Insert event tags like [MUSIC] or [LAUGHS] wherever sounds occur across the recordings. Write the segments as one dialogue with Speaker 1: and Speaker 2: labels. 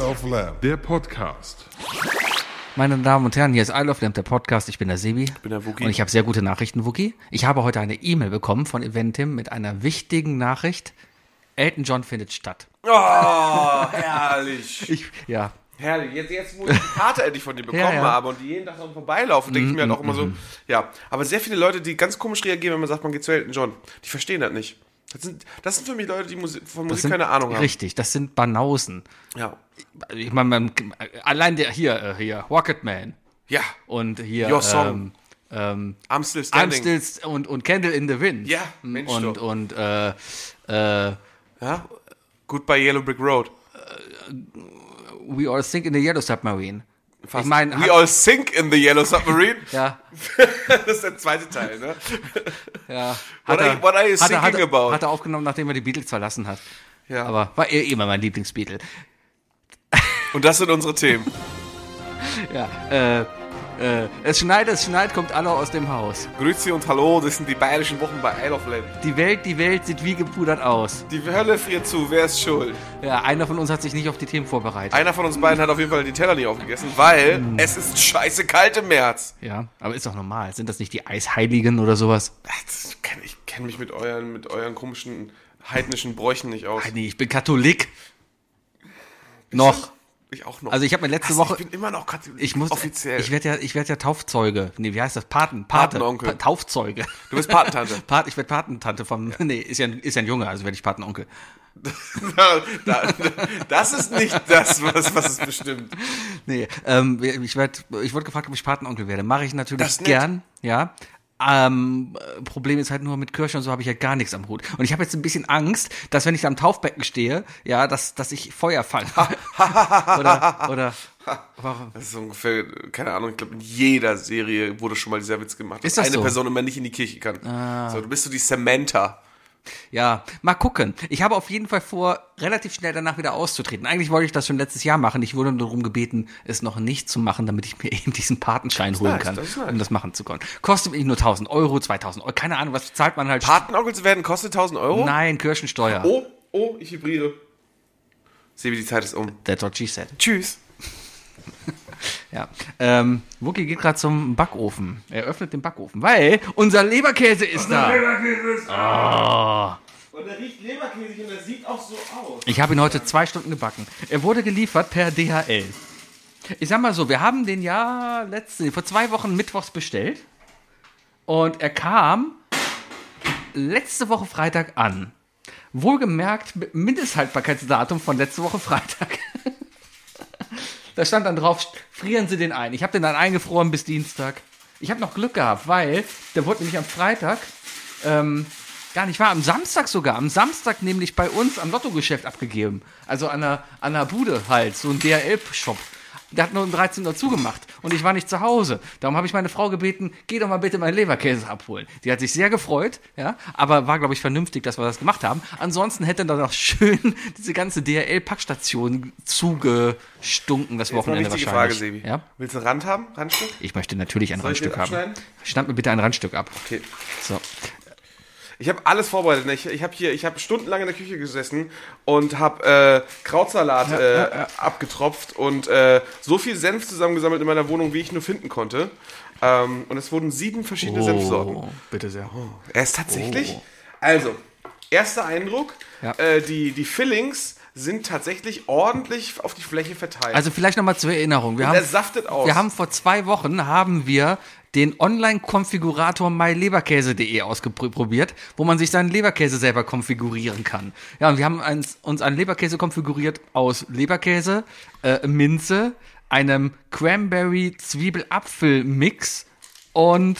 Speaker 1: of Lamb.
Speaker 2: Der Podcast.
Speaker 3: Meine Damen und Herren, hier ist I Love Lamp, der Podcast. Ich bin der Sebi. Ich
Speaker 4: bin der Wookie.
Speaker 3: Und ich habe sehr gute Nachrichten, Wookie. Ich habe heute eine E-Mail bekommen von Eventim mit einer wichtigen Nachricht. Elton John findet statt.
Speaker 4: Oh,
Speaker 3: [LAUGHS]
Speaker 4: herrlich.
Speaker 3: Ich, ja.
Speaker 4: herrlich. Jetzt, jetzt, wo ich die Karte endlich von dir bekommen
Speaker 3: ja. Mhm,
Speaker 4: habe und die jeden Tag dran vorbeilaufen, denke ich mir halt auch immer so, ja. Aber sehr viele Leute, die ganz komisch reagieren, wenn man sagt, man geht zu Elton John, die verstehen das nicht. Das sind, das sind für mich Leute, die Musi von Musik keine Ahnung haben.
Speaker 3: Richtig, das sind Banausen.
Speaker 4: Ja.
Speaker 3: Ich meine, man- allein der hier, äh, hier, Rocketman
Speaker 4: Ja.
Speaker 3: und hier.
Speaker 4: Your Song.
Speaker 3: Ähm, ähm,
Speaker 4: I'm still
Speaker 3: I'm
Speaker 4: standing.
Speaker 3: still st- und, und Candle in the Wind. Mm,
Speaker 4: Ja, Mensch,
Speaker 3: Und,
Speaker 4: doch.
Speaker 3: und äh, äh,
Speaker 4: ja? Goodbye Yellow Brick Road.
Speaker 3: We All Sink in the Yellow Submarine.
Speaker 4: Fast.
Speaker 3: Ich meine,
Speaker 4: We
Speaker 3: hat-
Speaker 4: all sink in the Yellow Submarine. [LAUGHS]
Speaker 3: ja,
Speaker 4: das ist der zweite Teil, ne?
Speaker 3: ja.
Speaker 4: What are you- what are you
Speaker 3: hat er, hat,
Speaker 4: thinking
Speaker 3: er,
Speaker 4: about?
Speaker 3: hat er aufgenommen, nachdem er die Beatles verlassen hat.
Speaker 4: Ja.
Speaker 3: Aber war eh immer mein Lieblingsbeatle.
Speaker 4: Und das sind unsere Themen.
Speaker 3: Ja, äh, äh, es schneit, es schneit, kommt alle aus dem Haus.
Speaker 4: Grüezi und Hallo, das sind die bayerischen Wochen bei Isle of Lamb.
Speaker 3: Die Welt, die Welt sieht wie gepudert aus.
Speaker 4: Die Hölle friert zu, wer ist schuld?
Speaker 3: Ja, einer von uns hat sich nicht auf die Themen vorbereitet.
Speaker 4: Einer von uns beiden hat auf jeden Fall die Teller nicht aufgegessen, weil es ist scheiße kalt im März.
Speaker 3: Ja, aber ist doch normal. Sind das nicht die Eisheiligen oder sowas?
Speaker 4: Ich kenne ich kenn mich mit euren, mit euren komischen heidnischen Bräuchen nicht aus.
Speaker 3: Ah, nee, ich bin Katholik. Noch.
Speaker 4: Ich auch noch.
Speaker 3: Also ich habe mir letzte
Speaker 4: Hast-
Speaker 3: Woche-
Speaker 4: Ich bin immer noch Katholik.
Speaker 3: Ich muss
Speaker 4: offiziell. [LAUGHS]
Speaker 3: Ich werde ja, ich werde ja Taufzeuge. Nee, wie heißt das? Paten, Pate,
Speaker 4: Patenonkel.
Speaker 3: Pa- Taufzeuge.
Speaker 4: du bist Patentante.
Speaker 3: [LAUGHS] Pat, ich werde Patentante vom. Nee, ist ja, ein- ist ja ein Junge, also werde ich Patenonkel.
Speaker 4: Da- da- das ist nicht das, was, was es bestimmt.
Speaker 3: [LAUGHS] Nee, ähm, ich werd, ich wurde gefragt, ob ich Patenonkel werde. Mache ich natürlich
Speaker 4: Das ist nett.
Speaker 3: gern, ja. Ähm, äh, Problem ist halt nur mit Kirche und so habe ich ja halt gar nichts am Hut. Und ich habe jetzt ein bisschen Angst, dass wenn ich da am Taufbecken stehe, ja, dass, dass ich Feuer fange. oder, oder, warum?
Speaker 4: Das ist ungefähr, keine Ahnung, ich glaube, in jeder Serie wurde schon mal dieser Witz gemacht, dass
Speaker 3: Ist das
Speaker 4: eine
Speaker 3: so? Ah.
Speaker 4: Person immer nicht in die Kirche kann. So, du bist so die Samantha.
Speaker 3: Ja, mal gucken. Ich habe auf jeden Fall vor, relativ schnell danach wieder auszutreten. Eigentlich wollte ich das schon letztes Jahr machen. Ich wurde nur darum gebeten, es noch nicht zu machen, damit ich mir [LAUGHS] eben diesen Patenschein holen
Speaker 4: nice,
Speaker 3: kann,
Speaker 4: das ist nice.
Speaker 3: um das machen zu können. Kostet mich nur 1000 Euro, 2000 Euro, keine Ahnung, was zahlt man halt.
Speaker 4: Patenonkel zu werden kostet 1000 Euro?
Speaker 3: Nein, Kirchensteuer.
Speaker 4: Oh, oh, ich vibriere. Sebi, die Zeit ist um.
Speaker 3: That's what she said.
Speaker 4: Tschüss.
Speaker 3: Ja. Ähm, Wookie geht gerade zum Backofen. Er öffnet den Backofen, weil unser Leberkäse ist da.
Speaker 4: Oh. Und der riecht leberkäsig und der sieht auch so aus.
Speaker 3: Ich habe ihn heute zwei Stunden gebacken. Er wurde geliefert per DHL. Ich sag mal so, wir haben den ja letzte, vor zwei Wochen mittwochs bestellt. Und er kam letzte Woche Freitag an. Wohlgemerkt mit Mindesthaltbarkeitsdatum von letzte Woche Freitag. Da stand dann drauf, frieren Sie den ein. Ich habe den dann eingefroren bis Dienstag. Ich habe noch Glück gehabt, weil der wurde nämlich am Freitag ähm, gar nicht wahr, am Samstag sogar. Am Samstag nämlich bei uns am Lottogeschäft abgegeben. Also an einer, an einer Bude halt, so ein DRL-Shop. Der hat nur um 13 Uhr zugemacht und ich war nicht zu Hause. Darum habe ich meine Frau gebeten, geh doch mal bitte meinen Leberkäse abholen. Die hat sich sehr gefreut, ja, aber war, glaube ich, vernünftig, dass wir das gemacht haben. Ansonsten hätte dann noch schön [LAUGHS] diese ganze DRL-Packstation zugestunken das
Speaker 4: Jetzt mal
Speaker 3: Wochenende
Speaker 4: wichtige Frage,
Speaker 3: wahrscheinlich.
Speaker 4: Sebi.
Speaker 3: Ja?
Speaker 4: Willst du einen Rand haben? Randstück?
Speaker 3: Ich möchte natürlich ein
Speaker 4: Soll ich
Speaker 3: Randstück
Speaker 4: den
Speaker 3: haben.
Speaker 4: abschneiden?
Speaker 3: Schneid mir bitte ein Randstück ab.
Speaker 4: Okay.
Speaker 3: So.
Speaker 4: Ich habe alles vorbereitet. ne? Ich, ich habe hier, ich habe stundenlang in der Küche gesessen und habe äh, Krautsalat äh, abgetropft und äh, so viel Senf zusammengesammelt in meiner Wohnung, wie ich nur finden konnte. Ähm, und es wurden sieben
Speaker 3: Oh.
Speaker 4: verschiedene Senfsorten.
Speaker 3: bitte sehr.
Speaker 4: Er ist tatsächlich. Also, erster Eindruck:
Speaker 3: Oh. Ja.
Speaker 4: äh, die, die Fillings sind tatsächlich ordentlich auf die Fläche verteilt.
Speaker 3: Also vielleicht nochmal zur Erinnerung. Wir
Speaker 4: er
Speaker 3: haben,
Speaker 4: saftet aus.
Speaker 3: wir haben vor zwei Wochen haben wir den Online-Konfigurator myleberkäse.de ausprobiert, wo man sich seinen Leberkäse selber konfigurieren kann. Ja, und wir haben uns, uns einen Leberkäse konfiguriert aus Leberkäse, äh, Minze, einem Cranberry-Zwiebel-Apfel-Mix und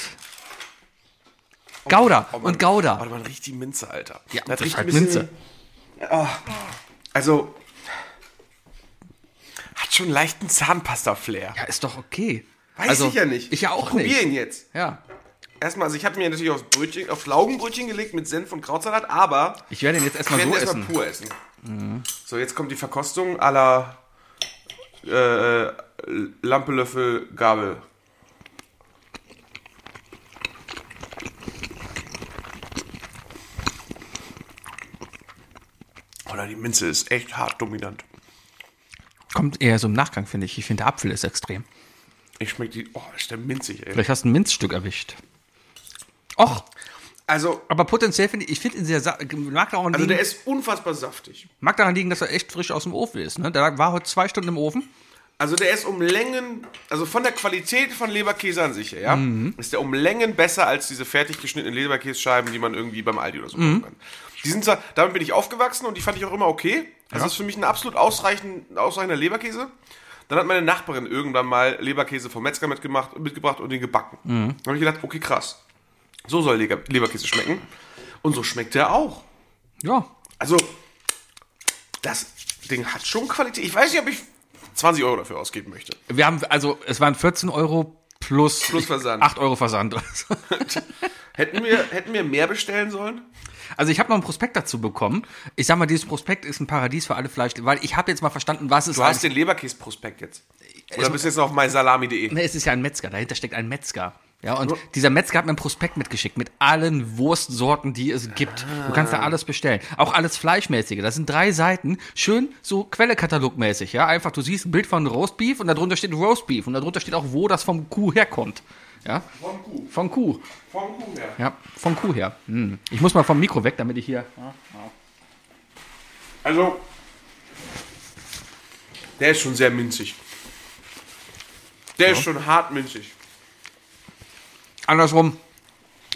Speaker 3: Gouda.
Speaker 4: Oh Mann.
Speaker 3: und Gouda.
Speaker 4: Warte mal, riecht die Minze, Alter.
Speaker 3: Ja, das
Speaker 4: Das riecht
Speaker 3: ist
Speaker 4: ein
Speaker 3: halt
Speaker 4: bisschen- Ah.
Speaker 3: Minze.
Speaker 4: Also, hat schon einen leichten Zahnpasta-Flair.
Speaker 3: Ja, ist doch okay.
Speaker 4: Weiß
Speaker 3: Also,
Speaker 4: ich ja nicht.
Speaker 3: Ich ja auch
Speaker 4: probier
Speaker 3: nicht.
Speaker 4: ihn jetzt.
Speaker 3: Ja.
Speaker 4: Erstmal, also ich habe mir natürlich aufs Brötchen, auf Laugenbrötchen gelegt mit Senf und Krautsalat, aber
Speaker 3: Ich werde ihn jetzt
Speaker 4: ich
Speaker 3: erstmal
Speaker 4: werde
Speaker 3: so
Speaker 4: ihn erstmal
Speaker 3: essen. Mhm.
Speaker 4: pur essen. So, jetzt kommt die Verkostung aller äh, Lampe, Löffel, Gabel. Oh, Oder die Minze ist echt hart dominant.
Speaker 3: Kommt eher so im Nachgang, finde ich. Ich finde, der Apfel ist extrem.
Speaker 4: Ich schmecke die. Oh, ist der minzig, ey.
Speaker 3: Vielleicht hast du ein Minzstück erwischt. Och,
Speaker 4: Also,
Speaker 3: aber potenziell finde ich, ich finde ihn sehr, sa- mag daran,
Speaker 4: also
Speaker 3: liegen,
Speaker 4: der ist unfassbar saftig.
Speaker 3: mag daran liegen, dass er echt frisch aus dem Ofen ist. Ne? Der lag- war heute zwei Stunden im Ofen.
Speaker 4: Also der ist um Längen, also von der Qualität von Leberkäse an sich her, ja, ist der um Längen besser als diese fertig geschnittenen Leberkässcheiben, die man irgendwie beim Aldi oder so kaufen kann. Die sind zwar, damit bin ich aufgewachsen und die fand ich auch immer okay. Also das ist für mich ein absolut ausreichend, ausreichender Leberkäse. Dann hat meine Nachbarin irgendwann mal Leberkäse vom Metzger mitgemacht, mitgebracht und den gebacken. Dann habe ich gedacht, okay, krass. So soll Leber, Leberkäse schmecken. Und so schmeckt der auch.
Speaker 3: Ja.
Speaker 4: Also, das Ding hat schon Qualität. Ich weiß nicht, ob ich 20 Euro dafür ausgeben möchte.
Speaker 3: Wir haben, also es waren 14 Euro plus,
Speaker 4: Plus Versand.
Speaker 3: 8 Euro Versand. [LAUGHS]
Speaker 4: Hätten wir, hätten wir mehr bestellen sollen?
Speaker 3: Also ich habe noch ein Prospekt dazu bekommen. Ich sag mal, dieses Prospekt ist ein Paradies für alle Fleisch, weil ich habe jetzt mal verstanden, was es
Speaker 4: Du hast den Leberkäse-Prospekt jetzt. Oder bist du jetzt noch auf mysalami.de?
Speaker 3: Ne, es ist ja ein Metzger, dahinter steckt ein Metzger. Ja, und dieser Metzger hat mir ein Prospekt mitgeschickt mit allen Wurstsorten, die es gibt. Du kannst
Speaker 4: Ah.
Speaker 3: da alles bestellen. Auch alles Fleischmäßige. Das sind drei Seiten. Schön so Quellekatalogmäßig, ja. Einfach, du siehst ein Bild von Roastbeef und darunter steht Roastbeef und darunter steht auch, wo das vom Kuh herkommt. Ja,
Speaker 4: Vom Kuh.
Speaker 3: von Kuh.
Speaker 4: Vom Kuh her.
Speaker 3: Ja, von Kuh her. Hm. Ich muss mal vom Mikro weg, damit ich hier.
Speaker 4: Also, der ist schon sehr minzig. Der ist schon hart minzig.
Speaker 3: Andersrum,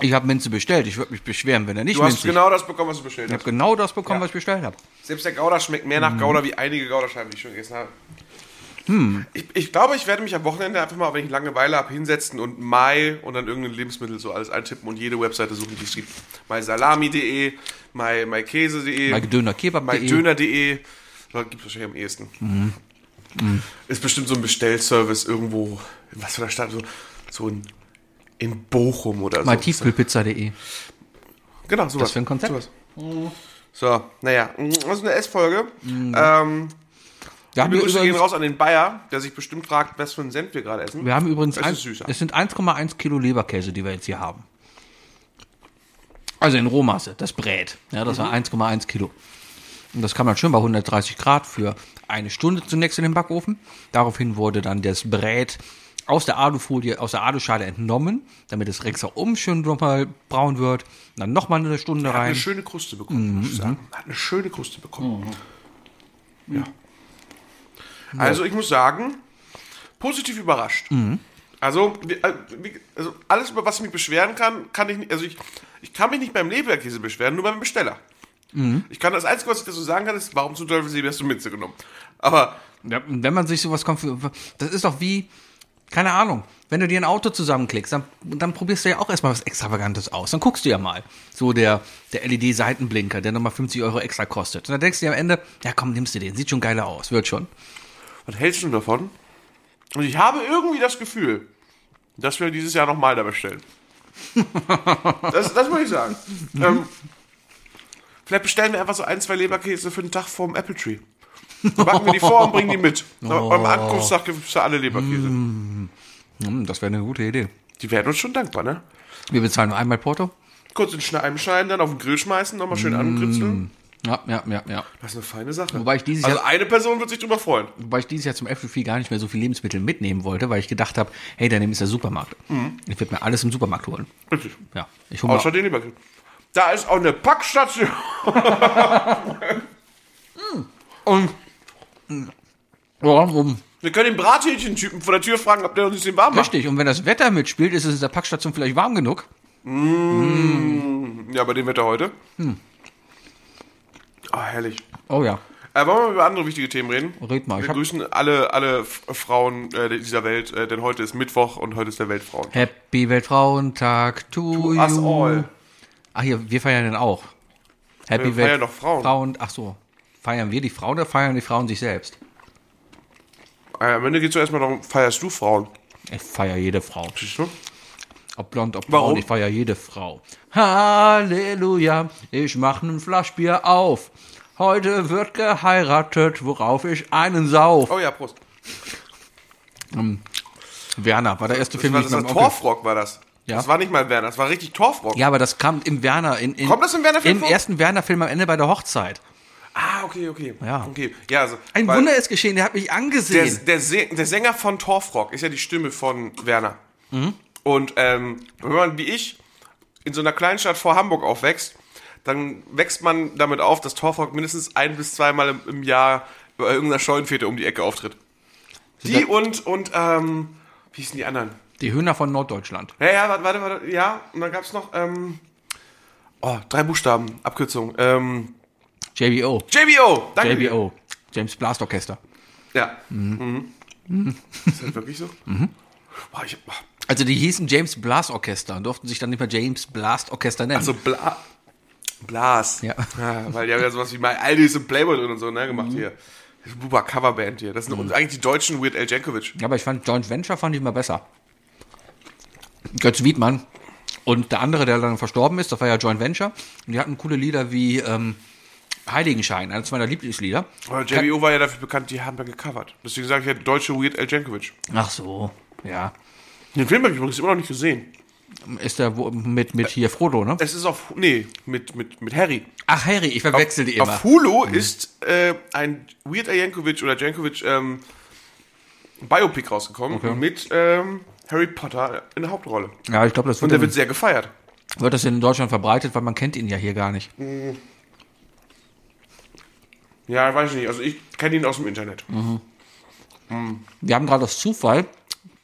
Speaker 3: ich habe Minze bestellt. Ich würde mich beschweren, wenn er nicht
Speaker 4: Du hast
Speaker 3: Minze.
Speaker 4: genau das bekommen, was du bestellt
Speaker 3: ich habe
Speaker 4: hast.
Speaker 3: genau das bekommen, was ich bestellt habe.
Speaker 4: Selbst der Gouda schmeckt mehr
Speaker 3: Mhm.
Speaker 4: nach Gouda wie einige Goudascheiben, die ich schon gegessen habe.
Speaker 3: Hm.
Speaker 4: Ich, ich glaube, ich werde mich am Wochenende einfach mal, wenn ich Langeweile habe, hinsetzen und Mai und dann irgendein Lebensmittel so alles eintippen und jede Webseite suchen, die es gibt. mysalami.de, my, mykäse.de,
Speaker 3: Bei Döner Kebab. E.
Speaker 4: MyDöner.de. Da gibt es wahrscheinlich am ehesten.
Speaker 3: Mhm.
Speaker 4: Ist bestimmt so ein Bestellservice irgendwo, in was für einer Stadt, so, so in, in Bochum oder
Speaker 3: Mal
Speaker 4: so.
Speaker 3: tiefkühlpizza.de.
Speaker 4: Genau, sowas.
Speaker 3: Was für ein Konzept?
Speaker 4: Sowas. So, naja, das ist eine Essfolge.
Speaker 3: Mhm.
Speaker 4: Ähm,
Speaker 3: Wir haben,
Speaker 4: wir
Speaker 3: wir
Speaker 4: Grüße gehen
Speaker 3: übrigens,
Speaker 4: raus an den Bayer, der sich bestimmt fragt, was für einen Senf wir gerade essen.
Speaker 3: wir haben übrigens
Speaker 4: Das
Speaker 3: ein,
Speaker 4: ist süßer.
Speaker 3: es sind 1,1 Kilo Leberkäse, die wir jetzt hier haben. Also in Rohmasse, das Brät. Ja,
Speaker 4: Mhm.
Speaker 3: das war 1,1 Kilo. Und das kam dann schön bei 130 Grad für eine Stunde zunächst in den Backofen. Daraufhin wurde dann das Brät aus der Alufolie, aus der Aluschale entnommen, damit es ringsherum schön nochmal braun wird. Und dann nochmal eine Stunde
Speaker 4: Hat eine
Speaker 3: rein.
Speaker 4: schöne Kruste bekommen,
Speaker 3: Mhm,
Speaker 4: muss ich sagen. Hat eine schöne Kruste bekommen. Ja. Also ich muss sagen, positiv überrascht.
Speaker 3: Mhm.
Speaker 4: Also, wie- äh, wie- also alles, über was ich mich beschweren kann, kann ich nicht, also ich, ich kann mich nicht beim Leberkäse beschweren, nur beim Besteller.
Speaker 3: Mhm.
Speaker 4: Ich kann das Einzige, was ich dazu sagen kann, ist, warum zum Teufel Sebi hast du Minze genommen? Aber
Speaker 3: Ja, und wenn man sich sowas kommt, das ist doch wie, keine Ahnung, wenn du dir ein Auto zusammenklickst, dann, dann probierst du ja auch erstmal was Extravagantes aus. Dann guckst du ja mal. So der, der LED-Seitenblinker, der nochmal 50 Euro extra kostet. Und dann denkst du dir am Ende, ja komm, nimmst du den, sieht schon geiler aus, wird schon.
Speaker 4: was hältst du davon? Und ich habe irgendwie das Gefühl, dass wir dieses Jahr nochmal da bestellen.
Speaker 3: [LAUGHS]
Speaker 4: das, das muss ich sagen. Ähm, vielleicht bestellen wir einfach so ein, zwei Leberkäse für den Tag vorm Apple Tree. Dann backen wir die vor und bringen die mit.
Speaker 3: Oh.
Speaker 4: Am Am Ankunftstag gibt es da alle Leberkäse.
Speaker 3: Mm. Hm, das wäre eine gute Idee.
Speaker 4: Die werden uns schon dankbar, ne?
Speaker 3: Wir bezahlen nur einmal Porto.
Speaker 4: Kurz in Scheiben schneiden, dann auf den Grill schmeißen, nochmal schön angritzeln.
Speaker 3: Ja, ja, ja, ja.
Speaker 4: Das ist eine feine Sache.
Speaker 3: Mm. Wobei ich dieses
Speaker 4: also
Speaker 3: Jahr-
Speaker 4: eine Person wird sich drüber freuen.
Speaker 3: Wobei ich dieses Jahr zum Apple Tree gar nicht mehr so viel Lebensmittel mitnehmen wollte, weil ich gedacht habe, hey, daneben ist der Supermarkt. Ich werde mir alles im Supermarkt holen.
Speaker 4: Richtig.
Speaker 3: Ja, ich hole
Speaker 4: Außer
Speaker 3: mir.
Speaker 4: den Leberkäse. Da ist auch eine Packstation.
Speaker 3: Und, ja, um,
Speaker 4: Wir können den Brathähnchentypen vor der Tür fragen, ob der uns den warm macht.
Speaker 3: Richtig, und wenn das Wetter mitspielt, ist es in der Packstation vielleicht warm genug.
Speaker 4: Ja, bei dem Wetter heute.
Speaker 3: Hm.
Speaker 4: Ah, herrlich.
Speaker 3: Oh ja,
Speaker 4: Äh, wollen wir mal über andere wichtige Themen reden?
Speaker 3: red mal. Ich
Speaker 4: Wir
Speaker 3: hab
Speaker 4: grüßen alle, alle F- Frauen äh, dieser Welt, äh, denn heute ist Mittwoch und heute ist der Weltfrauen.
Speaker 3: Happy Weltfrauentag to,
Speaker 4: Us
Speaker 3: you.
Speaker 4: all.
Speaker 3: Ach hier, wir feiern den auch. Happy
Speaker 4: Wir
Speaker 3: Welt-
Speaker 4: feiern doch Frauen.
Speaker 3: Frauen. Ach so, feiern wir die Frauen oder feiern die Frauen sich selbst?
Speaker 4: Äh, am Ende geht es erstmal darum, feierst du Frauen?
Speaker 3: Ich feiere jede Frau.
Speaker 4: Siehst du?
Speaker 3: Ob blond, ob
Speaker 4: Warum?
Speaker 3: braun, ich feiere jede Frau. Halleluja, ich mach nen Flaschbier auf. Heute wird geheiratet, worauf ich einen sauf.
Speaker 4: Oh ja, Prost.
Speaker 3: Werner war der erste
Speaker 4: Das
Speaker 3: Film,
Speaker 4: war,
Speaker 3: den
Speaker 4: das
Speaker 3: ich
Speaker 4: war
Speaker 3: mit meinem Onkel-
Speaker 4: Torfrock, war das.
Speaker 3: Ja.
Speaker 4: Das war nicht mal Werner, das war richtig Torfrock.
Speaker 3: Ja, aber das kam im Werner. In, in,
Speaker 4: Kommt das im Werner-Film
Speaker 3: Im
Speaker 4: vor?
Speaker 3: ersten Werner-Film am Ende bei der Hochzeit.
Speaker 4: Ah, okay, okay.
Speaker 3: Ja.
Speaker 4: Okay. Ja, also,
Speaker 3: Ein
Speaker 4: weil
Speaker 3: Wunder ist geschehen, der hat mich
Speaker 4: Der,
Speaker 3: angesehen.
Speaker 4: der, Se- der Sänger von Torfrock ist ja die Stimme von Werner. Und ähm, wenn man wie ich in so einer Kleinstadt vor Hamburg aufwächst, dann wächst man damit auf, dass Torfrock mindestens ein bis zweimal im, im Jahr bei irgendeiner Scheunenfete um die Ecke auftritt. Die
Speaker 3: das-
Speaker 4: und, und, ähm, wie hießen die anderen?
Speaker 3: Die Höhner von Norddeutschland.
Speaker 4: Ja, ja, warte, warte, warte, ja, und dann gab's noch, ähm, oh, drei Buchstaben, Abkürzung, ähm,
Speaker 3: JBO.
Speaker 4: JBO, danke.
Speaker 3: JBO. James Blast Orchester.
Speaker 4: Ja. Mhm. Ist das wirklich so? Boah, ich, boah.
Speaker 3: Also die hießen James Blast Orchester und durften sich dann nicht mehr James Blast Orchester nennen.
Speaker 4: Also Bla Blas.
Speaker 3: Ja. Mhm.
Speaker 4: Weil die haben ja sowas wie My Aldis und Playboy drin und so, ne, gemacht hier. Buba Coverband hier. Das sind eigentlich die deutschen Weird Al Jankovic.
Speaker 3: Aber ich fand Joint Venture fand ich immer besser. Götz Wiedmann und der andere, der dann verstorben ist, das war ja Joint Venture. Und die hatten coole Lieder wie ähm, Heiligenschein, eines meiner Lieblingslieder.
Speaker 4: Aber JBO war ja dafür bekannt, die haben ja gecovert. Deswegen sage ich ja deutsche Weird Al Jankovic.
Speaker 3: Ach so, ja.
Speaker 4: Den Film habe ich übrigens immer noch nicht gesehen.
Speaker 3: Ist der wo- mit, mit hier Frodo, ne?
Speaker 4: Es ist auf. Nee, mit, mit, mit Harry.
Speaker 3: Ach, Harry, ich verwechsel die immer. Mhm.
Speaker 4: Auf Hulu ist äh, ein Weird Al Jankovic oder Jankovic ähm, Biopic rausgekommen mit ähm, Harry Potter in der Hauptrolle.
Speaker 3: Ja, ich glaube, das
Speaker 4: Und
Speaker 3: wird,
Speaker 4: der wird
Speaker 3: dann,
Speaker 4: sehr gefeiert.
Speaker 3: wird das in Deutschland verbreitet, weil man kennt ihn ja hier gar nicht.
Speaker 4: Ja, weiß ich nicht. Also ich kenne ihn aus dem Internet.
Speaker 3: Wir haben gerade aus Zufall,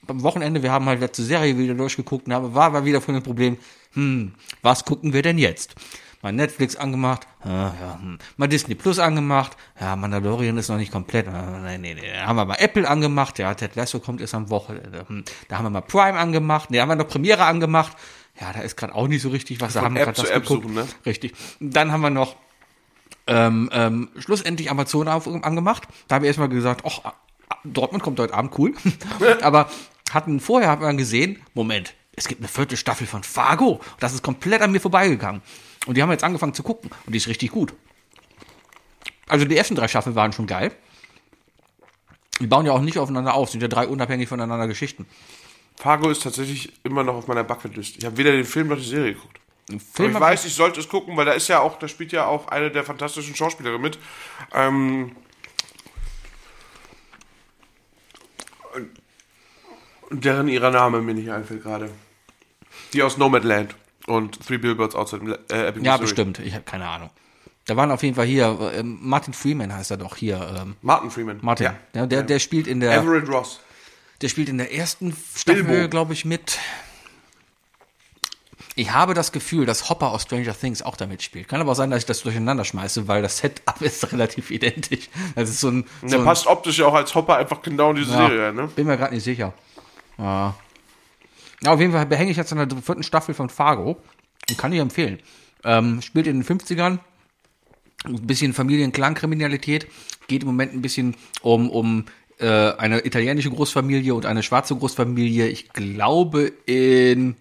Speaker 3: am Wochenende, wir haben halt letzte Serie wieder durchgeguckt und haben, war mal wieder von dem Problem, hm, was gucken wir denn jetzt? Mal Netflix angemacht, ah, ja, hm. mal Disney Plus angemacht, ja, Mandalorian ist noch nicht komplett, ah, nein, nee, nee. Dann haben wir mal Apple angemacht, ja, Ted Lasso kommt erst am Wochenende, hm. da haben wir mal Prime angemacht, ne, haben wir noch Premiere angemacht, ja, da ist gerade auch nicht so richtig was, da haben wir
Speaker 4: App
Speaker 3: gerade
Speaker 4: zu
Speaker 3: was
Speaker 4: App
Speaker 3: geguckt,
Speaker 4: suchen, ne?
Speaker 3: richtig. Dann haben wir noch ähm, ähm, schlussendlich Amazon auf, angemacht. Da habe ich erstmal gesagt, ach, ah, Dortmund kommt heute Abend, cool. [LAUGHS] Aber hatten vorher hat man gesehen, Moment, es gibt eine vierte Staffel von Fargo. Das ist komplett an mir vorbeigegangen. Und die haben jetzt angefangen zu gucken und die ist richtig gut. Also die ersten drei Staffeln waren schon geil. Die bauen ja auch nicht aufeinander auf, sind ja drei unabhängig voneinander Geschichten.
Speaker 4: Fargo ist tatsächlich immer noch auf meiner Bucketlist. Ich habe weder den Film noch die Serie geguckt. Aber
Speaker 3: Film
Speaker 4: ich
Speaker 3: hab-
Speaker 4: weiß, ich sollte es gucken, weil da ist ja auch, da spielt ja auch eine der fantastischen Schauspielerinnen mit. Ähm, deren ihrer Name mir nicht einfällt gerade. Die aus Nomadland und Three Billboards Outside äh, Ebbing,
Speaker 3: Ja,
Speaker 4: Missouri.
Speaker 3: bestimmt. Ich habe keine Ahnung. Da waren auf jeden Fall hier, äh, Martin Freeman heißt er doch hier. Ähm,
Speaker 4: Martin Freeman.
Speaker 3: Martin.
Speaker 4: Ja.
Speaker 3: Ja, der, der spielt in der.
Speaker 4: Everett Ross.
Speaker 3: Der spielt in der ersten Staffel,
Speaker 4: Bilbo.
Speaker 3: glaube ich, mit. Ich habe das Gefühl, dass Hopper aus Stranger Things auch damit spielt. Kann aber auch sein, dass ich das durcheinander schmeiße, weil das Setup [LAUGHS] ist relativ identisch. Das ist so ein. So
Speaker 4: Der
Speaker 3: ein
Speaker 4: passt optisch ja auch als Hopper einfach genau in diese
Speaker 3: ja,
Speaker 4: Serie, ne?
Speaker 3: Bin mir gerade nicht sicher. Ja. ja. Auf jeden Fall behänge ich jetzt an der vierten Staffel von Fargo. Und kann ich empfehlen. Ähm, spielt in den 50ern. Ein bisschen Familienklangkriminalität. Geht im Moment ein bisschen um, um äh, eine italienische Großfamilie und eine schwarze Großfamilie. Ich glaube in.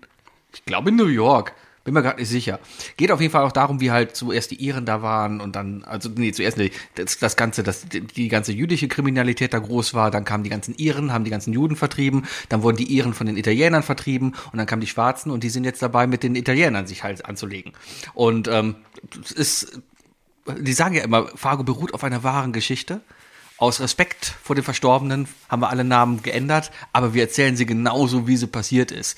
Speaker 3: Ich glaube in New York. Bin mir gerade nicht sicher. Geht auf jeden Fall auch darum, wie halt zuerst die Iren da waren und dann, also nee, zuerst nee, das, das ganze, das, die- die ganze jüdische Kriminalität da groß war, dann kamen die ganzen Iren, haben die ganzen Juden vertrieben, dann wurden die Iren von den Italienern vertrieben und dann kamen die Schwarzen und die sind jetzt dabei, mit den Italienern sich halt anzulegen. Und ähm, es ist, die sagen ja immer, Fargo beruht auf einer wahren Geschichte. Aus Respekt vor den Verstorbenen haben wir alle Namen geändert, aber wir erzählen sie genauso, wie sie passiert ist.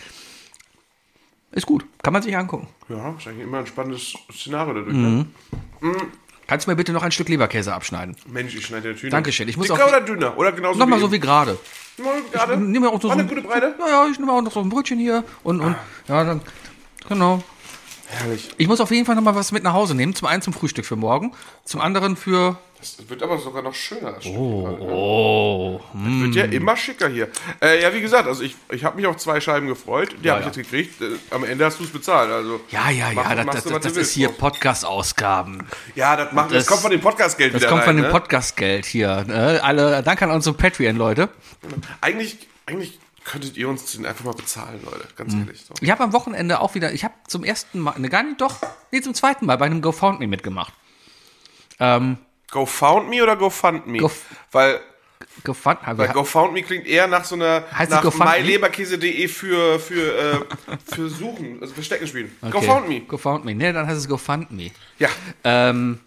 Speaker 3: Ist gut, kann man sich angucken.
Speaker 4: Ja, ist eigentlich immer ein spannendes Szenario dadurch,
Speaker 3: Mhm.
Speaker 4: ne?
Speaker 3: Kannst du mir bitte noch ein Stück Leberkäse abschneiden?
Speaker 4: Mensch, ich schneide ja Tüne.
Speaker 3: Dankeschön, ich muss
Speaker 4: Dicker
Speaker 3: auch-
Speaker 4: oder dünner? Oder genauso
Speaker 3: Nochmal
Speaker 4: wie
Speaker 3: so wie gerade.
Speaker 4: eben? Mal gerade.
Speaker 3: Nimm mir auch noch so
Speaker 4: War eine
Speaker 3: ein-
Speaker 4: gute Breite?
Speaker 3: Ja, ja, ich nehme auch noch so ein Brötchen hier und, und ja, dann, genau.
Speaker 4: Herrlich.
Speaker 3: Ich muss auf jeden Fall nochmal was mit nach Hause nehmen. Zum einen zum Frühstück für morgen, zum anderen für.
Speaker 4: Das wird aber sogar noch schöner. Das
Speaker 3: Oh.
Speaker 4: Wird ja immer schicker hier. Äh, ja, wie gesagt, also ich, ich habe mich auf zwei Scheiben gefreut. Die habe ich
Speaker 3: ja.
Speaker 4: jetzt gekriegt. Äh, am Ende hast du es bezahlt. Also
Speaker 3: Ja, ja,
Speaker 4: mach-
Speaker 3: ja, das,
Speaker 4: machst
Speaker 3: das,
Speaker 4: du,
Speaker 3: das,
Speaker 4: was du
Speaker 3: ist
Speaker 4: willst.
Speaker 3: hier Podcast-Ausgaben.
Speaker 4: Ja, das, macht, das,
Speaker 3: Das-
Speaker 4: kommt von dem Podcast-Geld
Speaker 3: Das
Speaker 4: wieder
Speaker 3: kommt
Speaker 4: rein,
Speaker 3: von dem
Speaker 4: ne?
Speaker 3: Podcast-Geld hier. Ne? Alle, danke an unsere Patreon-Leute.
Speaker 4: Eigentlich, eigentlich könntet ihr uns den einfach mal bezahlen, Leute. Ganz ehrlich. So.
Speaker 3: Ich habe am Wochenende auch wieder, ich habe zum ersten Mal, ne, gar nicht, doch, nee, zum zweiten Mal bei einem GoFoundMe mitgemacht. Ähm,
Speaker 4: GoFoundMe oder GoFundMe?
Speaker 3: Go-
Speaker 4: Weil
Speaker 3: GoFundMe,
Speaker 4: Weil GoFoundMe klingt eher nach so einer
Speaker 3: Heißt es
Speaker 4: nach
Speaker 3: GoFundMe?
Speaker 4: myleberkäse.de für für äh, für suchen, also für Stecken spielen. GoFoundMe.
Speaker 3: GoFundMe, ne, dann heißt es GoFundMe.
Speaker 4: Ja.
Speaker 3: Ähm,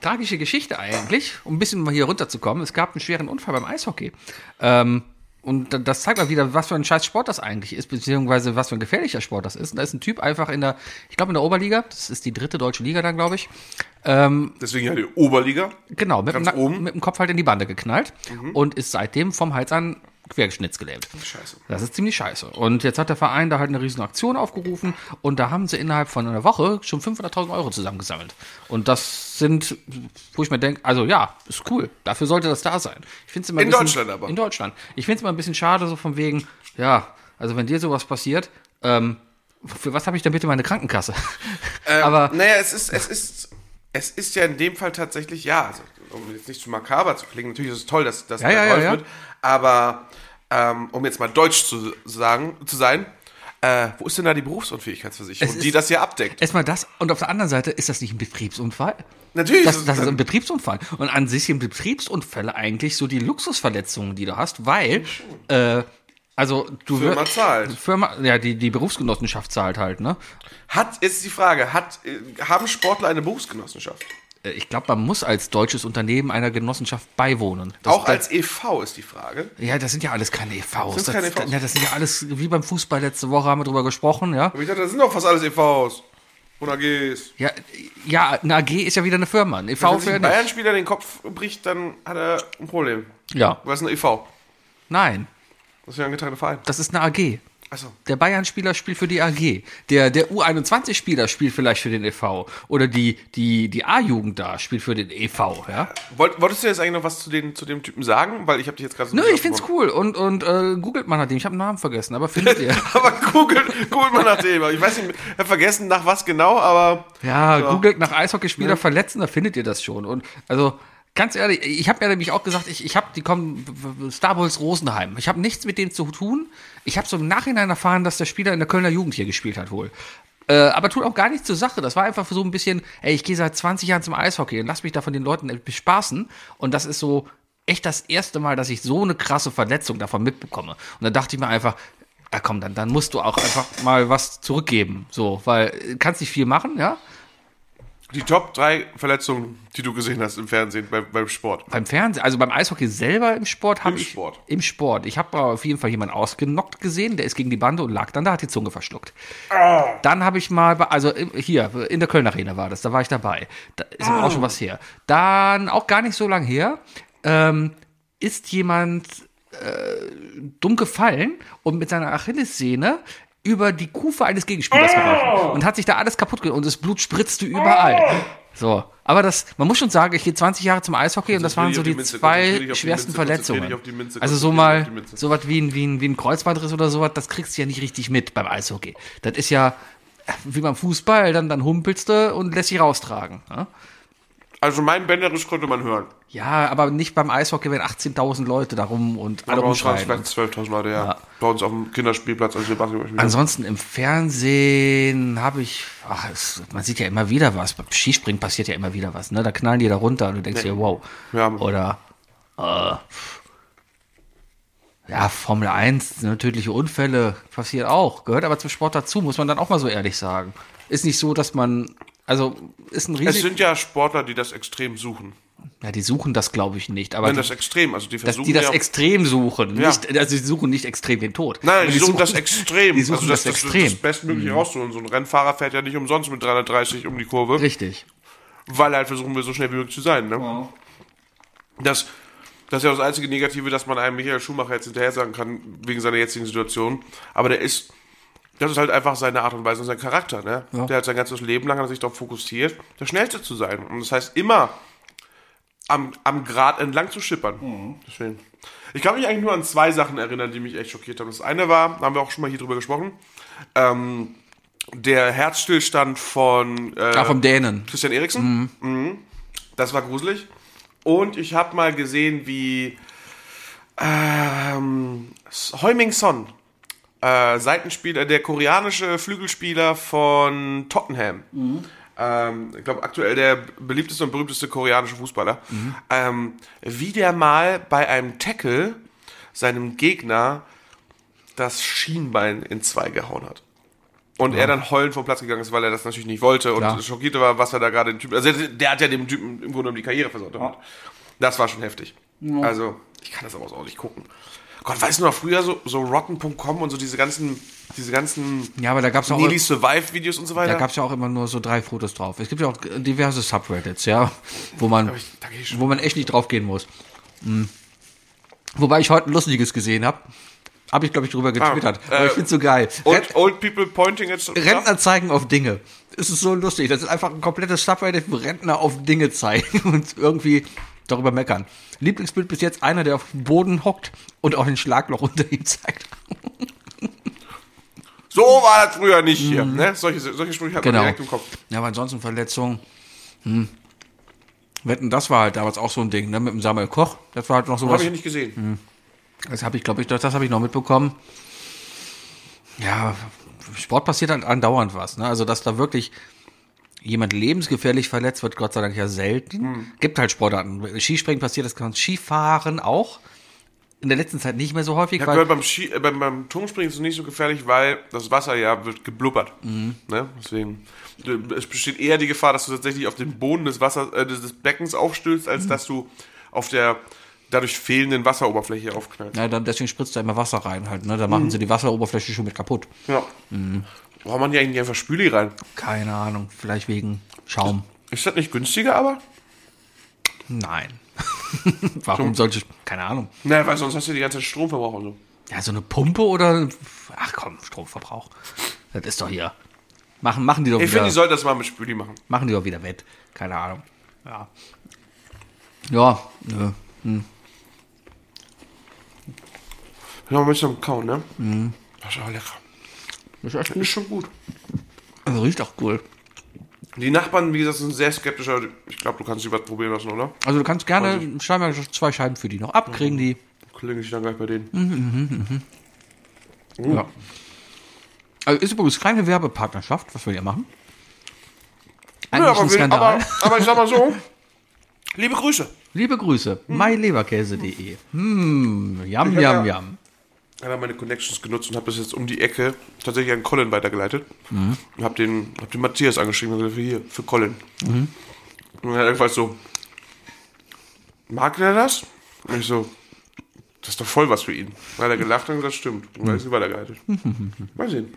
Speaker 3: tragische Geschichte eigentlich, um ein bisschen mal hier runterzukommen. Es gab einen schweren Unfall beim Eishockey. Ähm, und da- das zeigt mal wieder, was für ein scheiß Sport das eigentlich ist, beziehungsweise was für ein gefährlicher Sport das ist. Und da ist ein Typ einfach in der, ich glaube in der Oberliga, das ist die dritte deutsche Liga dann, glaube ich,
Speaker 4: Deswegen ja die Oberliga.
Speaker 3: genau, mit, dem,
Speaker 4: Ganz
Speaker 3: Nacken-
Speaker 4: oben? Mhm.
Speaker 3: mit dem Kopf halt in die Bande geknallt und ist seitdem vom Hals an quergeschnitzt gelähmt.
Speaker 4: Scheiße.
Speaker 3: Das ist ziemlich scheiße. Und jetzt hat der Verein da halt eine riesen Aktion aufgerufen und da haben sie innerhalb von einer Woche schon 500.000 Euro zusammengesammelt. Und das sind, wo ich mir denke, also ja, ist cool. Dafür sollte das da sein. Ich find's immer ein
Speaker 4: In
Speaker 3: bisschen,
Speaker 4: Deutschland aber.
Speaker 3: In Deutschland. Ich finde es immer ein bisschen schade, so von wegen, ja, also wenn dir sowas passiert, ähm, für was habe ich denn bitte meine Krankenkasse? [LAUGHS]
Speaker 4: Ähm,
Speaker 3: aber
Speaker 4: Naja, es ist, es ist, es ist ja in dem Fall tatsächlich, ja, also, um jetzt nicht zu makaber zu klingen, natürlich ist es toll, dass das
Speaker 3: Ja, ja, ja, ja.
Speaker 4: wird, aber ähm, um jetzt mal deutsch zu sagen, zu sein, äh, wo ist denn da die Berufsunfähigkeitsversicherung,
Speaker 3: Es
Speaker 4: die
Speaker 3: ist-
Speaker 4: das hier abdeckt?
Speaker 3: erstmal das und auf der anderen Seite, ist das nicht ein Betriebsunfall?
Speaker 4: Natürlich
Speaker 3: Das,
Speaker 4: ist
Speaker 3: das
Speaker 4: es
Speaker 3: ist ein Betriebsunfall. Und an sich sind Betriebsunfälle eigentlich so die Luxusverletzungen, die du hast, weil, äh, also du
Speaker 4: Firma
Speaker 3: wirst-
Speaker 4: zahlt.
Speaker 3: Firma, ja, die, die Berufsgenossenschaft zahlt halt, ne?
Speaker 4: Hat, jetzt die Frage, hat, äh, haben Sportler eine Berufsgenossenschaft?
Speaker 3: Äh, Ich glaube, man muss als deutsches Unternehmen einer Genossenschaft beiwohnen. Das,
Speaker 4: Auch als e.V. ist die Frage.
Speaker 3: Ja, das sind ja alles keine EVs.
Speaker 4: Sind's
Speaker 3: das,
Speaker 4: keine E EVs?
Speaker 3: Ja, das sind ja alles, wie beim Fußball letzte Woche haben wir drüber gesprochen, ja?
Speaker 4: Aber ich dachte, das sind doch fast E alles e.V.s und AGs.
Speaker 3: Ja, ja eine AG ist ja wieder eine Firma. Ein EV
Speaker 4: Wenn sich
Speaker 3: für
Speaker 4: ein
Speaker 3: nicht.
Speaker 4: Bayern-Spieler den Kopf bricht, dann hat er ein Problem.
Speaker 3: Ja,
Speaker 4: Weil es ein e.V.
Speaker 3: nein,
Speaker 4: E Das ist ja ein getragener Verein. Also,
Speaker 3: das ist eine AG.
Speaker 4: Achso.
Speaker 3: Der Bayern-Spieler spielt für die AG. Der, der U21-Spieler spielt vielleicht für den e.V. Oder die, die, die A-Jugend da spielt für den e.V. Ja?
Speaker 4: Wollt, wolltest du jetzt eigentlich noch was zu, den, zu dem Typen sagen? Weil ich habe dich jetzt gerade so.
Speaker 3: Nö, ich find's cool. Und, und äh, googelt mal nach dem. Ich habe den Namen vergessen, aber findet ihr.
Speaker 4: [LAUGHS] Aber googelt, googelt mal nach dem. Ich weiß nicht, ich habe vergessen, nach was genau, aber.
Speaker 3: Ja, googelt nach Eishockeyspieler verletzen, da findet ihr das schon. Und also ganz ehrlich, ich habe ja nämlich auch gesagt, ich, ich habe die kommen w- w- Star Bulls Rosenheim. Ich habe nichts mit denen zu tun. Ich habe so im Nachhinein erfahren, dass der Spieler in der Kölner Jugend hier gespielt hat wohl. Äh, aber tut auch gar nichts zur Sache. Das war einfach so ein bisschen, ey, ich gehe seit 20 Jahren zum Eishockey und lass mich da von den Leuten bespaßen. Und das ist so echt das erste Mal, dass ich so eine krasse Verletzung davon mitbekomme. Und dann dachte ich mir einfach, ja komm, dann, dann musst du auch einfach mal was zurückgeben. So, weil äh, kannst nicht viel machen, ja.
Speaker 4: Die Top 3 Verletzungen, die du gesehen hast im Fernsehen beim, beim Sport.
Speaker 3: beim Fernsehen, also beim Eishockey selber im Sport habe
Speaker 4: Im
Speaker 3: ich
Speaker 4: Sport.
Speaker 3: im Sport. Ich habe auf jeden Fall jemanden ausgenockt gesehen, der ist gegen die Bande und lag dann da, hat die Zunge verschluckt.
Speaker 4: Ah.
Speaker 3: Dann habe ich mal, bei- also im- hier in der Köln Arena war das, da war ich dabei. Da ist aber
Speaker 4: Ah.
Speaker 3: auch schon was her. Dann auch gar nicht so lang her ähm, ist jemand äh, dumm gefallen und mit seiner Achillessehne über die Kufe eines Gegenspielers
Speaker 4: Oh!
Speaker 3: geworfen und hat sich da alles kaputt gemacht und das Blut spritzte
Speaker 4: Oh!
Speaker 3: überall. So, aber das, man muss schon sagen, ich gehe 20 Jahre zum Eishockey und das
Speaker 4: Konzentrier
Speaker 3: waren
Speaker 4: dich
Speaker 3: so die
Speaker 4: auf die Minze, konzentrier dich
Speaker 3: zwei
Speaker 4: auf die
Speaker 3: schwersten
Speaker 4: Minze, konzentrier dich
Speaker 3: Verletzungen.
Speaker 4: auf die Minze,
Speaker 3: Also so
Speaker 4: konzentrier dich
Speaker 3: mal
Speaker 4: auf die Minze.
Speaker 3: sowas wie ein, wie ein, wie ein Kreuzbandriss oder sowas, das kriegst du ja nicht richtig mit beim Eishockey. Das ist ja äh, wie beim Fußball, dann, dann humpelst du und lässt dich raustragen. Ne?
Speaker 4: Also mein Bänderisch konnte man hören.
Speaker 3: Ja, aber nicht beim Eishockey, wenn 18.000 Leute darum und alle
Speaker 4: Aber bei uns waren es
Speaker 3: rumschreien.
Speaker 4: vielleicht 12.000 Leute, ja. Bei uns auf dem Kinderspielplatz, als wir Basketball spielen.
Speaker 3: Ansonsten im Fernsehen habe ich, ach, es, man sieht ja immer wieder was. Beim Skispringen passiert ja immer wieder was. Ne? Da knallen die da runter und du denkst dir, wow.
Speaker 4: Ja.
Speaker 3: Oder äh, ja, Formel 1, ne, tödliche Unfälle passiert auch. Gehört aber zum Sport dazu, muss man dann auch mal so ehrlich sagen. Ist nicht so, dass man, also ist ein
Speaker 4: es
Speaker 3: Risiko.
Speaker 4: sind ja Sportler, die das extrem suchen.
Speaker 3: Ja, die suchen das, glaube ich, nicht. Aber
Speaker 4: Wenn
Speaker 3: die,
Speaker 4: das extrem, also die
Speaker 3: dass
Speaker 4: versuchen
Speaker 3: die das
Speaker 4: ja,
Speaker 3: extrem suchen.
Speaker 4: Ja.
Speaker 3: Nicht, also sie suchen nicht extrem den Tod.
Speaker 4: Nein,
Speaker 3: Aber
Speaker 4: die suchen das
Speaker 3: [LAUGHS]
Speaker 4: extrem.
Speaker 3: Die suchen
Speaker 4: also
Speaker 3: das, extrem. Mhm.
Speaker 4: Das, das Bestmögliche rauszuholen. So ein Rennfahrer fährt ja nicht umsonst mit 330 um die Kurve.
Speaker 3: Richtig.
Speaker 4: weil er halt versuchen will, so schnell wie möglich zu sein. Ne? Das, das ist ja das einzige Negative, dass man einem Michael Schumacher jetzt hinterher sagen kann, wegen seiner jetzigen Situation. Aber der ist, das ist halt einfach seine Art und Weise und sein Charakter. Ne? Der hat sein ganzes Leben lang hat er sich darauf fokussiert, der Schnellste zu sein. Und das heißt, immer am, am Grad entlang zu schippern. Deswegen. Ich kann mich eigentlich nur an zwei Sachen erinnern, die mich echt schockiert haben. Das eine war, da haben wir auch schon mal hier drüber gesprochen, ähm, der Herzstillstand von äh,
Speaker 3: Ah, vom Dänen.
Speaker 4: Christian Eriksen. Mhm. Das war gruselig. Und ich habe mal gesehen, wie ähm, Heuming Son, äh, Seitenspieler, der koreanische Flügelspieler von Tottenham. Ähm, ich glaube, aktuell der beliebteste und berühmteste koreanische Fußballer. Ähm, wie der mal bei einem Tackle seinem Gegner das Schienbein in zwei gehauen hat. Und er dann heulend vom Platz gegangen ist, weil er das natürlich nicht wollte und
Speaker 3: Klar.
Speaker 4: schockiert war, was er da gerade dem Typen. Also der, der hat ja dem Typen im Grunde um die Karriere versaut damit. Das war schon heftig. Also, ich kann das aber auch nicht gucken. Gott, weißt du noch, früher so, so rotten.com und so diese ganzen, diese ganzen
Speaker 3: Ja, aber da gab es auch,
Speaker 4: Nearly Survive Videos und so
Speaker 3: da
Speaker 4: weiter.
Speaker 3: gab's ja auch immer nur so drei Fotos drauf. Es gibt ja auch diverse Subreddits, ja, wo man,
Speaker 4: Aber ich- da geh ich schon-
Speaker 3: wo man echt nicht drauf gehen muss. Hm. Wobei ich heute ein lustiges gesehen habe. Habe ich, glaube ich, drüber getwittert.
Speaker 4: äh,
Speaker 3: aber ich find's so geil. Ren-
Speaker 4: Old, old people pointing at
Speaker 3: Rentner zeigen auf Dinge. Es ist so lustig. Das ist einfach ein komplettes Subreddit, wo Rentner auf Dinge zeigen [LAUGHS] und irgendwie darüber meckern. Lieblingsbild bis jetzt einer, der auf dem Boden hockt und auch den Schlagloch [LAUGHS] unter ihm zeigt.
Speaker 4: So war das früher nicht hier.
Speaker 3: Mhm.
Speaker 4: Ne? Solche, solche Sprüche hat man direkt im Kopf.
Speaker 3: Genau. Ja, aber ansonsten Verletzungen. Hm. Wetten, das war halt damals auch so ein Ding, ne? Mit dem Samuel Koch. Das war halt noch sowas.
Speaker 4: Habe ich nicht gesehen.
Speaker 3: Mhm. Das habe ich, glaube ich, das, das habe ich noch mitbekommen. Ja, im Sport passiert halt andauernd was. Ne? Also, dass da wirklich jemand lebensgefährlich verletzt wird, Gott sei Dank ja selten.
Speaker 4: Hm.
Speaker 3: Gibt halt Sportarten. Skispringen passiert, das kann Skifahren auch. In der letzten Zeit nicht mehr so häufig,
Speaker 4: Ich habe
Speaker 3: weil
Speaker 4: gehört, beim, Ski, äh, beim, beim Turmspringen ist es nicht so gefährlich, weil das Wasser ja wird geblubbert.
Speaker 3: Mhm.
Speaker 4: Ne? Deswegen äh, es besteht eher die Gefahr, dass du tatsächlich auf den Boden des Wassers, äh, des des Beckens aufstößt,
Speaker 3: Mhm.
Speaker 4: als dass du auf der dadurch fehlenden Wasseroberfläche aufknallst.
Speaker 3: ja, dann, deswegen spritzt da immer Wasser rein halt. Ne? Da machen
Speaker 4: Hm.
Speaker 3: sie die Wasseroberfläche schon mit kaputt.
Speaker 4: Ja.
Speaker 3: Mhm.
Speaker 4: Warum man die eigentlich einfach Spüli rein?
Speaker 3: Keine Ahnung, vielleicht wegen Schaum.
Speaker 4: Ist das nicht günstiger, aber?
Speaker 3: Nein.
Speaker 4: [LAUGHS]
Speaker 3: Warum sollte ich, keine Ahnung.
Speaker 4: Naja, Ne, weil sonst hast du die ganze Zeit Stromverbrauch und so.
Speaker 3: Ja, so eine Pumpe oder. Ach komm, Stromverbrauch. Das ist doch hier. Machen, machen die doch
Speaker 4: Ich
Speaker 3: wieder.
Speaker 4: finde, die sollten das mal mit Spüli machen.
Speaker 3: machen die doch wieder wett. Keine Ahnung. Ja. Ja, nö.
Speaker 4: Ja, mit so einem Kauen, ne?
Speaker 3: Mhm.
Speaker 4: Das ist aber lecker.
Speaker 3: Ist echt
Speaker 4: Ist schon gut.
Speaker 3: Also riecht auch cool.
Speaker 4: Die Nachbarn, wie gesagt, sind sehr skeptisch, aber ich glaube, du kannst dich was probieren lassen, oder?
Speaker 3: Also du kannst gerne scheinbar zwei Scheiben für die noch abkriegen, die.
Speaker 4: Klinge ich dann gleich bei denen.
Speaker 3: Mhm. Ja. Also ist übrigens keine Werbepartnerschaft, was wir hier machen. Eigentlich ein
Speaker 4: Ja, aber, wir,
Speaker 3: Skandal.
Speaker 4: aber, aber ich sag mal so, liebe Grüße.
Speaker 3: Liebe Grüße, myleberkäse.de. Hm, yam,
Speaker 4: Hm. Ich hab
Speaker 3: yam,
Speaker 4: ja-
Speaker 3: yam.
Speaker 4: Ich habe meine Connections genutzt und habe das jetzt um die Ecke tatsächlich an Colin weitergeleitet.
Speaker 3: Mhm.
Speaker 4: Und habe den, hab den Matthias angeschrieben und gesagt, hier, für Colin.
Speaker 3: Mhm.
Speaker 4: Und er hat einfach so, mag der das? Und ich so, das ist doch voll was für ihn. Dann hat er gelacht und gesagt, stimmt. Und dann ist
Speaker 3: [LAUGHS]
Speaker 4: sie weitergeleitet. Mal sehen.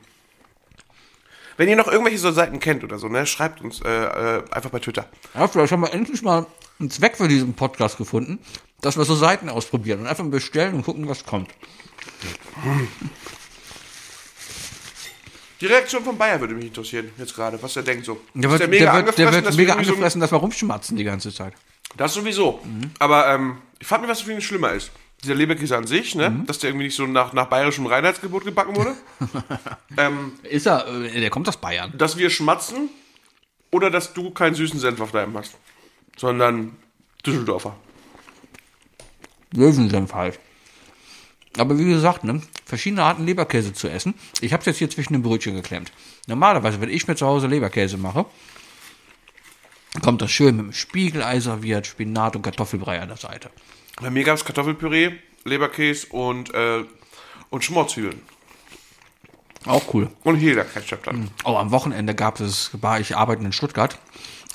Speaker 4: Wenn ihr noch irgendwelche so Seiten kennt oder so, ne, schreibt uns äh, äh, einfach bei Twitter.
Speaker 3: Ja, vielleicht haben wir endlich mal einen Zweck für diesen Podcast gefunden, dass wir so Seiten ausprobieren und einfach bestellen und gucken, was kommt.
Speaker 4: Die Reaktion von Bayer würde mich interessieren, jetzt gerade, was er denkt so.
Speaker 3: Der
Speaker 4: Ist
Speaker 3: wird, der wird, der wird
Speaker 4: dass wir
Speaker 3: mega
Speaker 4: irgendwie so-
Speaker 3: angefressen, dass wir rumschmatzen die ganze Zeit.
Speaker 4: Das sowieso. Aber ähm, ich frage mich, was für ihn schlimmer ist. Dieser Leberkäse an sich, ne? dass der irgendwie nicht so nach, nach bayerischem Reinheitsgebot gebacken wurde.
Speaker 3: Ist er, äh, der kommt aus Bayern.
Speaker 4: dass wir schmatzen oder dass du keinen süßen Senf auf deinem hast. Sondern Düsseldorfer.
Speaker 3: Löwensenf halt. Aber wie gesagt, ne, verschiedene Arten Leberkäse zu essen. Ich habe es jetzt hier zwischen den Brötchen geklemmt. Normalerweise, wenn ich mir zu Hause Leberkäse mache, kommt das schön mit dem Spiegelei serviert, Spinat und Kartoffelbrei an der Seite.
Speaker 4: Bei mir gab es Kartoffelpüree, Leberkäse und, äh, und Schmorzwiebeln.
Speaker 3: Auch cool.
Speaker 4: Und jeder Ketchup dann.
Speaker 3: Oh, am Wochenende gab es, war ich arbeiten in Stuttgart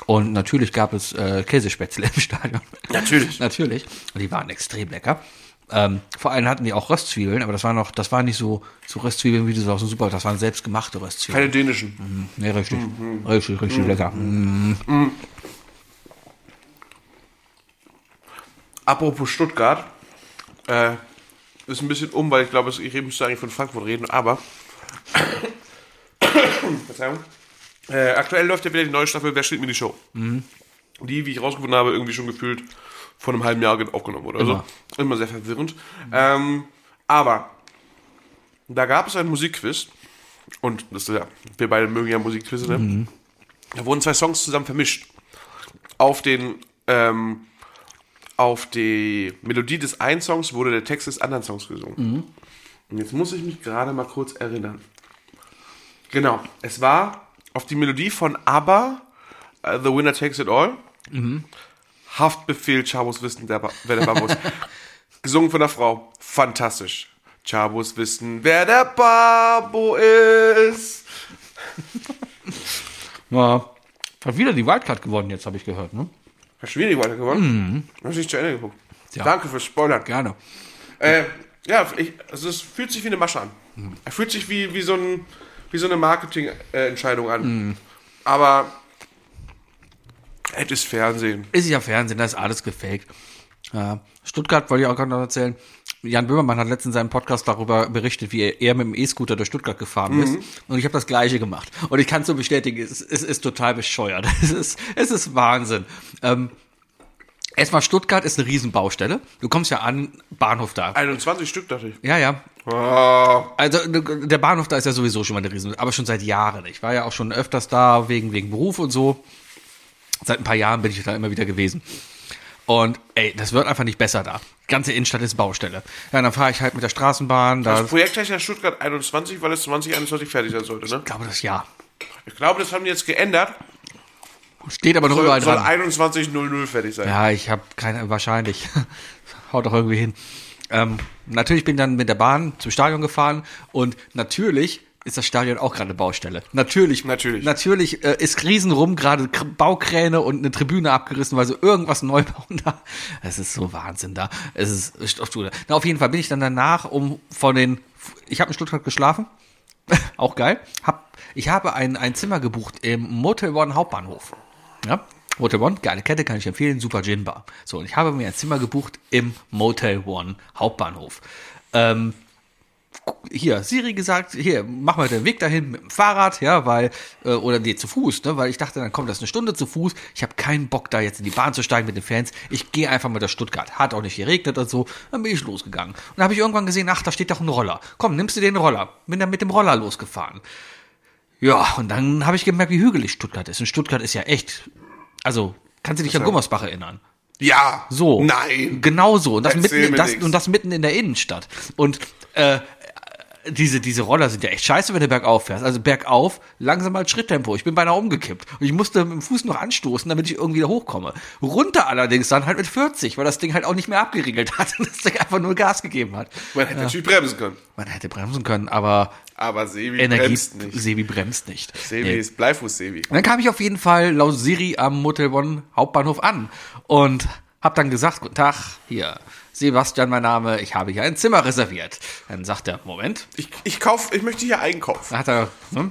Speaker 3: und natürlich gab es äh, Käsespätzle im [LAUGHS] Stadion.
Speaker 4: Natürlich.
Speaker 3: natürlich. Und die waren extrem lecker. Ähm, vor allem hatten die auch Röstzwiebeln, aber das waren noch, das waren nicht so, so Röstzwiebeln, wie du so aus dem Super, das waren selbstgemachte Röstzwiebeln.
Speaker 4: Keine dänischen.
Speaker 3: Nee, richtig. Richtig, richtig lecker. Mhm.
Speaker 4: Apropos Stuttgart. Äh, ist ein bisschen um, weil ich glaube, es- ich müsste eigentlich von Frankfurt reden, aber. [COUGHS] Verzeihung. Äh, aktuell läuft ja wieder die neue Staffel Wer steht mir die Show? Die, wie ich rausgefunden habe, irgendwie schon gefühlt vor einem halben Jahr ge- aufgenommen wurde. Also
Speaker 3: Immer.
Speaker 4: immer, sehr verwirrend. Ähm, aber da gab es ein Musikquiz. Und das ist ja, wir beide mögen ja Musikquizze, ne? Da wurden zwei Songs zusammen vermischt. Auf den, ähm, auf die Melodie des einen Songs wurde der Text des anderen Songs gesungen. Und jetzt muss ich mich gerade mal kurz erinnern. Genau, es war auf die Melodie von ABBA, äh, The Winner Takes It All, Haftbefehl, Chabos wissen, der Ba- wer der Babus. Gesungen von einer Frau. Fantastisch. Chabos wissen, wer der Babo ist.
Speaker 3: Na, hat wieder die Wildcard gewonnen, jetzt habe ich gehört, ne?
Speaker 4: Hast du wieder die Walter gewonnen? Mhm. Hast du nicht zu Ende geguckt?
Speaker 3: Ja.
Speaker 4: Danke fürs Spoilern.
Speaker 3: Gerne.
Speaker 4: Äh, ja, ich, also es fühlt sich wie eine Masche an.
Speaker 3: Mhm.
Speaker 4: Er fühlt sich wie, wie so, ein, wie so eine Marketingentscheidung an.
Speaker 3: Mhm.
Speaker 4: Aber es ist Fernsehen.
Speaker 3: Ist ja Fernsehen, da ist alles gefaked. Ja, Stuttgart wollte ich auch gerade noch erzählen. Jan Böhmermann hat letztens in seinem Podcast darüber berichtet, wie er, er mit dem E-Scooter durch Stuttgart gefahren ist. Und ich habe das gleiche gemacht. Und ich kann so bestätigen, es, es ist total bescheuert. [LAUGHS] Es ist, es ist Wahnsinn. Ähm, Erstmal Stuttgart ist eine Riesenbaustelle. Du kommst ja an, Bahnhof da.
Speaker 4: 21 Stück, dachte ich.
Speaker 3: Ja, ja,
Speaker 4: Oh,
Speaker 3: also der Bahnhof da ist ja sowieso schon mal eine Riesen, aber schon seit Jahren. Ich war ja auch schon öfters da wegen wegen Beruf und so. Seit ein paar Jahren bin ich da immer wieder gewesen. Und ey, das wird einfach nicht besser da. Die ganze Innenstadt ist Baustelle. Ja, dann fahre ich halt mit der Straßenbahn. Da
Speaker 4: das Projekt heißt ja Stuttgart 21, weil es 2021 fertig sein sollte. Ne?
Speaker 3: ich glaube das ja.
Speaker 4: Ich glaube, das haben die jetzt geändert.
Speaker 3: Steht aber noch
Speaker 4: Soll,
Speaker 3: überall
Speaker 4: soll
Speaker 3: dran.
Speaker 4: 21.00 fertig sein.
Speaker 3: Ja, ich habe keine, wahrscheinlich. [LAUGHS] Haut doch irgendwie hin. Ähm, natürlich bin ich dann mit der Bahn zum Stadion gefahren und natürlich ist das Stadion auch gerade Baustelle. Natürlich.
Speaker 4: Natürlich.
Speaker 3: Natürlich äh, ist riesenrum gerade Kr- Baukräne und eine Tribüne abgerissen, weil sie irgendwas neu [LAUGHS] bauen da. Es ist so Wahnsinn da. Es ist ist auf Stuttgart. Na, auf jeden Fall bin ich dann danach um von den, ich habe in Stuttgart geschlafen. [LAUGHS] auch geil. Hab, ich habe ein, ein Zimmer gebucht im Motel One Hauptbahnhof. Ja, Motel One, geile Kette, kann ich empfehlen, super Gin Bar. So, und ich habe mir ein Zimmer gebucht im Motel One Hauptbahnhof. Ähm, hier, Siri gesagt, hier, mach mal den Weg dahin mit dem Fahrrad, ja, weil, äh, oder nee, zu Fuß, ne, weil ich dachte, dann kommt das eine Stunde zu Fuß. Ich habe keinen Bock, da jetzt in die Bahn zu steigen mit den Fans. Ich gehe einfach mal nach Stuttgart. Hat auch nicht geregnet und so. Dann bin ich losgegangen. Und dann habe ich irgendwann gesehen, ach, da steht doch ein Roller. Komm, nimmst du den Roller. Bin dann mit dem Roller losgefahren. Ja, und dann habe ich gemerkt, wie hügelig Stuttgart ist. Und Stuttgart ist ja echt, also, kannst du dich an Gummersbach erinnern?
Speaker 4: Ja.
Speaker 3: So.
Speaker 4: Nein.
Speaker 3: Genau so. Und das,
Speaker 4: Erzähl
Speaker 3: mitten, in-
Speaker 4: mir
Speaker 3: das,
Speaker 4: nix.
Speaker 3: und das mitten in der Innenstadt. Und äh, diese, diese Roller sind ja echt scheiße, wenn du bergauf fährst. Also bergauf, langsam mal Schritttempo. Ich bin beinahe umgekippt. Und ich musste mit dem Fuß noch anstoßen, damit ich irgendwie da hochkomme. Runter allerdings dann halt mit 40, weil das Ding halt auch nicht mehr abgeriegelt hat [LAUGHS] und das Ding einfach nur Gas gegeben hat.
Speaker 4: Man hätte natürlich bremsen können.
Speaker 3: Man hätte bremsen können, aber
Speaker 4: Aber Sebi
Speaker 3: Energie,
Speaker 4: bremst nicht.
Speaker 3: Sebi bremst nicht.
Speaker 4: Sebi
Speaker 3: Nee.
Speaker 4: ist Bleifuß-Sebi.
Speaker 3: Und dann kam ich auf jeden Fall laut Siri am Motel One Hauptbahnhof an und hab dann gesagt, guten Tag, hier, Sebastian, mein Name, ich habe hier ein Zimmer reserviert. Dann sagt er, Moment,
Speaker 4: Ich, ich, kauf, ich möchte hier einkaufen.
Speaker 3: dann hat er, ne?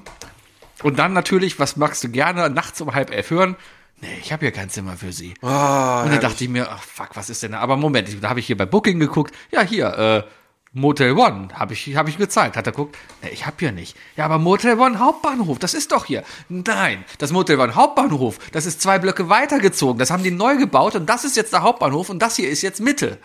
Speaker 3: Und dann natürlich, was magst du gerne nachts um halb elf hören? Nee, ich habe hier kein Zimmer für sie. und dann dachte ich mir, ach fuck, was ist denn da? Aber Moment, ich- da habe ich hier bei Booking geguckt. Ja, hier, äh, Motel One, habe ich, hab ich gezeigt. Hat er geguckt, nee, ich habe hier nicht. Ja, aber Motel One Hauptbahnhof, das ist doch hier. Nein, das Motel One Hauptbahnhof, das ist zwei Blöcke weitergezogen. Das haben die neu gebaut und das ist jetzt der Hauptbahnhof und das hier ist jetzt Mitte.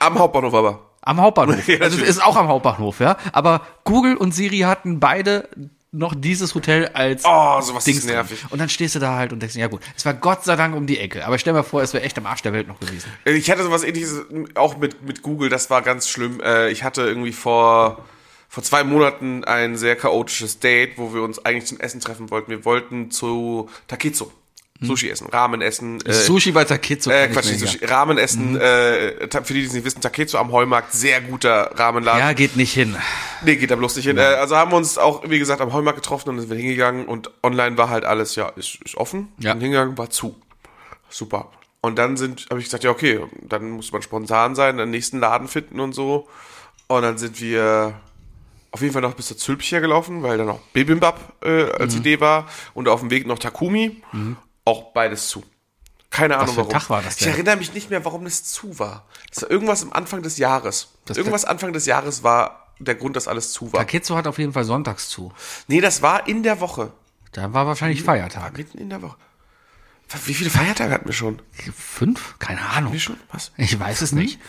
Speaker 4: Am Hauptbahnhof aber.
Speaker 3: Am Hauptbahnhof.
Speaker 4: [LAUGHS] Ja,
Speaker 3: also es
Speaker 4: natürlich.
Speaker 3: ist auch am Hauptbahnhof, ja. Aber Google und Siri hatten beide noch dieses Hotel als
Speaker 4: Oh, sowas
Speaker 3: Dings
Speaker 4: ist nervig.
Speaker 3: drin. Und dann stehst du da halt und denkst, dir, ja gut, es war Gott sei Dank um die Ecke. Aber stell mal vor, es wäre echt am Arsch der Welt noch gewesen.
Speaker 4: Ich hatte sowas ähnliches auch mit, mit Google, das war ganz schlimm. Äh, Ich hatte irgendwie vor, vor zwei Monaten ein sehr chaotisches Date, wo wir uns eigentlich zum Essen treffen wollten. Wir wollten zu Takizo. Sushi essen, Ramen essen. äh,
Speaker 3: Hm. Sushi Mhm. bei Takizo.
Speaker 4: Äh,
Speaker 3: kenn ich
Speaker 4: Quatsch,
Speaker 3: nicht
Speaker 4: nicht
Speaker 3: mehr.
Speaker 4: Sushi, Ramen essen. Äh, ta- für die, die es nicht wissen, Takezo am Heumarkt, sehr guter Ramenladen.
Speaker 3: Ja, geht nicht hin.
Speaker 4: Nee, geht da bloß nicht hin. Äh, also haben wir uns auch, wie gesagt, am Heumarkt getroffen und dann sind wir hingegangen und online war halt alles, ja, ist, ist offen.
Speaker 3: Ja.
Speaker 4: Und hingegangen war zu. Super. Und dann sind, habe ich gesagt, ja, okay, dann muss man spontan sein, den nächsten Laden finden und so. Und dann sind wir auf jeden Fall noch bis zur Zülpicher gelaufen, weil dann noch Bibimbap äh,
Speaker 3: Mhm.
Speaker 4: als Idee war und auf dem Weg noch Takumi. Auch beides zu. Keine Ahnung
Speaker 3: für ein
Speaker 4: warum.
Speaker 3: Tag war das
Speaker 4: ich
Speaker 3: denn?
Speaker 4: erinnere mich nicht mehr, warum das zu war. Das war irgendwas am Anfang des Jahres.
Speaker 3: Das-
Speaker 4: irgendwas Anfang des Jahres war der Grund, dass alles zu war.
Speaker 3: Takizo hat auf jeden Fall sonntags zu.
Speaker 4: Nee, das war in der Woche.
Speaker 3: Da war wahrscheinlich Feiertag.
Speaker 4: Mitten in der Woche. Wie viele Feiertage hatten wir schon?
Speaker 3: Fünf? Keine Ahnung.
Speaker 4: Wir schon? Hm? Was?
Speaker 3: Ich weiß es nicht.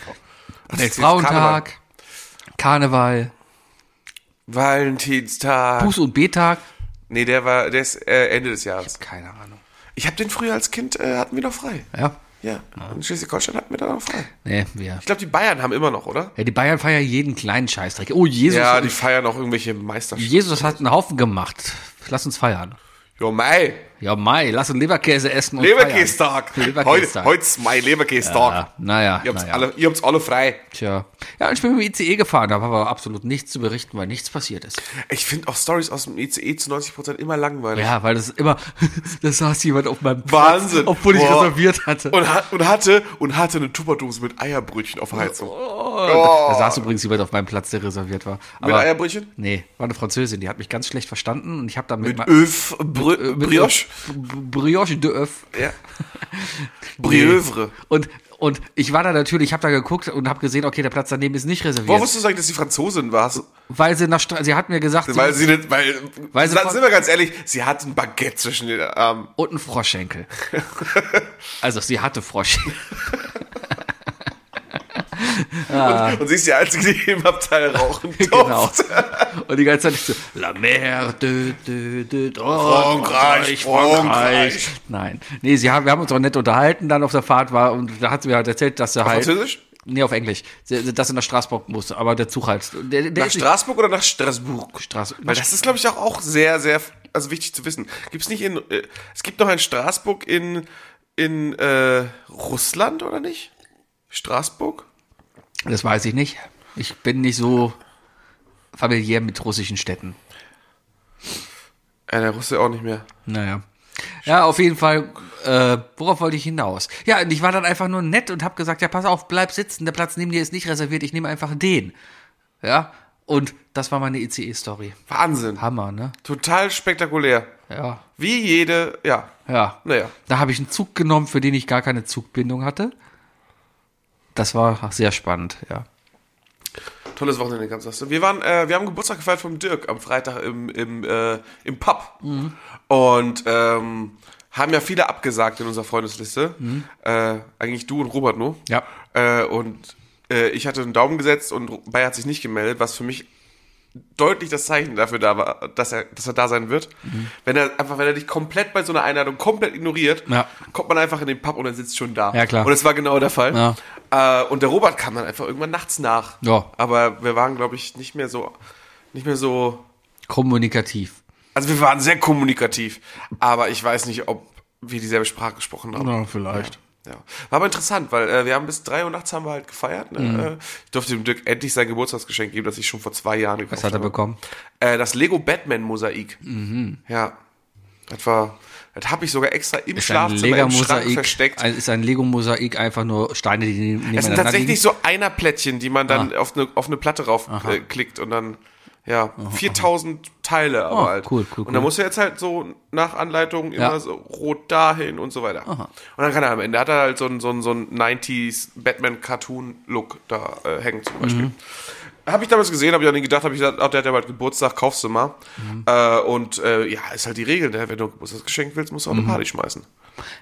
Speaker 4: Ach,
Speaker 3: Der
Speaker 4: jetzt
Speaker 3: Frauentag, Karneval,
Speaker 4: Karneval. Valentinstag.
Speaker 3: Buß- und B-Tag.
Speaker 4: Nee, der war, der ist äh, Ende des Jahres.
Speaker 3: Keine Ahnung.
Speaker 4: Ich habe den früher als Kind, äh, hatten wir noch frei.
Speaker 3: Ja.
Speaker 4: Ja. In Schleswig-Holstein hatten wir da noch frei.
Speaker 3: Nee, wir.
Speaker 4: Ich glaube, die Bayern haben immer noch, oder? Also,
Speaker 3: Ja, die Bayern feiern jeden kleinen Scheißdreck. Oh, Jesus.
Speaker 4: Ja, die feiern auch irgendwelche Meisterschaften.
Speaker 3: Jesus hat einen Haufen gemacht. Lass uns feiern.
Speaker 4: Jo, Mai.
Speaker 3: Ja, Mai, lass uns Leberkäse essen. und
Speaker 4: Leberkästag. Heute,
Speaker 3: Leberkästag.
Speaker 4: heute ist mein Leberkästag.
Speaker 3: feiern. Naja,
Speaker 4: Ihr habt's
Speaker 3: naja.
Speaker 4: alle, ihr habt's alle frei.
Speaker 3: Tja. Ja, ich bin mit dem ICE gefahren, da war aber absolut nichts zu berichten, weil nichts passiert ist.
Speaker 4: Ich finde auch Stories aus dem ICE zu 90% immer langweilig.
Speaker 3: Ja, weil das immer, [LAUGHS] da saß jemand auf meinem Platz,
Speaker 4: Wahnsinn.
Speaker 3: obwohl ich
Speaker 4: Boah. Oh.
Speaker 3: reserviert hatte.
Speaker 4: Und, hat, und hatte und hatte eine Tupperdose mit Eierbrötchen auf der Heizung.
Speaker 3: Da saß übrigens jemand auf meinem Platz, der reserviert war. Aber,
Speaker 4: mit Eierbrötchen?
Speaker 3: Nee, war eine Französin, die hat mich ganz schlecht verstanden und ich habe dann mit,
Speaker 4: Mit
Speaker 3: mein-
Speaker 4: Öf, Brö,
Speaker 3: mit
Speaker 4: Brioche.
Speaker 3: Brioche de Oeuf. [LAUGHS]
Speaker 4: Ja. Brieuvre.
Speaker 3: Und, und ich war da natürlich, ich habe da geguckt und habe gesehen, okay, der Platz daneben ist nicht
Speaker 4: Warum
Speaker 3: reserviert.
Speaker 4: musst du sagen, dass sie Franzosin war?
Speaker 3: weil sie nach Stra sie hat mir gesagt, sie
Speaker 4: Weil sie nicht, weil,
Speaker 3: Weil sie
Speaker 4: Sa-
Speaker 3: von-
Speaker 4: sind wir ganz ehrlich, sie hat ein Baguette zwischen den Armen.
Speaker 3: und einen Froschenkel. also sie hatte Frosch.
Speaker 4: [LAUGHS] Und sie ist die Einzige, die im Abteil rauchen [LAUGHS] durfte.
Speaker 3: genau. [LAUGHS] Und die ganze Zeit so, La mer de, de, de, de
Speaker 4: Frankreich, Frankreich.
Speaker 3: Nein. Nee, sie haben, wir haben uns auch nett unterhalten dann auf der Fahrt war und da hat sie mir halt erzählt, dass er halt.
Speaker 4: Französisch?
Speaker 3: Nee, auf Englisch. Sie- Dass er nach Straßburg musste, aber der Zug halt. Der, der
Speaker 4: Nach
Speaker 3: ist
Speaker 4: Straßburg oder nach Straßburg?
Speaker 3: nicht, Straß,
Speaker 4: Weil das ist, glaube ich, auch, auch sehr, sehr, also wichtig zu wissen. Gibt es nicht in, äh, es gibt noch ein Straßburg in, in äh, Russland, oder nicht? Straßburg?
Speaker 3: das weiß ich nicht. Ich bin nicht so familiär mit russischen Städten.
Speaker 4: Äh, der Russe auch nicht mehr.
Speaker 3: Naja. Ja, auf jeden Fall, äh, worauf wollte ich hinaus? Ja, und ich war dann einfach nur nett und habe gesagt, ja, pass auf, bleib sitzen, der Platz neben dir ist nicht reserviert, ich nehme einfach den. Ja, und das war meine ICE-Story.
Speaker 4: Wahnsinn.
Speaker 3: Hammer, ne?
Speaker 4: Total spektakulär.
Speaker 3: Ja,
Speaker 4: Wie jede, ja.
Speaker 3: ja.
Speaker 4: Naja.
Speaker 3: Da habe ich einen Zug genommen, für den ich gar keine Zugbindung hatte. Das war sehr spannend, ja.
Speaker 4: Tolles Wochenende ganz hast du. Wir waren, äh, wir haben Geburtstag gefeiert vom Dirk am Freitag im, im, äh, im Pub. Und ähm, haben ja viele abgesagt in unserer Freundesliste. Äh, eigentlich du und Robert nur.
Speaker 3: Ja.
Speaker 4: Äh, und äh, ich hatte einen Daumen gesetzt und Ro- Bayer hat sich nicht gemeldet, was für mich deutlich das Zeichen dafür da war, dass er, dass er da sein wird. Wenn er einfach, wenn er dich komplett bei so einer Einladung komplett ignoriert,
Speaker 3: Ja.
Speaker 4: kommt man einfach in den Pub und er sitzt schon da.
Speaker 3: Ja, klar.
Speaker 4: Und es war genau der Fall. Äh, und der Robert kam dann einfach irgendwann nachts nach.
Speaker 3: Ja.
Speaker 4: Aber wir waren, glaube ich, nicht mehr so, nicht mehr so.
Speaker 3: Kommunikativ.
Speaker 4: Also wir waren sehr kommunikativ, aber ich weiß nicht, ob wir dieselbe Sprache gesprochen haben.
Speaker 3: Ja, vielleicht.
Speaker 4: Ja. War aber interessant, weil äh, wir haben bis drei Uhr nachts haben wir halt gefeiert. Ne?
Speaker 3: Mhm.
Speaker 4: Äh, ich durfte dem Dirk endlich sein Geburtstagsgeschenk geben, das ich schon vor zwei Jahren gekauft
Speaker 3: Was hat er bekommen? Mhm.
Speaker 4: Äh, das Lego Batman Mosaik. Ja. Das war, das habe ich sogar extra im Schlafzimmer im Schrank versteckt.
Speaker 3: also ist ein Lego-Mosaik einfach nur Steine, die nebeneinander
Speaker 4: Es sind tatsächlich so einer Plättchen, die man dann auf, eine, auf eine Platte
Speaker 3: Ah. Aha.
Speaker 4: raufklickt äh, klickt und dann, ja, 4000 Teile aber
Speaker 3: Oh,
Speaker 4: halt.
Speaker 3: cool, cool,
Speaker 4: Und dann
Speaker 3: cool.
Speaker 4: musst du jetzt halt so nach Anleitung immer
Speaker 3: Ja.
Speaker 4: so rot dahin und so weiter. Und dann kann er am Ende, hat er halt so einen, so einen, so einen 90s Batman-Cartoon-Look da äh, hängen zum Beispiel.
Speaker 3: Mhm.
Speaker 4: Habe ich damals gesehen, habe ich an den gedacht, habe ich gesagt, ach, der hat ja bald Geburtstag, kaufst du mal.
Speaker 3: Mhm.
Speaker 4: Äh, und äh, ja, ist halt die Regel, ne? wenn du ein Geburtstagsgeschenk willst, musst du auch
Speaker 3: Mhm.
Speaker 4: eine Party schmeißen. [LAUGHS]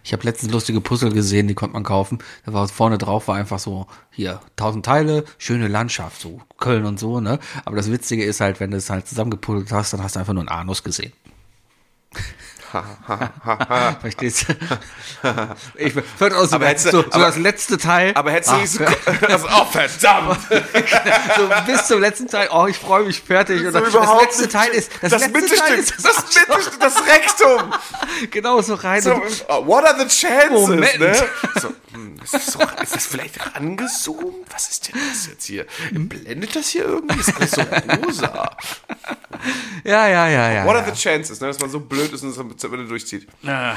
Speaker 3: Ich habe letztens lustige Puzzle gesehen, die konnte man kaufen. Da war vorne drauf war einfach so hier 1000 Teile, schöne Landschaft, so Köln und so, ne? Aber das Witzige ist halt, wenn du es halt zusammengepuzzelt hast, dann hast du einfach nur einen Anus gesehen. [LAUGHS] Verstehst du? ich fand auch so,
Speaker 4: Ah. Aber hättest du-
Speaker 3: so, so
Speaker 4: aber-
Speaker 3: das letzte Teil.
Speaker 4: Aber hättest du
Speaker 3: Ach,
Speaker 4: nicht so. [LAUGHS] Also, oh, verdammt!
Speaker 3: [LAUGHS] so bis zum letzten Teil, oh, ich freue mich fertig. Und
Speaker 4: So
Speaker 3: dann, das
Speaker 4: Also überhaupt
Speaker 3: letzte
Speaker 4: nicht.
Speaker 3: Teil ist das, letzte
Speaker 4: Mittelstück,
Speaker 3: Teil ist [LAUGHS]
Speaker 4: das Mittelstück, das Rektum.
Speaker 3: genau so rein. [LAUGHS]
Speaker 4: So, oh,
Speaker 3: Und-
Speaker 4: what are the chances?
Speaker 3: Moment.
Speaker 4: Ne? So, hm, ist, das so, ist das vielleicht angezoomt? Was ist denn das jetzt hier?
Speaker 3: Hm?
Speaker 4: Blendet das hier irgendwie? Ist alles so rosa?
Speaker 3: Ja, ja, ja, ja.
Speaker 4: What
Speaker 3: ja. Äh,
Speaker 4: are the chances, ne, dass man so blöd ist und es am Ende durchzieht?
Speaker 3: ja.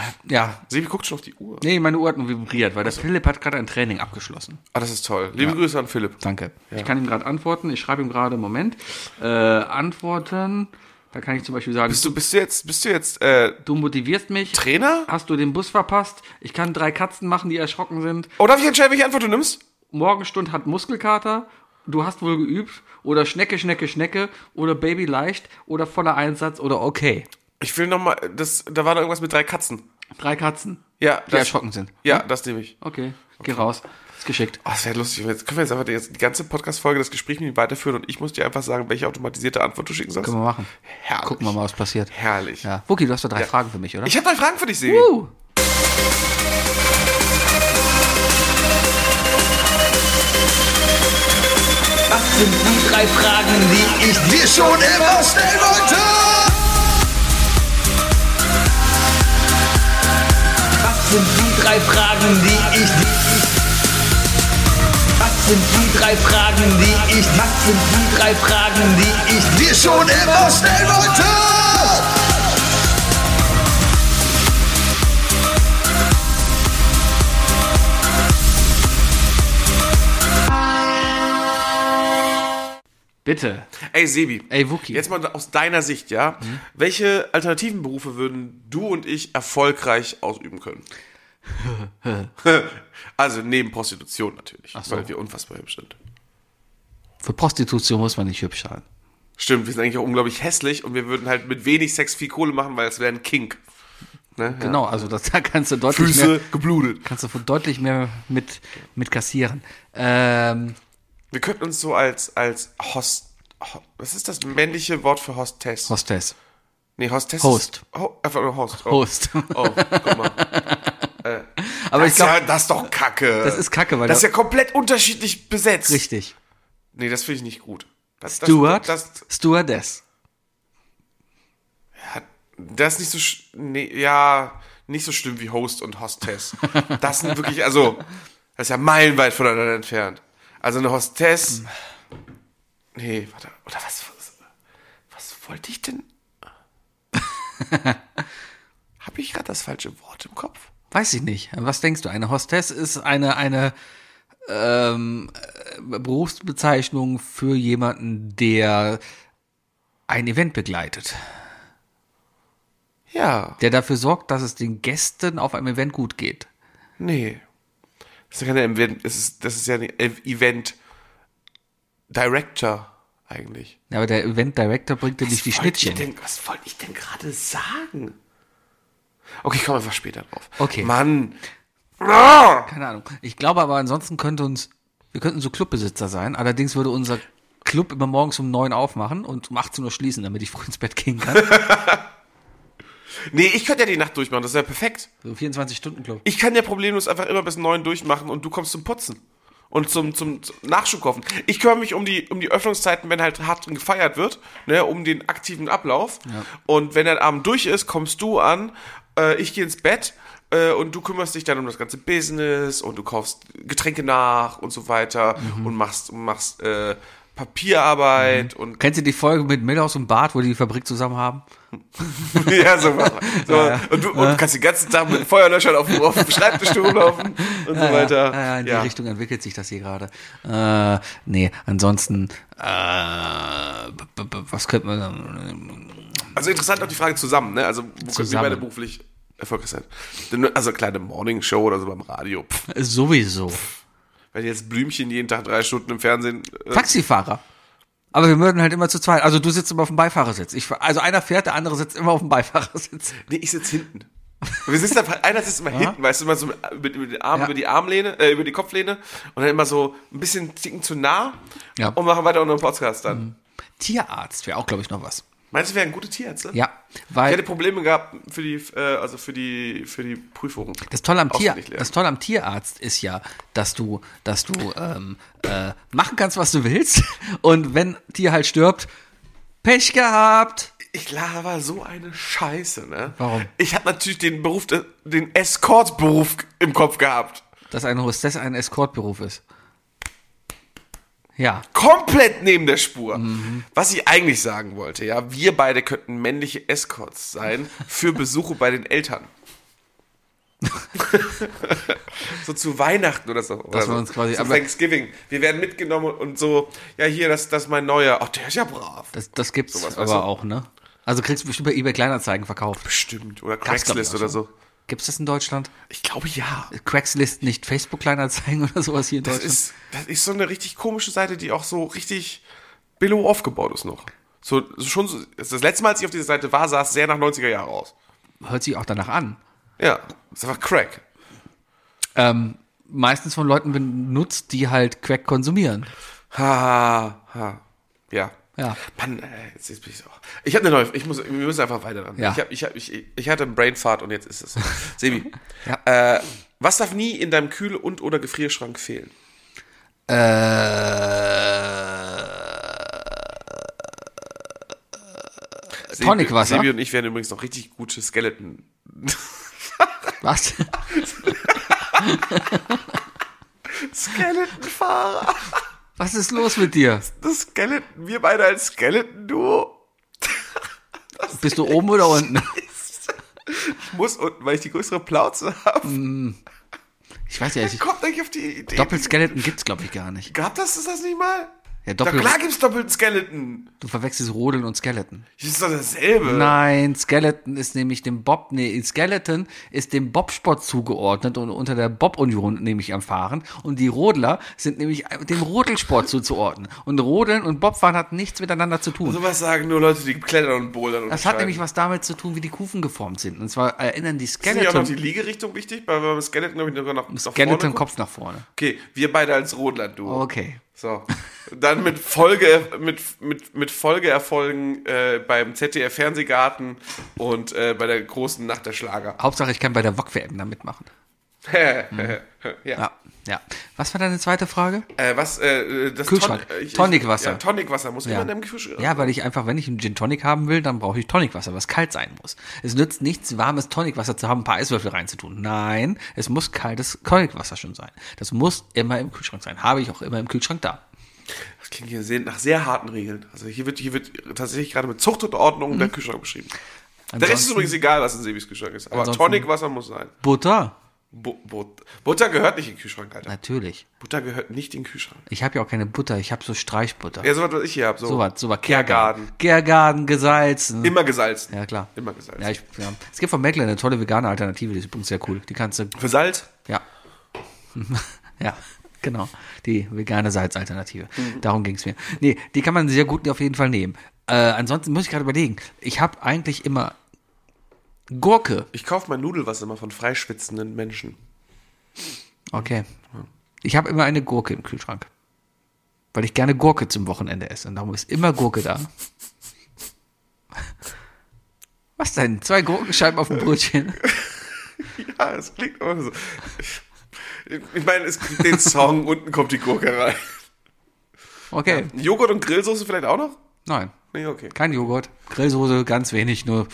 Speaker 4: Sebi guckt schon auf die Uhr.
Speaker 3: Nee, meine Uhr hat nur vibriert, weil der Philipp hat gerade ein Training abgeschlossen.
Speaker 4: Ah, das ist toll. Liebe Grüße an Philipp.
Speaker 3: Danke. Ich kann ihm gerade antworten. Ich schreibe ihm gerade, Moment, äh, antworten. Da kann ich zum Beispiel sagen,
Speaker 4: Bist du, bist du jetzt, bist du jetzt äh,
Speaker 3: du motivierst mich.
Speaker 4: Trainer?
Speaker 3: Hast du den Bus verpasst? Ich kann drei Katzen machen, die erschrocken sind.
Speaker 4: Oh, darf ich entscheiden, welche Antwort du nimmst?
Speaker 3: Morgenstund hat Muskelkater. Du hast wohl geübt. Oder Schnecke, Schnecke, Schnecke. Oder Baby leicht. Oder voller Einsatz. Oder okay.
Speaker 4: Ich will nochmal, das, da war noch irgendwas mit drei Katzen.
Speaker 3: Drei Katzen,
Speaker 4: Ja,
Speaker 3: die
Speaker 4: das,
Speaker 3: erschrocken sind.
Speaker 4: ja, das nehme ich.
Speaker 3: Okay, geh raus. Ist geschickt.
Speaker 4: Oh, das wäre lustig. wenn wir Jetzt können wir jetzt einfach die, jetzt die ganze Podcast-Folge, das Gespräch mit ihm weiterführen und ich muss dir einfach sagen, welche automatisierte Antwort du schicken sollst.
Speaker 3: Können wir machen.
Speaker 4: Herrlich.
Speaker 3: Gucken wir mal, was passiert.
Speaker 4: Herrlich.
Speaker 3: Ja. Wookie, du hast doch drei Fragen für mich, oder?
Speaker 4: Ich habe drei Fragen für dich, Sebi.
Speaker 3: Uh.
Speaker 1: Das sind die drei Fragen, die ich dir schon immer stellen wollte. drei Fragen, die ich Was sind die drei Fragen, die ich Was sind die drei Fragen, die ich dir schon immer stellen wollte?
Speaker 3: Bitte.
Speaker 4: Ey, Sebi.
Speaker 3: Ey, Wookie. Mhm.
Speaker 4: Jetzt mal aus deiner Sicht, ja. Welche alternativen Berufe würden du und ich erfolgreich ausüben
Speaker 3: [LAUGHS]
Speaker 4: können? also neben Prostitution natürlich,
Speaker 3: so.
Speaker 4: weil wir unfassbar hübsch sind.
Speaker 3: Für Prostitution muss man nicht hübsch sein.
Speaker 4: Stimmt, wir sind eigentlich auch unglaublich hässlich und wir würden halt mit wenig Sex viel Kohle machen, weil es wäre ein Kink. Ne? Ja.
Speaker 3: Genau, also das, [LAUGHS] da kannst du deutlich
Speaker 4: Füße
Speaker 3: mehr,
Speaker 4: geblutet.
Speaker 3: kannst du von deutlich mehr mit, mit kassieren. Ähm,
Speaker 4: Wir könnten uns so als, als Host. Ho- Was ist das männliche Wort für Hostess?
Speaker 3: Hostess.
Speaker 4: Nee, Hostess.
Speaker 3: Host.
Speaker 4: Ist, ho, einfach nur Host. Oh. [LAUGHS]
Speaker 3: Host.
Speaker 4: Oh,
Speaker 3: [LAUGHS]
Speaker 4: guck mal. Äh,
Speaker 3: Aber
Speaker 4: Das,
Speaker 3: ich glaube,
Speaker 4: ist ja, das ist doch Kacke.
Speaker 3: das ist kacke, weil
Speaker 4: Das ist
Speaker 3: da-
Speaker 4: ja komplett unterschiedlich besetzt.
Speaker 3: richtig.
Speaker 4: Nee, das finde ich nicht gut. Das, das-
Speaker 3: Steward,
Speaker 4: Das, das,
Speaker 3: Stewardess.
Speaker 4: hat- das ist nicht so. sch- Nee, ja, nicht so schlimm wie Host und Hostess. Das sind wirklich, also, das ist ja meilenweit voneinander entfernt. Also eine Hostess. Nee, warte. Oder was? Was, was wollte ich denn? Habe ich gerade das falsche Wort im Kopf?
Speaker 3: Weiß ich nicht. Was denkst du? Eine Hostess ist eine, eine ähm, äh, Berufsbezeichnung für jemanden, der ein Event begleitet.
Speaker 4: Ja,
Speaker 3: Der dafür sorgt, dass es den Gästen auf einem Event gut geht.
Speaker 4: nee. Das ist ja keine Event. Das ist, das ist ja ein Event Director eigentlich.
Speaker 3: Ja, Aber der Event Director bringt dir nicht die
Speaker 4: wollte
Speaker 3: Schnittchen.
Speaker 4: ich denn- was wollte ich denn gerade sagen? Okay, ich komme einfach später drauf.
Speaker 3: Okay.
Speaker 4: Mann. Ah!
Speaker 3: Keine Ahnung. Ich glaube aber, ansonsten könnte uns, wir könnten so Clubbesitzer sein. Allerdings würde unser Club immer morgens um neun aufmachen und um 18 Uhr schließen, damit ich [LAUGHS] früh ins Bett gehen kann.
Speaker 4: Nee, ich könnte ja die Nacht durchmachen, das ist ja perfekt.
Speaker 3: So 24-Stunden-Club.
Speaker 4: Ich kann ja problemlos einfach immer bis neun durchmachen und du kommst zum Putzen. Und zum, zum, zum Nachschub kaufen. Ich kümmere mich um die, um die Öffnungszeiten, wenn halt hart drin gefeiert wird, ne, um den aktiven Ablauf. Und wenn der Abend durch ist, kommst du an, äh, ich gehe ins Bett äh, und du kümmerst dich dann um das ganze Business und du kaufst Getränke nach und so weiter
Speaker 3: Mhm.
Speaker 4: und machst, machst äh, Papierarbeit und [LAUGHS]
Speaker 3: Kennst du die Folge mit Milhouse und Bart, wo die die Fabrik zusammen haben?
Speaker 4: ja, so, was. so Und du und du kannst den ganzen Tag mit Feuerlöschern auf, dem- auf dem Schreibtisch
Speaker 3: [LAUGHS]
Speaker 4: rumlaufen und so weiter.
Speaker 3: Ja, ja, in die
Speaker 4: Ja.
Speaker 3: Richtung entwickelt sich das hier gerade. Äh, nee, ansonsten, äh, b- b- b- was könnte man,
Speaker 4: Also interessant auch die Frage zusammen, ne? Also, wo können wir
Speaker 3: Zusammen.
Speaker 4: beide beruflich erfolgreich sein? Denn, Also, kleine Morningshow oder so beim Radio. Pff,
Speaker 3: äh, sowieso.
Speaker 4: wenn jetzt Blümchen jeden Tag drei Stunden im Fernsehen. Äh,
Speaker 3: Taxifahrer. Aber wir würden halt immer zu zweit. Also du sitzt immer auf dem Beifahrersitz. Ich, fahr- also einer fährt, der andere sitzt immer auf dem Beifahrersitz.
Speaker 4: nee, ich sitze hinten. Wir sitzen einfach, einer sitzt immer hinten, weißt du, immer so mit, mit den Armen
Speaker 3: Ja.
Speaker 4: über die Armlehne, äh, über die Kopflehne und dann immer so ein bisschen ticken zu nah
Speaker 3: Ja. Mhm.
Speaker 4: und machen weiter unseren Podcast dann.
Speaker 3: Tierarzt wäre auch, glaube ich, noch was.
Speaker 4: Meinst du, wir wären gute Tierärzte?
Speaker 3: Ja,
Speaker 4: Ich
Speaker 3: weil
Speaker 4: hätte Probleme gehabt für die, äh, also für die, für die Prüfungen.
Speaker 3: das Tolle am, Tier,
Speaker 4: Auswendig lernen.
Speaker 3: das Tolle am Tierarzt ist ja, dass du, dass du ähm, äh, machen kannst, was du willst. [LAUGHS] Und wenn Tier halt stirbt, Pech gehabt.
Speaker 4: Ich laber so eine Scheiße, ne?
Speaker 3: Warum?
Speaker 4: Ich habe natürlich den Beruf, de- den Escort-Beruf im Kopf gehabt.
Speaker 3: Dass eine Hostess ein Escortberuf ist. Ja,
Speaker 4: Komplett neben der Spur. Was ich eigentlich sagen wollte, ja, wir beide könnten männliche Escorts sein für Besuche bei den Eltern. [LAUGHS] so zu Weihnachten oder so. oder
Speaker 3: wir
Speaker 4: so.
Speaker 3: uns quasi-
Speaker 4: Zu
Speaker 3: aber-
Speaker 4: Thanksgiving. Wir werden mitgenommen und so, ja, hier, das, das ist mein neuer. Ach, der ist ja brav.
Speaker 3: das, das gibt's
Speaker 4: Sowas, weißt
Speaker 3: aber
Speaker 4: du?
Speaker 3: auch, ne? Also kriegst du bestimmt bei eBay Kleinanzeigen verkauft.
Speaker 4: Bestimmt. Oder
Speaker 3: Gab's, glaub ich,
Speaker 4: Craigslist
Speaker 3: auch
Speaker 4: oder
Speaker 3: schon.
Speaker 4: so.
Speaker 3: Gibt's das in Deutschland?
Speaker 4: Ich glaube ja.
Speaker 3: Craigslist nicht Facebook Kleinanzeigen [LAUGHS] oder sowas hier in
Speaker 4: Das
Speaker 3: Deutschland?
Speaker 4: ist, das ist so eine richtig komische Seite, die auch so richtig billow aufgebaut ist noch. So, so schon so, das letzte Mal, als ich auf dieser Seite war, sah es sehr nach 90er Jahre aus.
Speaker 3: Hört sich auch danach an.
Speaker 4: Ja, ist einfach Crack.
Speaker 3: Ähm, meistens von Leuten benutzt, die halt Crack konsumieren.
Speaker 4: Ha, ha. Ja.
Speaker 3: Ja.
Speaker 4: Mann, ey, jetzt, jetzt bin ich so. Ich habe eine neue. Ich muss, wir müssen einfach weiter ran.
Speaker 3: Ja.
Speaker 4: Ich, hab, ich, hab, ich, ich hatte einen Brainfart und jetzt ist
Speaker 3: [LAUGHS]
Speaker 4: es. Sebi,
Speaker 3: Ja.
Speaker 4: äh, was darf nie in deinem Kühl- und oder Gefrierschrank fehlen?
Speaker 3: Äh,
Speaker 4: Sebi-
Speaker 3: Tonicwasser?
Speaker 4: [LAUGHS] Sebi und ich wären übrigens noch richtig gute Skeleton.
Speaker 3: Was?
Speaker 4: Skeleton-Fahrer.
Speaker 3: Was ist los mit dir?
Speaker 4: Das Skeleton, wir beide als Skeleton-Duo.
Speaker 3: Bist du oben oder
Speaker 4: [LAUGHS]
Speaker 3: unten?
Speaker 4: Ich muss unten, weil ich die größere Plauze habe.
Speaker 3: Ich weiß ja
Speaker 4: Wer
Speaker 3: nicht.
Speaker 4: kommt eigentlich auf die Idee?
Speaker 3: Doppelskeleton gibt's, glaube ich, gar nicht.
Speaker 4: Gab das, ist das nicht mal?
Speaker 3: Ja,
Speaker 4: Na
Speaker 3: Doppel
Speaker 4: klar gibt's doppelten Skeleton.
Speaker 3: du verwechselst Rodeln und Skeleton.
Speaker 4: Das ist doch dasselbe.
Speaker 3: Nein, Skeleton ist nämlich dem Bob, nee, Skeleton ist dem Bobsport zugeordnet und unter der Bob-Union nämlich am Fahren. Und die Rodler sind nämlich dem Rodelsport zuzuordnen. Und Rodeln und Bobfahren hat nichts miteinander zu tun.
Speaker 4: Sowas sagen nur Leute, die klettern und bouldern. und
Speaker 3: Das hat nämlich
Speaker 4: schreiben.
Speaker 3: was damit zu tun, wie die Kufen geformt sind. Und zwar erinnern die
Speaker 4: Ist nicht auch noch
Speaker 3: Skeleton,
Speaker 4: die Liegerichtung wichtig? Bei beim Skeleton glaube ich sogar noch nach
Speaker 3: Skeleton
Speaker 4: vorne guckt.
Speaker 3: Kopf nach vorne.
Speaker 4: Okay, wir beide als Rodler-Duo.
Speaker 3: Okay.
Speaker 4: So. Dann mit Folge, mit, mit, mit Folgeerfolgen äh, beim ZDF-Fernsehgarten und äh, bei der großen Nacht der Schlager.
Speaker 3: Hauptsache, ich kann bei der WOG-WM da mitmachen.
Speaker 4: [LAUGHS] ja.
Speaker 3: Mhm. Ja, ja. Was war deine zweite Frage?
Speaker 4: Äh, was, äh, das
Speaker 3: Kühlschrank.
Speaker 4: Ton- äh, ich- ich-
Speaker 3: Tonicwasser.
Speaker 4: Ja, Tonicwasser muss
Speaker 3: Ja.
Speaker 4: immer in einem Kühlschrank.
Speaker 3: ja, weil ich einfach, wenn ich einen Gin Tonic haben will, dann brauche ich Tonicwasser, was kalt sein muss. Es nützt nichts, warmes Tonicwasser zu haben, ein paar Eiswürfel reinzutun. Nein, es muss kaltes Tonicwasser schon sein. Das muss immer im Kühlschrank sein. Habe ich auch immer im Kühlschrank da.
Speaker 4: Das klingt hier sehr, nach sehr harten Regeln. Also hier wird, hier wird tatsächlich gerade mit Zucht und Ordnung der Kühlschrank beschrieben. der
Speaker 3: Mhm.
Speaker 4: Rest ist
Speaker 3: Ansonsten-
Speaker 4: übrigens egal, was in Sebis Kühlschrank ist. Aber
Speaker 3: Ansonsten-
Speaker 4: Tonicwasser muss sein.
Speaker 3: Butter,
Speaker 4: Bu But Butter gehört nicht in den Kühlschrank, Alter.
Speaker 3: natürlich.
Speaker 4: Butter gehört nicht in den Kühlschrank.
Speaker 3: Ich habe ja auch keine Butter, ich habe so Streichbutter.
Speaker 4: Ja, sowas, was ich hier habe. So.
Speaker 3: So was, so was.
Speaker 4: Kergarden.
Speaker 3: Kergarden, gesalzen.
Speaker 4: Immer gesalzen.
Speaker 3: ja, klar.
Speaker 4: Immer gesalzen.
Speaker 3: Ja, ich, ja. Es gibt von Meckler eine tolle vegane Alternative, die ist übrigens sehr cool. Die kannst du
Speaker 4: Für Salz?
Speaker 3: Ja. [LAUGHS] ja, genau. Die vegane Salzalternative.
Speaker 4: Mhm.
Speaker 3: Darum ging's mir. Nee, die kann man sehr gut auf jeden Fall nehmen. Äh, ansonsten muss ich gerade überlegen. Ich habe eigentlich immer Gurke.
Speaker 4: Ich kaufe mein Nudelwasser immer von freischwitzenden Menschen. [LAUGHS]
Speaker 3: Okay. Ich habe immer eine Gurke im Kühlschrank. Weil ich gerne Gurke zum Wochenende esse. Und darum ist immer Gurke da. Was denn? Zwei Gurkenscheiben auf dem Brötchen?
Speaker 4: Ja, es klingt immer so. Ich- Ich meine, es gibt den Song,
Speaker 3: [LAUGHS]
Speaker 4: unten kommt die Gurke rein.
Speaker 3: Okay.
Speaker 4: Joghurt und Grillsoße vielleicht auch noch?
Speaker 3: Nein.
Speaker 4: Nee, okay.
Speaker 3: Kein Joghurt. Grillsoße, ganz wenig, nur.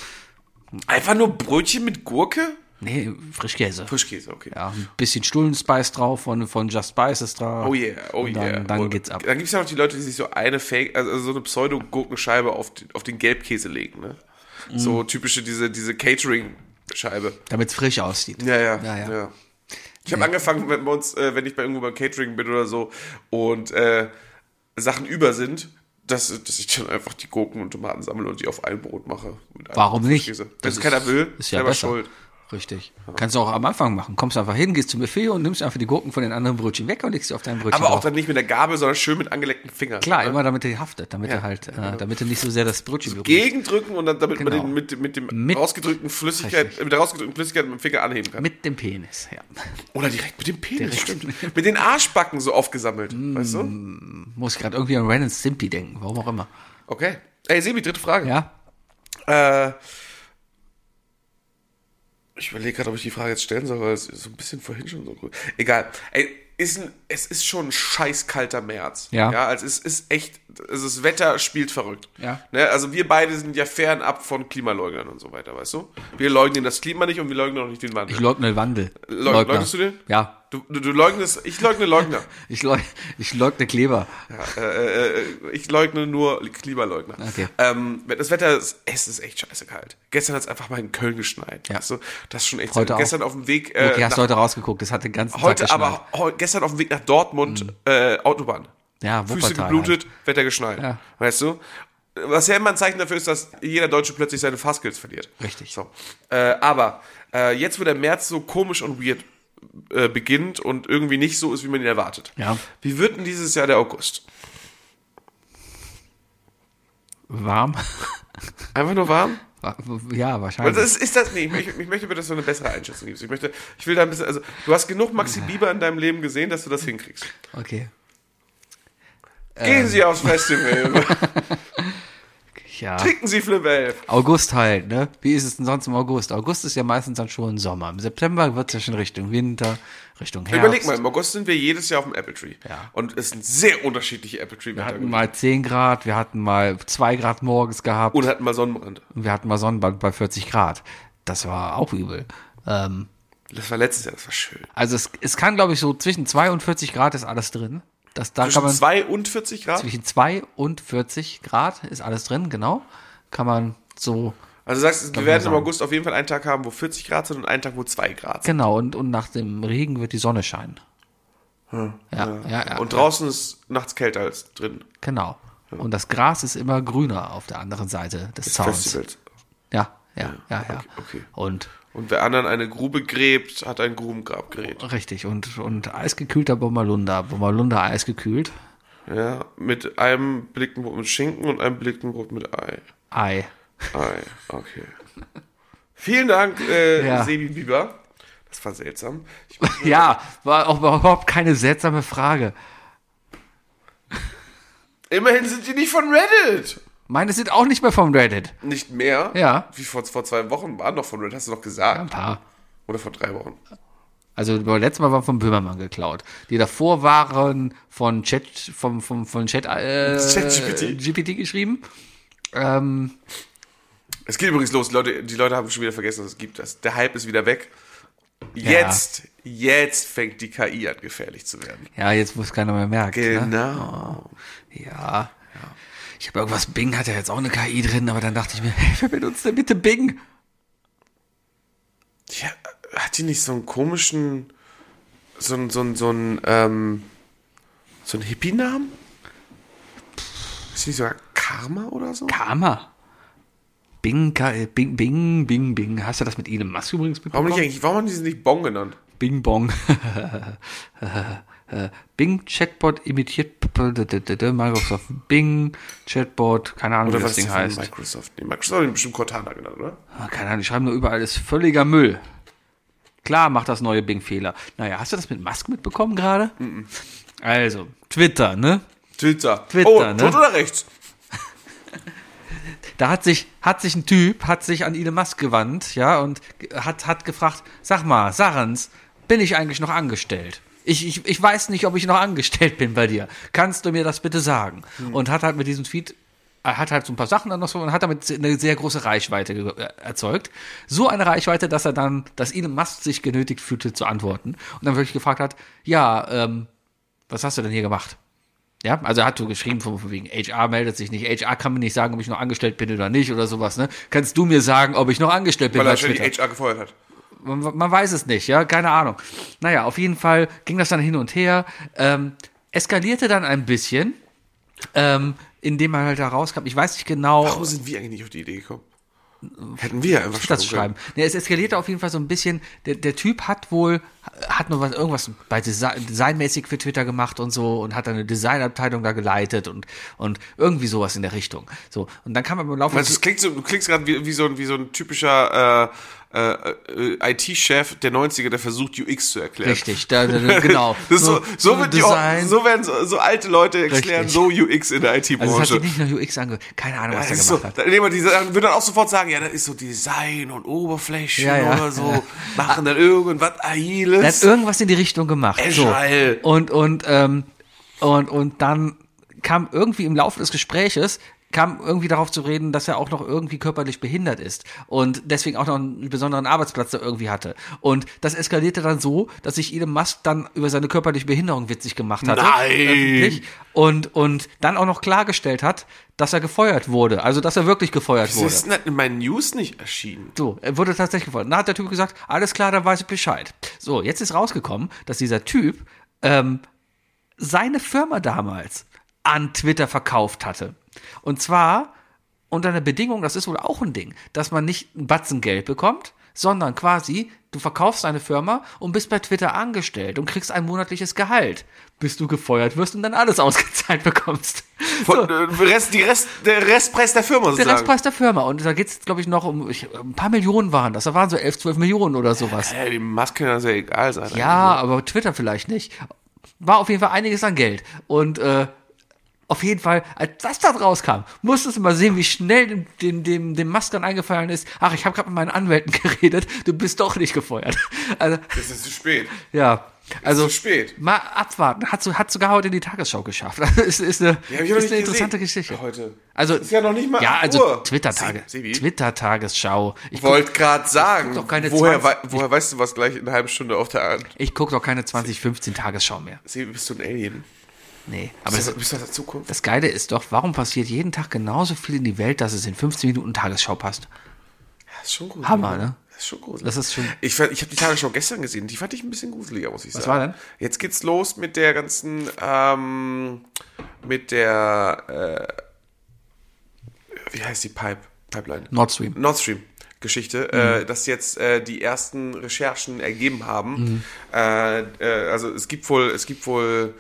Speaker 4: Einfach nur Brötchen mit Gurke?
Speaker 3: Nee, Frischkäse.
Speaker 4: Frischkäse, okay.
Speaker 3: ja, ein bisschen Stullenspice drauf von, von Just Spices drauf.
Speaker 4: Oh yeah, oh
Speaker 3: Und dann,
Speaker 4: yeah.
Speaker 3: Dann
Speaker 4: Und
Speaker 3: geht's ab.
Speaker 4: Dann gibt's ja noch die Leute, die sich so eine Fake, also so eine Pseudo-Gurkenscheibe auf, die- auf den Gelbkäse legen, ne?
Speaker 3: Mhm.
Speaker 4: So typische, diese, diese Catering-Scheibe.
Speaker 3: Damit's frisch aussieht.
Speaker 4: Ja, ja.
Speaker 3: Ja, ja.
Speaker 4: Ich habe angefangen, wenn wir uns, äh, wenn ich bei irgendwo beim Catering bin oder so und äh, Sachen über sind, dass, dass ich dann einfach die Gurken und Tomaten sammle und die auf ein Brot mache. Mit einem
Speaker 3: Warum nicht?
Speaker 4: Frischkäse. Wenn
Speaker 3: Das
Speaker 4: es keiner will,
Speaker 3: ist ja
Speaker 4: selber
Speaker 3: besser.
Speaker 4: schuld.
Speaker 3: Richtig. Kannst du auch am Anfang machen. Kommst einfach hin, gehst zum Buffet und nimmst einfach die Gurken von den anderen Brötchen weg und legst sie auf dein Brötchen
Speaker 4: Aber auch
Speaker 3: drauf.
Speaker 4: dann nicht mit der Gabel, sondern schön mit angeleckten Fingern.
Speaker 3: Klar,
Speaker 4: ne?
Speaker 3: immer damit er haftet, damit er halt, äh, damit er nicht so sehr das Brötchen berührt.
Speaker 4: Gegendrücken und dann damit man
Speaker 3: Genau.
Speaker 4: den mit, mit dem
Speaker 3: Mit-
Speaker 4: rausgedrückten Flüssigkeit,
Speaker 3: Richtig.
Speaker 4: mit der rausgedrückten Flüssigkeit mit dem Finger anheben kann.
Speaker 3: Mit dem Penis, ja.
Speaker 4: Oder direkt mit dem Penis.
Speaker 3: Direkt. Mm.
Speaker 4: Stimmt. Mit den Arschbacken so aufgesammelt. Weißt du?
Speaker 3: Muss gerade irgendwie an Ren und Stimpy denken, warum auch immer.
Speaker 4: Okay. Ey, Sebi, dritte Frage.
Speaker 3: Ja?
Speaker 4: Äh, ich überlege gerade, ob ich die Frage jetzt stellen soll, weil es ist so ein bisschen vorhin schon so cool. Egal. Ey, ist ein, es ist schon ein scheiß kalter März.
Speaker 3: Ja.
Speaker 4: ja also es ist echt, also das Wetter spielt verrückt.
Speaker 3: Ja.
Speaker 4: Ne, also wir beide sind ja fernab von Klimaleugnern und so weiter, weißt du? Wir leugnen das Klima nicht und wir leugnen auch nicht den Wandel.
Speaker 3: Ich leugne Wandel.
Speaker 4: Leug-
Speaker 3: Leugner.
Speaker 4: Äh, leugnest du den?
Speaker 3: Ja.
Speaker 4: Du, du, du leugnest, ich
Speaker 3: [LAUGHS]
Speaker 4: leugne Leugner.
Speaker 3: Ich, leug, ich leugne Kleber.
Speaker 4: Äh, ich leugne nur Klimaleugner.
Speaker 3: Okay.
Speaker 4: Ähm, das Wetter ist, es ist echt scheiße kalt. Gestern hat es einfach mal in Köln geschneit.
Speaker 3: Ja.
Speaker 4: Weißt du? Das ist schon echt
Speaker 3: Heute
Speaker 4: so.
Speaker 3: auch.
Speaker 4: Gestern auf dem Weg.
Speaker 3: Okay,
Speaker 4: Äh,
Speaker 3: hast du
Speaker 4: nach,
Speaker 3: heute rausgeguckt, das hat den ganzen
Speaker 4: heute
Speaker 3: Tag geschneit.
Speaker 4: aber heu, gestern auf dem Weg nach Dortmund äh, Autobahn.
Speaker 3: Mhm. Ja,
Speaker 4: Füße
Speaker 3: Wuppertal halt.
Speaker 4: geblutet, Wetter geschneit.
Speaker 3: Ja.
Speaker 4: Weißt du? Was ja immer ein Zeichen dafür ist, dass jeder Deutsche plötzlich seine Fahrskills verliert.
Speaker 3: Richtig.
Speaker 4: So. Äh, aber äh, jetzt, wo der März so komisch und weird äh, beginnt und irgendwie nicht so ist, wie man ihn erwartet.
Speaker 3: Ja.
Speaker 4: Wie wird denn dieses Jahr der August?
Speaker 3: Warm?
Speaker 4: Einfach nur warm?
Speaker 3: Ja, wahrscheinlich.
Speaker 4: Also ist, ist das nicht. Ich, ich möchte mir das so eine bessere Einschätzung geben. Ich möchte, ich will da ein bisschen, also du hast genug Maxi Bieber in deinem Leben gesehen, dass du das hinkriegst.
Speaker 3: Okay. Ähm.
Speaker 4: Gehen Sie aufs Festival, [LAUGHS]
Speaker 3: Ja.
Speaker 4: trinken Sie Flimmel.
Speaker 3: August halt, ne? Wie ist es denn sonst im August? August ist ja meistens dann schon Sommer. Im September wird es ja schon Richtung Winter, Richtung Herbst.
Speaker 4: Überleg mal, im August sind wir jedes Jahr auf dem Apple Tree.
Speaker 3: Ja.
Speaker 4: Und es sind sehr unterschiedliche Apple Tree
Speaker 3: Wir
Speaker 4: Wetter.
Speaker 3: hatten mal 10 Grad, wir hatten mal 2 Grad morgens gehabt
Speaker 4: Und hatten mal Sonnenbrand.
Speaker 3: und wir hatten mal Sonnenbrand bei 40 Grad. Das war auch übel. Ähm,
Speaker 4: Das war letztes Jahr, das war schön.
Speaker 3: Also es, es kann, glaube ich, so zwischen 2 und 40 Grad ist alles drin. Das, da kann
Speaker 4: Zwischen
Speaker 3: man,
Speaker 4: 42 Grad?
Speaker 3: zwischen 2 und 40 Grad ist alles drin, genau. Kann man so,
Speaker 4: Also du sagst, wir
Speaker 3: man
Speaker 4: werden im
Speaker 3: sagen.
Speaker 4: August auf jeden Fall einen Tag haben, wo 40 Grad sind und einen Tag, wo 2 Grad sind.
Speaker 3: genau, und, und nach dem Regen wird die Sonne scheinen. Ja, ja, Genau. ja, ja,
Speaker 4: Hm, Und draußen ist nachts kälter als drin.
Speaker 3: genau. Und das Gras ist immer grüner auf der anderen Seite des Zauns.
Speaker 4: Festivals.
Speaker 3: Ja, ja, ja, ja.
Speaker 4: okay, okay.
Speaker 3: Und
Speaker 4: Und wer anderen eine Grube gräbt, hat ein Grubengrabgerät.
Speaker 3: richtig, und, und eisgekühlter Bommerlunder, Bommerlunder eisgekühlt,
Speaker 4: Ja, mit einem Blickenbrot mit Schinken und einem Blickenbrot mit Ei.
Speaker 3: Ei.
Speaker 4: Ei,
Speaker 3: [LAUGHS]
Speaker 4: okay. Vielen Dank, äh,
Speaker 3: Ja.
Speaker 4: Sebi Bieber. Das war seltsam. Ich,
Speaker 3: Ja, war auch überhaupt keine seltsame Frage.
Speaker 4: immerhin sind die nicht von Reddit.
Speaker 3: Meine sind auch nicht mehr vom Reddit.
Speaker 4: Nicht mehr.
Speaker 3: Ja.
Speaker 4: Wie vor, vor zwei Wochen waren noch von Reddit, hast du noch gesagt.
Speaker 3: Ein paar.
Speaker 4: Oder vor drei Wochen.
Speaker 3: Also beim letzten Mal waren von Böhmermann geklaut. Die davor waren von Chat, vom, vom, von Chat, äh,
Speaker 4: ChatGPT.
Speaker 3: GPT geschrieben. Ähm,
Speaker 4: Es geht übrigens los, Leute, die Leute haben schon wieder vergessen, dass es gibt das. Der Hype ist wieder weg. Jetzt, jetzt fängt die KI an, gefährlich zu werden.
Speaker 3: ja, jetzt muss keiner mehr merken. Ne?
Speaker 4: Genau.
Speaker 3: Ja. Ich habe irgendwas, Bing hat ja jetzt auch eine KI drin, aber dann dachte ich mir, [LAUGHS] hey, wer benutzt denn bitte Bing?
Speaker 4: Ja, hat die nicht so einen komischen, so einen, so einen, so einen, ähm, so einen Hippie-Namen? Ist die nicht sogar Karma oder so?
Speaker 3: Karma. Bing, K- äh, Bing, Bing, Bing, Bing. Hast du das mit Elon Musk übrigens
Speaker 4: Warum, nicht
Speaker 3: mitbekommen?
Speaker 4: eigentlich, warum haben die sie nicht Bon genannt?
Speaker 3: Bing Bong. [LAUGHS] Äh, äh, Bing Chatbot imitiert p- p- d- d- d- d- Microsoft Bing Chatbot, keine Ahnung, wie das Ding
Speaker 4: von
Speaker 3: heißt.
Speaker 4: Microsoft? Nee, Microsoft hat den bestimmt Cortana genannt, oder?
Speaker 3: Ah, Keine Ahnung, die schreiben nur überall, ist völliger Müll. Klar macht das neue Bing Fehler. Naja, hast du das mit Musk mitbekommen gerade? Also, Twitter, ne?
Speaker 4: Twitter.
Speaker 3: Twitter,
Speaker 4: oh,
Speaker 3: ne?
Speaker 4: tot oder rechts?
Speaker 3: Da hat sich, hat sich ein Typ, hat sich an Elon Musk gewandt, ja, und ge- hat, hat gefragt, sag mal, Sarens, bin ich eigentlich noch angestellt? Ich, ich, ich weiß nicht, ob ich noch angestellt bin bei dir. Kannst du mir das bitte sagen?
Speaker 4: Hm.
Speaker 3: Und hat halt mit diesem Tweet, er hat halt so ein paar Sachen dann noch so und hat damit eine sehr große Reichweite ge- äh, erzeugt. So eine Reichweite, dass er dann, dass Elon Musk sich genötigt fühlte zu antworten. Und dann wirklich gefragt hat, ja, ähm, was hast du denn hier gemacht? Ja, also er hat so geschrieben von, von wegen HR meldet sich nicht. HR kann mir nicht sagen, ob ich noch angestellt bin oder nicht oder sowas. Ne? Kannst du mir sagen, ob ich noch angestellt bin?
Speaker 4: Weil er
Speaker 3: bei
Speaker 4: wahrscheinlich
Speaker 3: Twitter?
Speaker 4: HR gefeuert hat.
Speaker 3: man, man weiß es nicht, ja, keine Ahnung. Naja, auf jeden Fall ging das dann hin und her, ähm, eskalierte dann ein bisschen, ähm, indem man halt da rauskam, ich weiß nicht genau,
Speaker 4: Warum sind wir eigentlich nicht auf die Idee gekommen? Hätten wir ja einfach
Speaker 3: das schreiben.
Speaker 4: schreiben
Speaker 3: Ne, es eskalierte auf jeden Fall so ein bisschen, der, der Typ hat wohl, hat nur was, irgendwas bei Desi- designmäßig für Twitter gemacht und so und hat dann eine Designabteilung da geleitet und, und irgendwie sowas in der Richtung. So, und dann kam man im Laufe
Speaker 4: Also es klingt so, du klingst gerade wie, wie, so ein, wie so ein typischer äh, äh, äh, IT-Chef der 90er, der versucht, UX zu erklären.
Speaker 3: Richtig, da, da, da, genau.
Speaker 4: Das ist [LAUGHS] so, so, wird die,
Speaker 3: Design.
Speaker 4: so werden so, so alte Leute erklären,
Speaker 3: Richtig.
Speaker 4: so UX in der IT-Branche.
Speaker 3: also es hat sich nicht nur UX angehört. Keine Ahnung, was
Speaker 4: Das
Speaker 3: er
Speaker 4: ist
Speaker 3: gemacht
Speaker 4: so,
Speaker 3: hat.
Speaker 4: da- nee, aber die sagen- würden dann auch sofort sagen, ja, das ist so Design und Oberflächen
Speaker 3: Ja, ja.
Speaker 4: oder so, machen dann irgendwas
Speaker 3: Er hat
Speaker 4: Agiles.
Speaker 3: irgendwas in die Richtung gemacht. So.
Speaker 4: Agile.
Speaker 3: Und, und, ähm, und, und dann kam irgendwie im Laufe des Gespräches, kam irgendwie darauf zu reden, dass er auch noch irgendwie körperlich behindert ist und deswegen auch noch einen besonderen Arbeitsplatz da irgendwie hatte. Und das eskalierte dann so, dass sich Elon Musk dann über seine körperliche Behinderung witzig gemacht hatte.
Speaker 4: Nein.
Speaker 3: Öffentlich. Mhm. Und, und dann auch noch klargestellt hat, dass er gefeuert wurde. Also, dass er wirklich gefeuert
Speaker 4: Das
Speaker 3: wurde.
Speaker 4: ist denn in meinen News nicht erschienen.
Speaker 3: So, er wurde tatsächlich gefeuert. Dann hat der Typ gesagt, alles klar, dann weiß ich Bescheid. So, jetzt ist rausgekommen, dass dieser Typ ähm, seine Firma damals an Twitter verkauft hatte. Und zwar unter einer Bedingung, das ist wohl auch ein Ding, dass man nicht einen Batzen Geld bekommt, sondern quasi, du verkaufst deine Firma und bist bei Twitter angestellt und kriegst ein monatliches Gehalt, bis du gefeuert wirst und dann alles ausgezahlt bekommst.
Speaker 4: Von, äh, Rest, die Rest, der Restpreis der Firma
Speaker 3: Der
Speaker 4: sozusagen.
Speaker 3: Restpreis der Firma. Und da geht's, glaub glaube ich, noch um ich, ein paar Millionen waren das. Da waren so 11, 12 Millionen oder sowas.
Speaker 4: Ja, die Maske kann ja sehr egal sein.
Speaker 3: Ja, aber Twitter vielleicht nicht. War auf jeden Fall einiges an Geld. Und, äh, Auf jeden Fall, als das da rauskam, musstest du mal sehen, wie schnell dem, dem, dem, dem Maskern eingefallen ist. Ach, ich habe gerade mit meinen Anwälten [LAUGHS] geredet, du bist doch nicht gefeuert. [LAUGHS] Also,
Speaker 4: Es ist zu spät.
Speaker 3: ja. Also,
Speaker 4: zu spät.
Speaker 3: mal abwarten. Hat, so- hat sogar heute die Tagesschau geschafft. [LAUGHS] ist, ist eine,
Speaker 4: Die hab ich noch
Speaker 3: ist
Speaker 4: nicht
Speaker 3: eine interessante
Speaker 4: gesehen
Speaker 3: Geschichte.
Speaker 4: Heute.
Speaker 3: Also,
Speaker 4: Es ist ja noch nicht mal
Speaker 3: Ja,
Speaker 4: 8
Speaker 3: also
Speaker 4: Uhr.
Speaker 3: Twitter-Tage.
Speaker 4: Sie- Sibi?
Speaker 3: Twitter-Tagesschau. Ich
Speaker 4: Ich wollte gerade sagen,
Speaker 3: doch keine
Speaker 4: woher,
Speaker 3: 20
Speaker 4: wei- woher weißt du, was gleich in einer halben Stunde auf der Hand?
Speaker 3: Ich gucke doch keine 2015 Tagesschau mehr.
Speaker 4: Sie, bist du ein Alien?
Speaker 3: Nee, aber
Speaker 4: Bist du,
Speaker 3: das,
Speaker 4: bist du aus der Zukunft?
Speaker 3: das Geile ist doch, warum passiert jeden Tag genauso viel in die Welt, dass es in 15 Minuten Tagesschau passt?
Speaker 4: Das ist schon gruselig.
Speaker 3: Hammer, ne?
Speaker 4: Das ist schon gruselig.
Speaker 3: Das ist schon-
Speaker 4: ich fand- ich habe die Tagesschau gestern gesehen. Die fand ich ein bisschen gruseliger, muss ich sagen.
Speaker 3: war denn?
Speaker 4: Jetzt geht's los mit der ganzen, ähm, mit der, äh, wie heißt die Pipe? Pipeline?
Speaker 3: Nord Stream. Mhm.
Speaker 4: Nord Stream. Geschichte, äh, dass jetzt äh, die ersten Recherchen ergeben
Speaker 3: Mhm.
Speaker 4: haben. Äh, äh, also es gibt wohl, es gibt wohl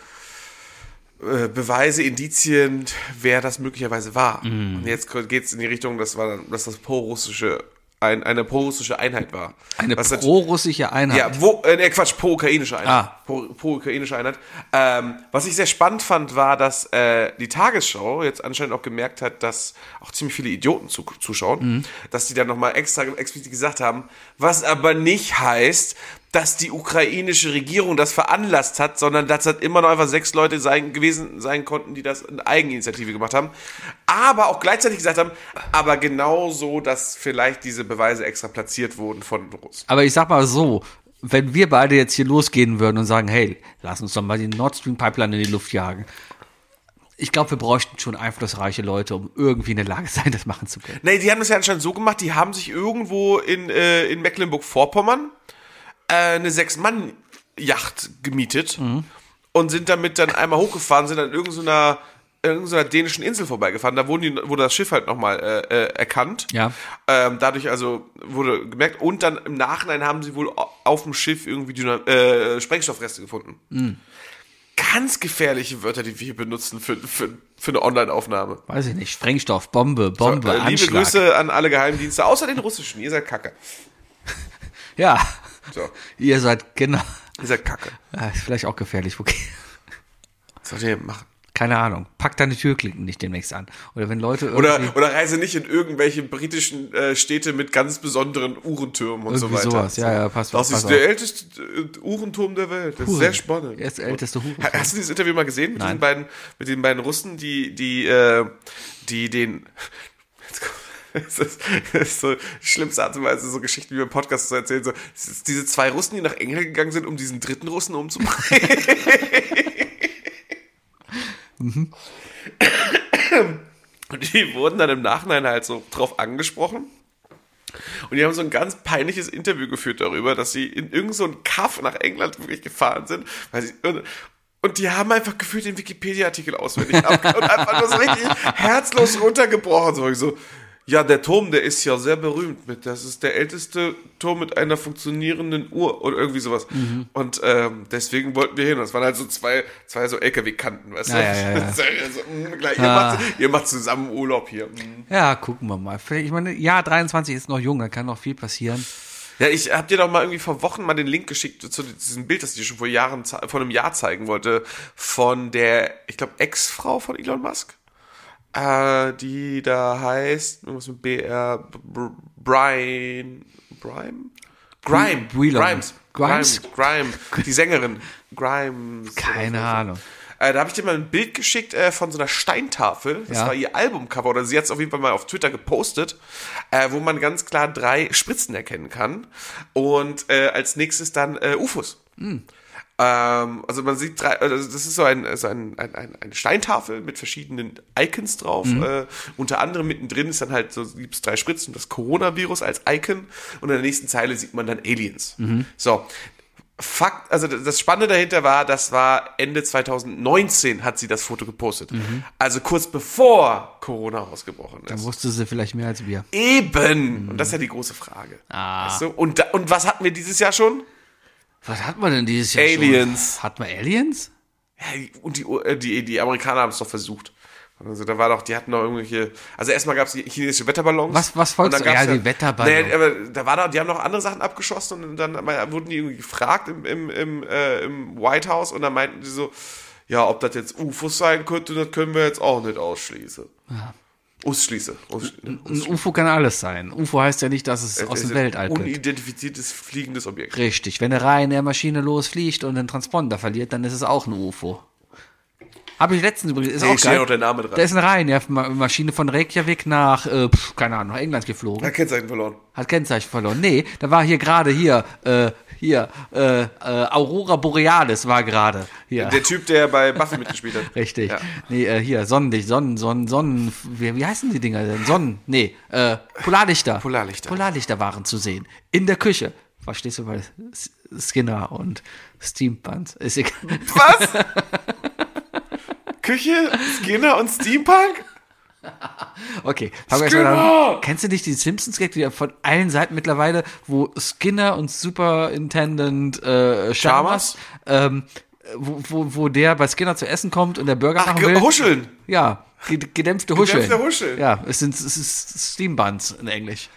Speaker 4: äh, Beweise, Indizien, wer das möglicherweise war. Und jetzt geht es in die Richtung, dass, war, dass das pro-russische, ein, eine pro-russische Einheit war.
Speaker 3: Eine
Speaker 4: was nat-
Speaker 3: pro-russische Einheit.
Speaker 4: ja, wo, äh, nee, Quatsch, pro-ukrainische Einheit.
Speaker 3: Ah.
Speaker 4: Pro- Pro-ukrainische Einheit. Ähm, was ich sehr spannend fand, war, dass äh, die Tagesschau jetzt anscheinend auch gemerkt hat, dass auch ziemlich viele Idioten zu, zuschauen,
Speaker 3: Mhm.
Speaker 4: dass die dann nochmal extra explizit gesagt haben, was aber nicht heißt, dass die ukrainische Regierung das veranlasst hat, sondern dass das immer noch einfach sechs Leute sein, gewesen sein konnten, die das in Eigeninitiative gemacht haben. Aber auch gleichzeitig gesagt haben, aber genau so, dass vielleicht diese Beweise extra platziert wurden von Russland.
Speaker 3: Aber ich sag mal so, wenn wir beide jetzt hier losgehen würden und sagen, hey, lass uns doch mal die Nord Stream Pipeline in die Luft jagen. Ich glaube, wir bräuchten schon einflussreiche Leute, um irgendwie in der Lage sein, das machen zu können.
Speaker 4: Nee, die haben das ja anscheinend so gemacht, die haben sich irgendwo in, äh, in Mecklenburg-Vorpommern äh, eine Sechs-Mann-Yacht gemietet und sind damit dann einmal hochgefahren, sind an irgendeiner irgendeiner dänischen Insel vorbeigefahren. Da wurden die, wurde das Schiff halt nochmal äh, äh, erkannt.
Speaker 3: Ja.
Speaker 4: Ähm, dadurch also wurde gemerkt. Und dann im Nachhinein haben sie wohl au- auf dem Schiff irgendwie Dynam äh, Sprengstoffreste gefunden. Ganz gefährliche Wörter, die wir hier benutzen für, für, für eine Online-Aufnahme.
Speaker 3: Weiß ich nicht. Sprengstoff, Bombe, Bombe,
Speaker 4: Äh,
Speaker 3: Anschlag.
Speaker 4: Liebe Grüße an alle Geheimdienste, außer den russischen. Ihr seid Kacke.
Speaker 3: Ja.
Speaker 4: So,
Speaker 3: Ihr seid, genau.
Speaker 4: ihr seid Kacke.
Speaker 3: Ah, Ist vielleicht auch gefährlich. Okay.
Speaker 4: Was sollt ihr machen?
Speaker 3: Keine Ahnung. Pack deine Türklinken nicht demnächst an. Oder wenn Leute
Speaker 4: Oder,
Speaker 3: irgendwie-
Speaker 4: oder reise nicht in irgendwelche britischen äh, Städte mit ganz besonderen Uhrentürmen und so
Speaker 3: Irgendwie
Speaker 4: weiter.
Speaker 3: sowas. Ja, ja, passt-
Speaker 4: Das
Speaker 3: passt
Speaker 4: ist der
Speaker 3: auf.
Speaker 4: älteste äh, Uhrenturm der Welt. Das ist sehr spannend.
Speaker 3: Er ist der älteste Hurensohn.
Speaker 4: Ha- Hast du dieses Interview mal gesehen mit
Speaker 3: Nein.
Speaker 4: diesen beiden, mit den beiden Russen, die, die, äh, die den. Jetzt kommt- [LAUGHS] Das ist, das ist so die schlimmste Art und Weise, so Geschichten wie im Podcast zu erzählen. So, es ist diese zwei Russen, die nach England gegangen sind, um diesen dritten Russen umzubringen. [LAUGHS] Und die wurden dann im Nachhinein halt so drauf angesprochen. Und die haben so ein ganz peinliches Interview geführt darüber, dass sie in irgendeinen so einen Kaff nach England wirklich gefahren sind. Weil sie, und, und die haben einfach gefühlt den Wikipedia-Artikel auswendig ab und einfach nur so richtig herzlos runtergebrochen. So, ich so, ja, der Turm, der ist ja sehr berühmt mit. Das ist der älteste Turm mit einer funktionierenden Uhr oder irgendwie sowas.
Speaker 3: Mhm.
Speaker 4: Und ähm, deswegen wollten wir hin. Das waren halt so zwei, zwei so LKW-Kanten, weißt
Speaker 3: Ja,
Speaker 4: du?
Speaker 3: ja, ja, ja.
Speaker 4: [LAUGHS] So, mm, gleich, ihr,
Speaker 3: Ah.
Speaker 4: macht, ihr macht zusammen Urlaub hier. Mm.
Speaker 3: Ja, gucken wir mal. Vielleicht- Ich meine, ja, 23 ist noch jung, da kann noch viel passieren.
Speaker 4: Ja, ich hab dir doch mal irgendwie vor Wochen mal den Link geschickt zu diesem Bild, das ich dir schon vor Jahren, ze- vor einem Jahr zeigen wollte, von der, ich glaube, Ex-Frau von Elon Musk, äh, die da heißt, irgendwas mit BR, B- B- Brian, Brian? Grime,
Speaker 3: Brilon.
Speaker 4: Grimes,
Speaker 3: Grimes?
Speaker 4: Grimes, Grime, die Sängerin, Grimes.
Speaker 3: Keine
Speaker 4: Ahnung.
Speaker 3: Ahnung.
Speaker 4: Äh, da habe ich dir mal ein Bild geschickt äh, von so einer Steintafel. Das
Speaker 3: Ja.
Speaker 4: war ihr Albumcover oder sie hat es auf jeden Fall mal auf Twitter gepostet, äh, wo man ganz klar drei Spritzen erkennen kann. Und äh, als nächstes dann äh, UFOs. Ähm, also man sieht drei, also das ist so, ein, so ein, ein, ein, eine Steintafel mit verschiedenen Icons drauf. Äh, unter anderem mittendrin ist dann halt so, gibt's drei Spritzen, das Coronavirus als Icon und in der nächsten Zeile sieht man dann Aliens. So. Fakt, also das Spannende dahinter war, das war Ende 2019 hat sie das Foto gepostet. Also kurz bevor Corona ausgebrochen ist.
Speaker 3: Wusste sie vielleicht mehr als wir.
Speaker 4: Eben! Und das ist ja die große Frage. Ah. Weißt du? und, da, und was hatten wir dieses Jahr schon?
Speaker 3: Was hat man denn dieses Jahr
Speaker 4: Aliens.
Speaker 3: Schon? Hat man Aliens?
Speaker 4: Hey, Und die, äh, die, die Amerikaner haben es doch versucht. Also da war doch, die hatten doch irgendwelche. Also erstmal gab es chinesische Wetterballons.
Speaker 3: Was- was folgst
Speaker 4: Und dann
Speaker 3: du?
Speaker 4: gab's
Speaker 3: Ja, die Wetterballons.
Speaker 4: Nee, aber da war doch, die haben noch andere Sachen abgeschossen und dann mal- wurden die irgendwie gefragt im, im, im, äh, im White House und dann meinten die so, ja, ob das jetzt UFOs sein könnte, das können wir jetzt auch nicht ausschließen. Ausschließen. Ausschließen.
Speaker 3: Ein UFO kann alles sein. UFO heißt ja nicht, dass es, aus
Speaker 4: Es
Speaker 3: dem
Speaker 4: ist
Speaker 3: Weltall kommt.
Speaker 4: Unidentifiziertes fliegendes Objekt.
Speaker 3: Richtig. Wenn eine Reihe in der Maschine losfliegt und einen Transponder verliert, dann ist es auch ein UFO. Habe ich letztens übrigens. Ist
Speaker 4: Hey,
Speaker 3: auch
Speaker 4: steht ja
Speaker 3: geil.
Speaker 4: noch der Name dran.
Speaker 3: Da ist eine Reihenmaschine von Reykjavik nach, äh, pf, keine Ahnung, nach England geflogen.
Speaker 4: Da Kennzeichen verloren.
Speaker 3: Hat Kennzeichen verloren. Nee, da war hier gerade hier, äh, hier, äh, äh, Aurora Borealis war gerade. Hier.
Speaker 4: Der Typ, der bei Buffy mitgespielt hat.
Speaker 3: Richtig.
Speaker 4: Ja.
Speaker 3: Nee, äh, hier, Sonnenlicht, Sonnen, Sonnen, Sonnen, wie, wie heißen die Dinger denn? Sonnen, nee, äh, Polarlichter.
Speaker 4: Polarlichter.
Speaker 3: Polarlichter waren zu sehen. In der Küche. Verstehst du, bei S- Skinner und Steampunk ist egal.
Speaker 4: Was? Küche, Skinner und Steampunk?
Speaker 3: Okay. Hab ich
Speaker 4: Skinner!
Speaker 3: erstmal- Kennst du nicht die Simpsons Gag, die von allen Seiten mittlerweile, wo Skinner und Superintendent äh, Chalmers,
Speaker 4: Chalmers?
Speaker 3: ähm, wo, wo, wo der bei Skinner zu essen kommt und der Burger
Speaker 4: Ach,
Speaker 3: machen
Speaker 4: ge-
Speaker 3: will?
Speaker 4: Huscheln.
Speaker 3: Ja, ge- gedämpfte Huscheln.
Speaker 4: Gedämpfte Huscheln.
Speaker 3: Ja, es sind es ist Steam Buns in Englisch.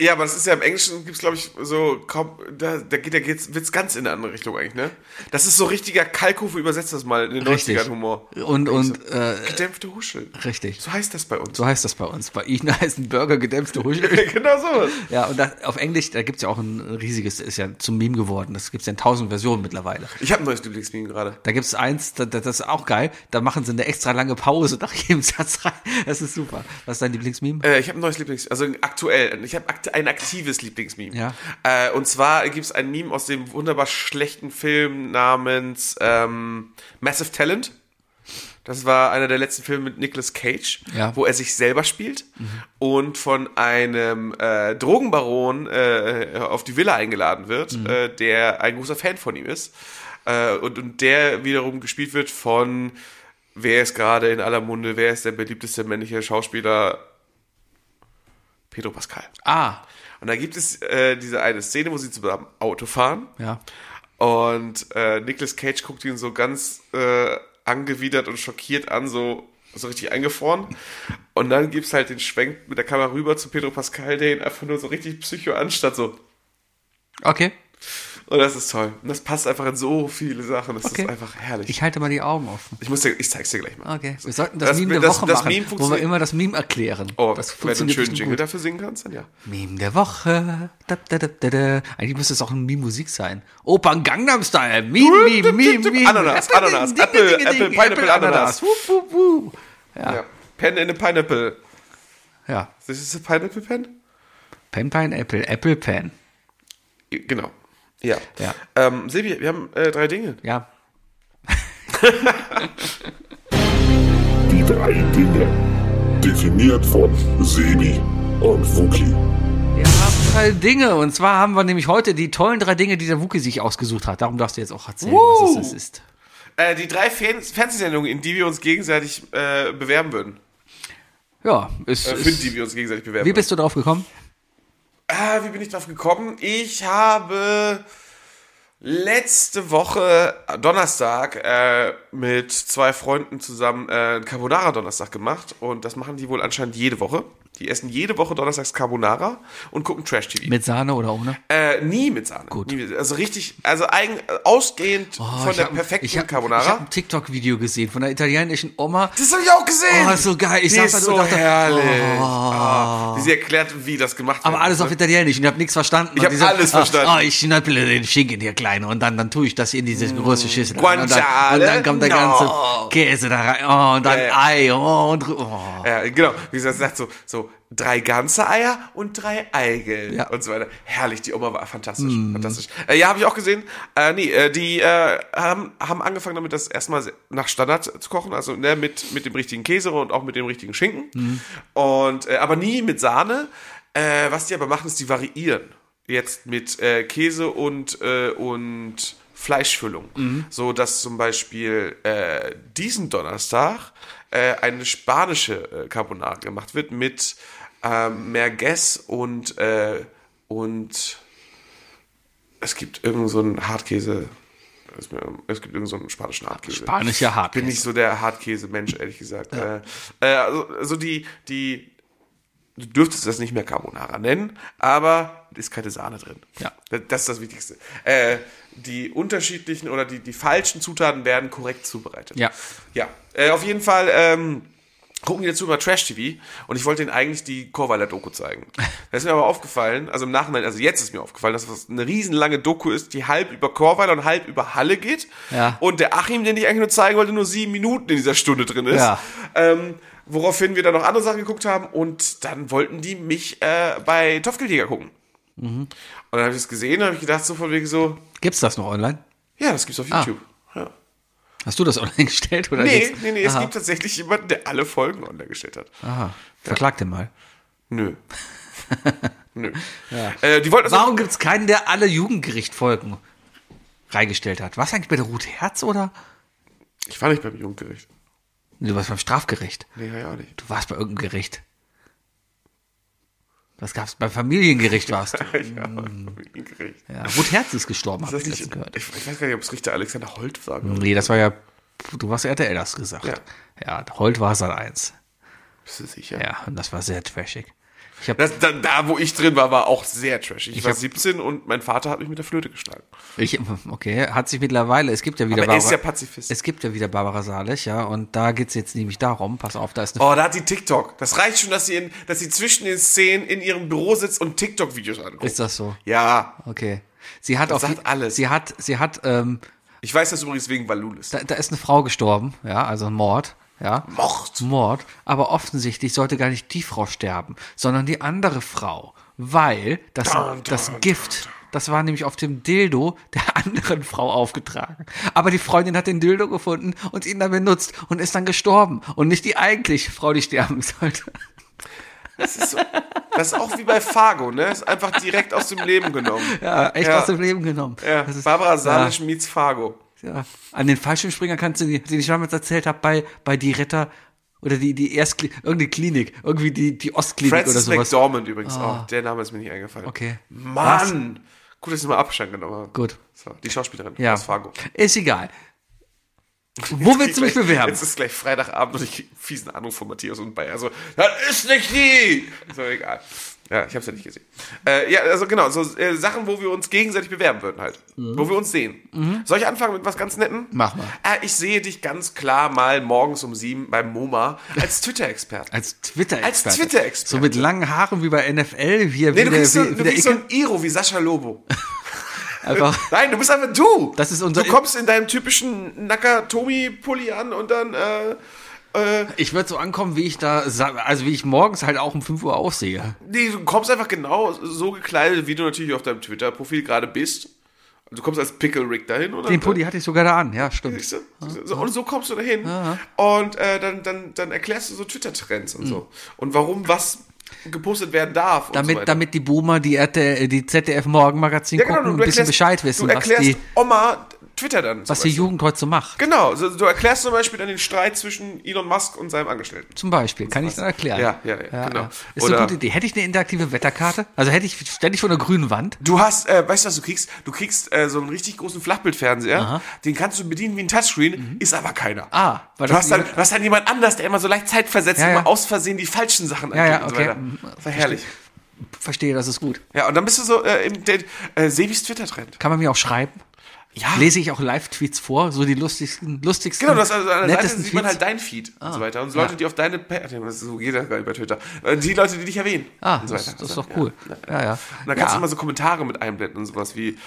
Speaker 4: Ja, aber das ist ja im Englischen, gibt's glaube ich so, kaum, da, da geht der geht's, wird's ganz in eine andere Richtung eigentlich, ne? Das ist so richtiger Kalkofe, übersetzt das mal in den 90ern Humor.
Speaker 3: Und, und äh,
Speaker 4: Gedämpfte Huscheln.
Speaker 3: richtig.
Speaker 4: So heißt das bei uns. [LAUGHS]
Speaker 3: So heißt das bei uns. Bei Ihnen [LAUGHS] heißen Burger gedämpfte [LAUGHS] Huscheln.
Speaker 4: genau sowas.
Speaker 3: ja, und das, auf Englisch, da gibt's ja auch ein riesiges, ist ja zum Meme geworden. Das gibt's ja in tausend Versionen mittlerweile.
Speaker 4: Ich habe ein neues Lieblingsmeme gerade.
Speaker 3: Da gibt's eins, da, da, das ist auch geil. Da machen sie eine extra lange Pause nach jedem [LAUGHS] Satz rein. Das ist super. Was ist dein Lieblingsmeme?
Speaker 4: Äh, ich habe ein neues Lieblings, also ein aktuell, ich habe akt ein aktives Lieblingsmeme.
Speaker 3: Ja.
Speaker 4: Äh, und zwar gibt's ein Meme aus dem wunderbar schlechten Film namens ähm, Massive Talent. Das war einer der letzten Filme mit Nicolas Cage,
Speaker 3: Ja.
Speaker 4: wo er sich selber spielt und von einem äh, Drogenbaron äh, auf die Villa eingeladen
Speaker 3: Mhm.
Speaker 4: wird, äh, der ein großer Fan von ihm ist. Äh, und, und der wiederum gespielt wird von, wer ist gerade in aller Munde, wer ist der beliebteste männliche Schauspieler? Pedro Pascal.
Speaker 3: ah,
Speaker 4: Und da gibt es äh, diese eine Szene, wo sie zusammen Auto fahren.
Speaker 3: ja.
Speaker 4: Und äh, Nicolas Cage guckt ihn so ganz äh, angewidert und schockiert an, so, so richtig eingefroren. Und dann gibt's halt den Schwenk mit der Kamera rüber zu Pedro Pascal, der ihn einfach nur so richtig psycho anstatt so.
Speaker 3: Okay.
Speaker 4: Und das ist toll. Und das passt einfach in so viele Sachen. Das
Speaker 3: Okay.
Speaker 4: ist einfach herrlich. Ich,
Speaker 3: Ich halte mal die Augen offen.
Speaker 4: muss dir, ich zeig's dir gleich mal.
Speaker 3: Okay. Wir sollten das, Meme der Woche
Speaker 4: das
Speaker 3: machen,
Speaker 4: Meme
Speaker 3: wo wir
Speaker 4: funktioniert.
Speaker 3: immer das Meme erklären.
Speaker 4: Oh,
Speaker 3: das
Speaker 4: wenn du einen schönen
Speaker 3: bestimmt
Speaker 4: Jingle dafür singen kannst, dann ja.
Speaker 3: Meme der Woche. Da, da, da, da, da. Eigentlich müsste es auch eine Meme-Musik sein. Opern Gangnam Style. Meme, Meme, Meme, Meme.
Speaker 4: Ananas, Ananas, Apple, Apple, Pineapple, Ananas.
Speaker 3: Wup, wup, wup.
Speaker 4: ja. Pen in a Pineapple.
Speaker 3: Ja.
Speaker 4: Ist das a Pineapple Pen?
Speaker 3: Pen, Pineapple, Apple, Pen.
Speaker 4: Genau. Ja.
Speaker 3: Ja.
Speaker 4: Ähm, Silvi, wir haben äh, drei Dinge.
Speaker 3: Ja.
Speaker 2: Die drei Dinge. Definiert von Sebi und Wookie.
Speaker 3: Wir haben drei Äh, Dinge. Und zwar haben wir nämlich heute die tollen drei Dinge, die der Wookie sich ausgesucht hat. Darum darfst du jetzt auch erzählen, was es, es ist.
Speaker 4: Äh, die drei Fernseh- Fernsehsendungen, in die wir uns gegenseitig äh, bewerben würden.
Speaker 3: Ja, es
Speaker 4: Äh, für
Speaker 3: ist.
Speaker 4: die wir uns gegenseitig bewerben
Speaker 3: Wie bist du drauf gekommen?
Speaker 4: Ah, wie bin ich drauf gekommen? Ich habe letzte Woche äh, Donnerstag äh, mit zwei Freunden zusammen äh, einen Carbonara-Donnerstag gemacht. Und das machen die wohl anscheinend jede Woche. Die essen jede Woche Donnerstags Carbonara und gucken Trash-TV.
Speaker 3: Mit Sahne oder ohne?
Speaker 4: Äh, nie mit Sahne.
Speaker 3: Gut.
Speaker 4: Nie mit, also richtig, also eigen, äh, ausgehend
Speaker 3: Oh,
Speaker 4: von
Speaker 3: ich
Speaker 4: der
Speaker 3: hab-
Speaker 4: perfekten
Speaker 3: ich hab,
Speaker 4: Carbonara.
Speaker 3: Ich habe ein TikTok-Video gesehen von einer italienischen Oma.
Speaker 4: das habe ich auch gesehen.
Speaker 3: Oh, ist so geil. Ich
Speaker 4: Die
Speaker 3: saß
Speaker 4: ist
Speaker 3: da und
Speaker 4: so
Speaker 3: dachte, oh.
Speaker 4: herrlich. Ah, wie sie erklärt, wie das gemacht wird.
Speaker 3: Aber alles auf Italienisch. Ich habe nichts verstanden.
Speaker 4: Ich hab
Speaker 3: Und die so,
Speaker 4: alles verstanden.
Speaker 3: Ah, ah, ich schnapple den Schinken hier klein und dann, dann tue ich das in diese große Schüssel. und, dann, und
Speaker 4: Mm. Guanciale?
Speaker 3: dann kommt der
Speaker 4: No.
Speaker 3: ganze Käse da rein. Oh, und dann
Speaker 4: Ja, ja.
Speaker 3: Ei. Oh, und, oh.
Speaker 4: Ja, genau. Wie gesagt, sie sagt so, so drei ganze Eier und drei Eigelb
Speaker 3: Ja.
Speaker 4: und so weiter. Herrlich, die Oma war fantastisch. fantastisch. Äh, ja, habe ich auch gesehen. Äh, nee, äh, die äh, haben, haben angefangen damit, das erstmal se- nach Standard zu kochen, also ne, mit, mit dem richtigen Käse und auch mit dem richtigen Schinken. Und äh, aber nie mit Sahne. Äh, was die aber machen, ist, die variieren. Jetzt mit äh, Käse und, äh, und Fleischfüllung.
Speaker 3: Mhm.
Speaker 4: So dass zum Beispiel äh, diesen Donnerstag äh, eine spanische äh, Carbonara gemacht wird mit ähm, Merguez und, äh, und es gibt irgend so einen Hartkäse. Es es gibt irgend so einen spanischen Hartkäse.
Speaker 3: Spanischer Hartkäse.
Speaker 4: Ich bin nicht so der Hartkäse-Mensch, ehrlich gesagt. Äh, äh, also, also die, die Du dürftest das nicht mehr Carbonara nennen, aber ist keine Sahne drin.
Speaker 3: Ja.
Speaker 4: Das- Das ist das Wichtigste. Äh, die unterschiedlichen oder die, die falschen Zutaten werden korrekt zubereitet.
Speaker 3: Ja.
Speaker 4: Ja. Äh, auf jeden Fall ähm, gucken die dazu immer Trash-TV und ich wollte ihnen eigentlich die
Speaker 3: [LAUGHS]
Speaker 4: Korweiler-Doku zeigen. Das ist mir aber aufgefallen, also im Nachhinein, also jetzt ist mir aufgefallen, dass das eine riesenlange Doku ist, die halb über Korweiler und halb über Halle geht.
Speaker 3: Ja.
Speaker 4: Und der Achim, den ich eigentlich nur zeigen wollte, nur sieben Minuten in dieser Stunde drin ist.
Speaker 3: Ja.
Speaker 4: Ähm, woraufhin wir dann noch andere Sachen geguckt haben und dann wollten die mich äh, bei Topfgeldjäger gucken. Und dann habe ich es gesehen und habe ich gedacht, so von wegen so,
Speaker 3: Gibt's das noch online?
Speaker 4: ja, das gibt's auf
Speaker 3: Ah.
Speaker 4: YouTube. Ja.
Speaker 3: Hast du das [LAUGHS] online gestellt oder
Speaker 4: Nee,
Speaker 3: geht's-
Speaker 4: nee, nee, es
Speaker 3: Aha.
Speaker 4: gibt tatsächlich jemanden, der alle Folgen online gestellt hat.
Speaker 3: Aha. Verklag den mal. [LAUGHS]
Speaker 4: Nö. Nö. Äh, die wollten
Speaker 3: Warum gibt's keinen, der alle Jugendgerichtfolgen reingestellt hat? Was eigentlich bei der Ruth Herz oder?
Speaker 4: Ich war nicht beim Jugendgericht.
Speaker 3: Nee, Du warst beim Strafgericht.
Speaker 4: Nee, ja, ja [LAUGHS] nicht.
Speaker 3: Du warst bei irgendeinem Gericht. Was gab's? Beim Familiengericht warst du.
Speaker 4: Ich war beim Jugendgericht.
Speaker 3: Ja, Ruth Herz ist gestorben,
Speaker 4: Ist
Speaker 3: habe ich
Speaker 4: das nicht,
Speaker 3: letztens
Speaker 4: ich,
Speaker 3: gehört.
Speaker 4: ich weiß gar nicht, ob es Richter Alexander Holt war.
Speaker 3: Nee, das war ja, du hast RTL das gesagt.
Speaker 4: Ja.
Speaker 3: ja Holt war Sat 1.
Speaker 4: Bist du sicher?
Speaker 3: Ja, und das war sehr trashig. Ich habe
Speaker 4: Das, da, da, wo ich drin war, war auch sehr trashig. Ich,
Speaker 3: Ich
Speaker 4: war
Speaker 3: hab-
Speaker 4: 17 und mein Vater hat mich mit der Flöte geschlagen.
Speaker 3: Ich, okay, hat sich mittlerweile, es gibt ja wieder
Speaker 4: Aber er ist ja Pazifist.
Speaker 3: Es gibt ja wieder Barbara Salisch, ja, und da geht's jetzt nämlich darum, pass auf, da ist eine
Speaker 4: Oh, da hat die TikTok. Das reicht schon, dass sie, in, dass sie zwischen den Szenen in ihrem Büro sitzt und TikTok-Videos anguckt.
Speaker 3: Ist das so?
Speaker 4: ja.
Speaker 3: Okay. Sie hat
Speaker 4: Das
Speaker 3: auf
Speaker 4: sagt alles.
Speaker 3: Sie hat, sie hat, ähm,
Speaker 4: Ich weiß das übrigens wegen Valulis.
Speaker 3: da, da ist eine Frau gestorben, ja, also ein Mord, ja.
Speaker 4: Mord.
Speaker 3: Mord, aber offensichtlich sollte gar nicht die Frau sterben, sondern die andere Frau, weil das, das Gift, das war nämlich auf dem Dildo der [LAUGHS] anderen Frau aufgetragen. Aber die Freundin hat den Dildo gefunden und ihn dann benutzt und ist dann gestorben und nicht die eigentliche Frau, die sterben sollte.
Speaker 4: Das ist, so, das ist auch wie bei Fargo, ne? Ist einfach direkt aus dem Leben genommen.
Speaker 3: Ja, echt
Speaker 4: Ja.
Speaker 3: aus dem Leben genommen.
Speaker 4: Ja,
Speaker 3: Das ist-
Speaker 4: Barbara Salisch meets Fargo.
Speaker 3: Ja. [LAUGHS] An den Fallschirmspringer kannst du, die- den ich damals erzählt habe, bei, bei die Retter oder die, die Erstklinik, irgendeine Klinik, irgendwie die, die Ostklinik oder
Speaker 4: Francis
Speaker 3: sowas. Ah.
Speaker 4: McDormand übrigens auch. Der Name ist mir nicht eingefallen.
Speaker 3: Okay.
Speaker 4: Mann! Gut, dass ich mal Abstand genommen habe.
Speaker 3: Gut.
Speaker 4: So, die Schauspielerin
Speaker 3: Ja.
Speaker 4: aus Fargo.
Speaker 3: Ist
Speaker 4: [LAUGHS]
Speaker 3: egal. Wo willst du mich
Speaker 4: Gleich-
Speaker 3: bewerben?
Speaker 4: Jetzt ist gleich Freitagabend und ich krieg einen fiesen Anruf von Matthias und Bayer. So, das ist nicht die! So, egal. Ja, ich hab's ja nicht gesehen. Äh, ja, also genau, so äh, Sachen, wo wir uns gegenseitig bewerben würden halt. Wo wir uns sehen. Soll ich anfangen mit was ganz Nettem?
Speaker 3: Mhm. Mach mal.
Speaker 4: Äh, ich sehe dich ganz klar mal morgens um sieben beim MoMA
Speaker 3: [LAUGHS]
Speaker 4: als Twitter-Experten.
Speaker 3: Als Twitter-Experte.
Speaker 4: Als Twitter-Experte.
Speaker 3: So mit langen Haaren wie bei NFL, wie er
Speaker 4: Nee,
Speaker 3: wie der,
Speaker 4: du kriegst so,
Speaker 3: wie,
Speaker 4: du
Speaker 3: wie der
Speaker 4: kriegst so
Speaker 3: Icke.
Speaker 4: ein Iro wie Sascha Lobo.
Speaker 3: einfach.
Speaker 4: Nein, du bist einfach du.
Speaker 3: Das ist unser-
Speaker 4: du kommst in deinem typischen Nakatomi-Pulli an und dann äh,
Speaker 3: Ich würde so ankommen, wie ich da, sa- also wie ich morgens halt auch um 5 Uhr aussehe.
Speaker 4: Nee, du kommst einfach genau so gekleidet, wie du natürlich auf deinem Twitter-Profil gerade bist. Du kommst als Pickle Rick dahin, oder?
Speaker 3: Den Pulli hatte ich sogar da an, ja, stimmt.
Speaker 4: Siehst du? So, und so kommst du dahin. Und äh, dann, dann, dann erklärst du so Twitter-Trends und so. Und warum was gepostet werden darf. und so
Speaker 3: Hm. Damit,
Speaker 4: weiter.
Speaker 3: damit die Boomer, die, RTL, äh, die ZDF Morgenmagazin
Speaker 4: ja, genau,
Speaker 3: gucken,
Speaker 4: du
Speaker 3: ein bisschen
Speaker 4: erklärst,
Speaker 3: Bescheid wissen,
Speaker 4: Du
Speaker 3: was
Speaker 4: erklärst
Speaker 3: die,
Speaker 4: Oma Twitter dann. zum
Speaker 3: was die
Speaker 4: Beispiel.
Speaker 3: Jugend heute so macht.
Speaker 4: Genau, so, du erklärst zum Beispiel dann den Streit zwischen Elon Musk und seinem Angestellten.
Speaker 3: Zum Beispiel, kann ich dann erklären.
Speaker 4: Ja, ja, ja, genau.
Speaker 3: Ist
Speaker 4: Oder-
Speaker 3: eine gute Idee. Hätte ich eine interaktive Wetterkarte? Also hätte ich ständig von der grünen Wand?
Speaker 4: Du hast, äh, weißt du, was du kriegst? Du kriegst äh, so einen richtig großen Flachbildfernseher. Den kannst du bedienen wie ein Touchscreen, ist aber keiner.
Speaker 3: Mhm. Ah, weil
Speaker 4: du
Speaker 3: das
Speaker 4: hast, dann,
Speaker 3: jemand-
Speaker 4: du hast dann jemand anders, der immer so leicht zeitversetzt
Speaker 3: Ja,
Speaker 4: immer
Speaker 3: ja.
Speaker 4: aus Versehen die falschen Sachen
Speaker 3: Ja, ja, okay. Mhm.
Speaker 4: und so weiter. Das war herrlich.
Speaker 3: Verstehe, das ist gut.
Speaker 4: Ja, und dann bist du so äh, im der, äh, Sebis Twitter-Trend.
Speaker 3: Kann man mir auch schreiben?
Speaker 4: Ja.
Speaker 3: Lese ich auch Live-Tweets vor, so die lustigsten, lustigsten,
Speaker 4: Genau, du hast also an der Seite
Speaker 3: nettesten
Speaker 4: sieht man halt
Speaker 3: Tweets.
Speaker 4: dein Feed und
Speaker 3: Ah,
Speaker 4: so weiter. Und Leute, die auf deine Pa- das ist so geht das gar nicht bei Twitter. Äh, Die Leute, die dich erwähnen.
Speaker 3: ah,
Speaker 4: und so
Speaker 3: das,
Speaker 4: weiter. Also,
Speaker 3: das ist doch cool. Ja, ja.
Speaker 4: Und dann kannst
Speaker 3: ja.
Speaker 4: du immer so Kommentare mit einblenden und sowas wie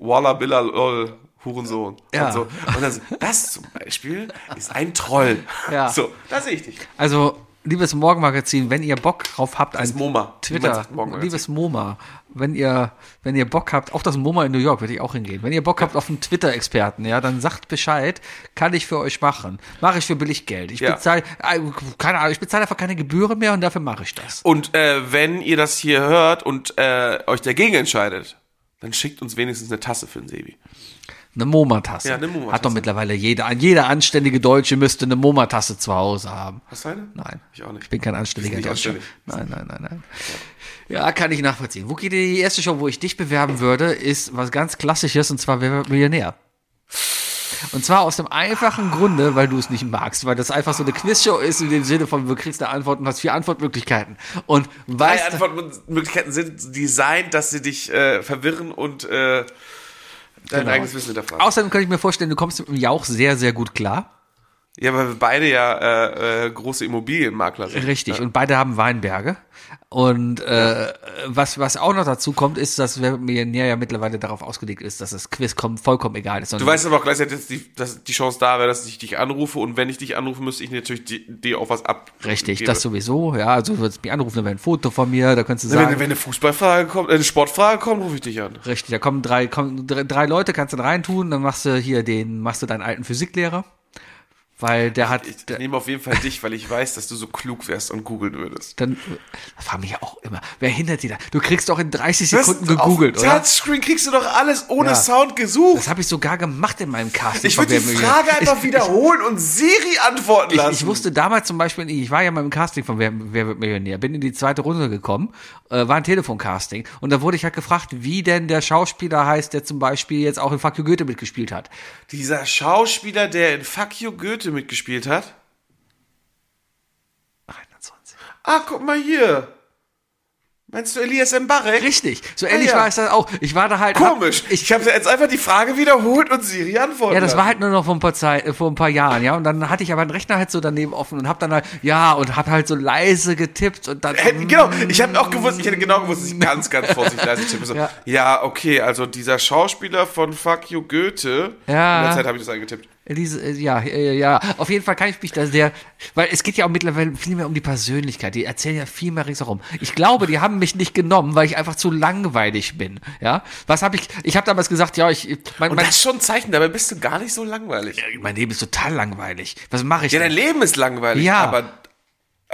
Speaker 4: Walla Billa lol, Hurensohn
Speaker 3: Ja.
Speaker 4: und so. Und dann so, das zum Beispiel ist ein Troll.
Speaker 3: Ja.
Speaker 4: So, da sehe ich dich.
Speaker 3: Also, liebes Morgenmagazin, wenn ihr Bock drauf habt, ein
Speaker 4: MoMA, wie man
Speaker 3: Twitter,
Speaker 4: sagt, Morgenmagazin.
Speaker 3: liebes MoMA, wenn ihr, wenn ihr Bock habt, auch das MoMA in New York würde ich auch hingehen. Wenn ihr Bock habt auf einen Twitter-Experten, ja, dann sagt Bescheid, kann ich für euch machen. Mache ich für billig Geld. Ich
Speaker 4: Ja.
Speaker 3: bezahle, äh, keine Ahnung, ich bezahle einfach keine Gebühren mehr und dafür mache ich das.
Speaker 4: Und äh, wenn ihr das hier hört und äh, euch dagegen entscheidet, dann schickt uns wenigstens eine Tasse für den Sebi.
Speaker 3: Eine MoMA-Tasse.
Speaker 4: Ja, eine MoMA-Tasse.
Speaker 3: Hat doch mittlerweile jeder. Jeder anständige Deutsche müsste eine MoMA-Tasse zu Hause haben.
Speaker 4: Hast du eine?
Speaker 3: Nein.
Speaker 4: Ich auch nicht.
Speaker 3: Ich bin kein anständiger
Speaker 4: nicht
Speaker 3: Deutscher.
Speaker 4: anständig.
Speaker 3: Nein, nein, nein, nein. Ja, kann ich nachvollziehen. Wookie, die erste Show, wo ich dich bewerben würde, ist was ganz Klassisches und zwwer Wer wird Millionär?
Speaker 5: Und zwar aus dem einfachen Grunde, weil du es nicht magst, weil das einfach so eine Quizshow ist in dem Sinne von, du kriegst eine Antwort und hast vier Antwortmöglichkeiten. Und
Speaker 4: Drei
Speaker 5: weißt,
Speaker 4: Antwortmöglichkeiten sind designt, dass sie dich äh, verwirren und äh, dein
Speaker 5: Genau.
Speaker 4: eigenes Wissen hinterfragen.
Speaker 5: außerdem kann ich mir vorstellen, du kommst mit dem Jauch sehr, sehr gut klar.
Speaker 4: ja, weil wir beide ja äh, äh, große Immobilienmakler sind.
Speaker 5: Richtig, und beide haben Weinberge. Und äh, was, was auch noch dazu kommt, ist, dass Wer wird Millionär ja mittlerweile darauf ausgelegt ist, dass das Quiz kommen, vollkommen egal ist.
Speaker 4: Du weißt aber auch gleichzeitig, dass die, dass die Chance da wäre, dass ich dich anrufe und wenn ich dich anrufe, müsste ich natürlich die- dir auch was ab.
Speaker 5: Richtig,
Speaker 4: gebe.
Speaker 5: das sowieso. Ja, also du würdest mich anrufen, dann wäre ein Foto von mir, da könntest du
Speaker 4: Wenn,
Speaker 5: sagen.
Speaker 4: wenn eine Fußballfrage kommt, äh, eine Sportfrage kommt, rufe ich dich an.
Speaker 5: Richtig, da kommen drei, kommen dr- drei Leute, kannst du reintun, dann machst du hier den, machst du deinen alten Physiklehrer. Weil der hat.
Speaker 4: Ich
Speaker 5: der-
Speaker 4: nehme auf jeden Fall dich, weil ich weiß, dass du so klug wärst und googeln würdest.
Speaker 5: dann das frage mich ja auch immer. Wer hindert die da? Du kriegst doch in 30
Speaker 4: Was?
Speaker 5: Sekunden gegoogelt,
Speaker 4: auf
Speaker 5: oder?
Speaker 4: Touchscreen kriegst du doch alles ohne
Speaker 5: Ja.
Speaker 4: Sound
Speaker 5: Das
Speaker 4: gesucht.
Speaker 5: habe ich sogar gemacht in meinem Casting.
Speaker 4: Ich würde
Speaker 5: von
Speaker 4: die
Speaker 5: Wer Millionär.
Speaker 4: Frage einfach
Speaker 5: Ich-
Speaker 4: wiederholen und Siri antworten
Speaker 5: Ich,
Speaker 4: lassen.
Speaker 5: ich wusste damals zum Beispiel, nicht, ich war ja mal im Casting von Wer, Wer wird Millionär, bin in die zweite Runde gekommen, äh, war ein Telefoncasting und da wurde ich halt gefragt, wie denn der Schauspieler heißt, der zum Beispiel jetzt auch in Fuck You Goethe mitgespielt hat.
Speaker 4: Dieser Schauspieler, der in Fuck You Goethe mitgespielt hat.
Speaker 5: 21.
Speaker 4: Ah, guck mal hier. Meinst du Elias Mbarek?
Speaker 5: Richtig, so ähnlich
Speaker 4: ja.
Speaker 5: war es dann auch. Ich war da halt.
Speaker 4: Komisch.
Speaker 5: Hab,
Speaker 4: Ich,
Speaker 5: ich,
Speaker 4: ich habe jetzt einfach die Frage wiederholt und Siri antwortet.
Speaker 5: ja, das war halt nur noch vor ein paar Zeit, äh, vor ein paar Jahren, ja. Und dann hatte ich aber einen Rechner halt so daneben offen und hab dann halt, ja, und hab halt so leise getippt und dann.
Speaker 4: Hätte, genau, ich habe auch gewusst, ich hätte genau gewusst, dass ich ganz, ganz vorsichtig leise tippe. So,
Speaker 5: Ja.
Speaker 4: ja. okay, also dieser Schauspieler von Fuck You Goethe.
Speaker 5: Ja.
Speaker 4: In der Zeit habe ich das eingetippt.
Speaker 5: Diese, äh, ja, äh, ja, auf jeden Fall kann ich mich da sehr, weil es geht ja auch mittlerweile viel mehr um die Persönlichkeit. Die erzählen ja viel mehr ringsherum. Ich glaube, die haben mich nicht genommen, weil ich einfach zu langweilig bin. Ja, was habe ich? Ich habe damals gesagt, ja, ich, mein,
Speaker 4: Und
Speaker 5: mein,
Speaker 4: das ist schon ein Zeichen, dabei bist du gar nicht so langweilig.
Speaker 5: mein Leben ist total langweilig. Was mache ich?
Speaker 4: Ja,
Speaker 5: denn?
Speaker 4: dein Leben ist langweilig,
Speaker 5: Ja.
Speaker 4: aber,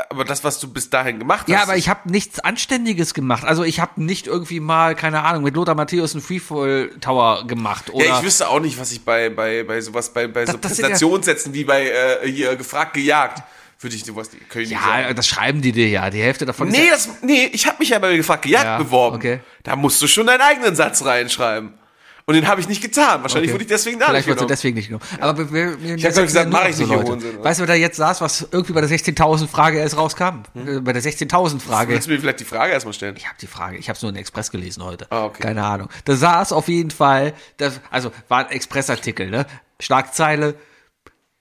Speaker 4: aber das, was du bis dahin gemacht hast.
Speaker 5: Ja, aber ich habe nichts Anständiges gemacht. Also ich habe nicht irgendwie mal, keine Ahnung, mit Lothar Matthäus einen Freefall Tower gemacht oder.
Speaker 4: Ja, ich wüsste auch nicht, was ich bei, bei, bei sowas, bei, bei so
Speaker 5: Das- das sind ja-
Speaker 4: Präsentationssätzen wie bei äh, hier gefragt, gejagt, würde ich sowas nicht- könnte ich nicht sagen.
Speaker 5: ja, das schreiben die dir ja. Die Hälfte davon ist
Speaker 4: Nee, das, nee, ich habe mich ja bei gefragt, gejagt
Speaker 5: Ja,
Speaker 4: beworben.
Speaker 5: okay.
Speaker 4: Da musst du schon deinen eigenen Satz reinschreiben. Und den habe ich nicht getan. Wahrscheinlich
Speaker 5: Okay.
Speaker 4: wurde ich deswegen da
Speaker 5: Vielleicht
Speaker 4: nicht
Speaker 5: wurdest du
Speaker 4: genommen.
Speaker 5: deswegen nicht genommen. Aber wir, wir, ich
Speaker 4: hab doch gesagt, mach ich nicht, ihr Hohensinn, oder?
Speaker 5: Weißt du, wer da jetzt saß, was irgendwie bei der 16.000 Frage erst rauskam? Äh, Bei der 16.000 Frage.
Speaker 4: Willst du mir vielleicht die Frage erstmal stellen?
Speaker 5: Ich habe die Frage, ich habe es nur in Express gelesen heute.
Speaker 4: Ah, okay.
Speaker 5: Keine Ahnung. Da saß auf jeden Fall, das, also war ein Expressartikel, ne? Schlagzeile,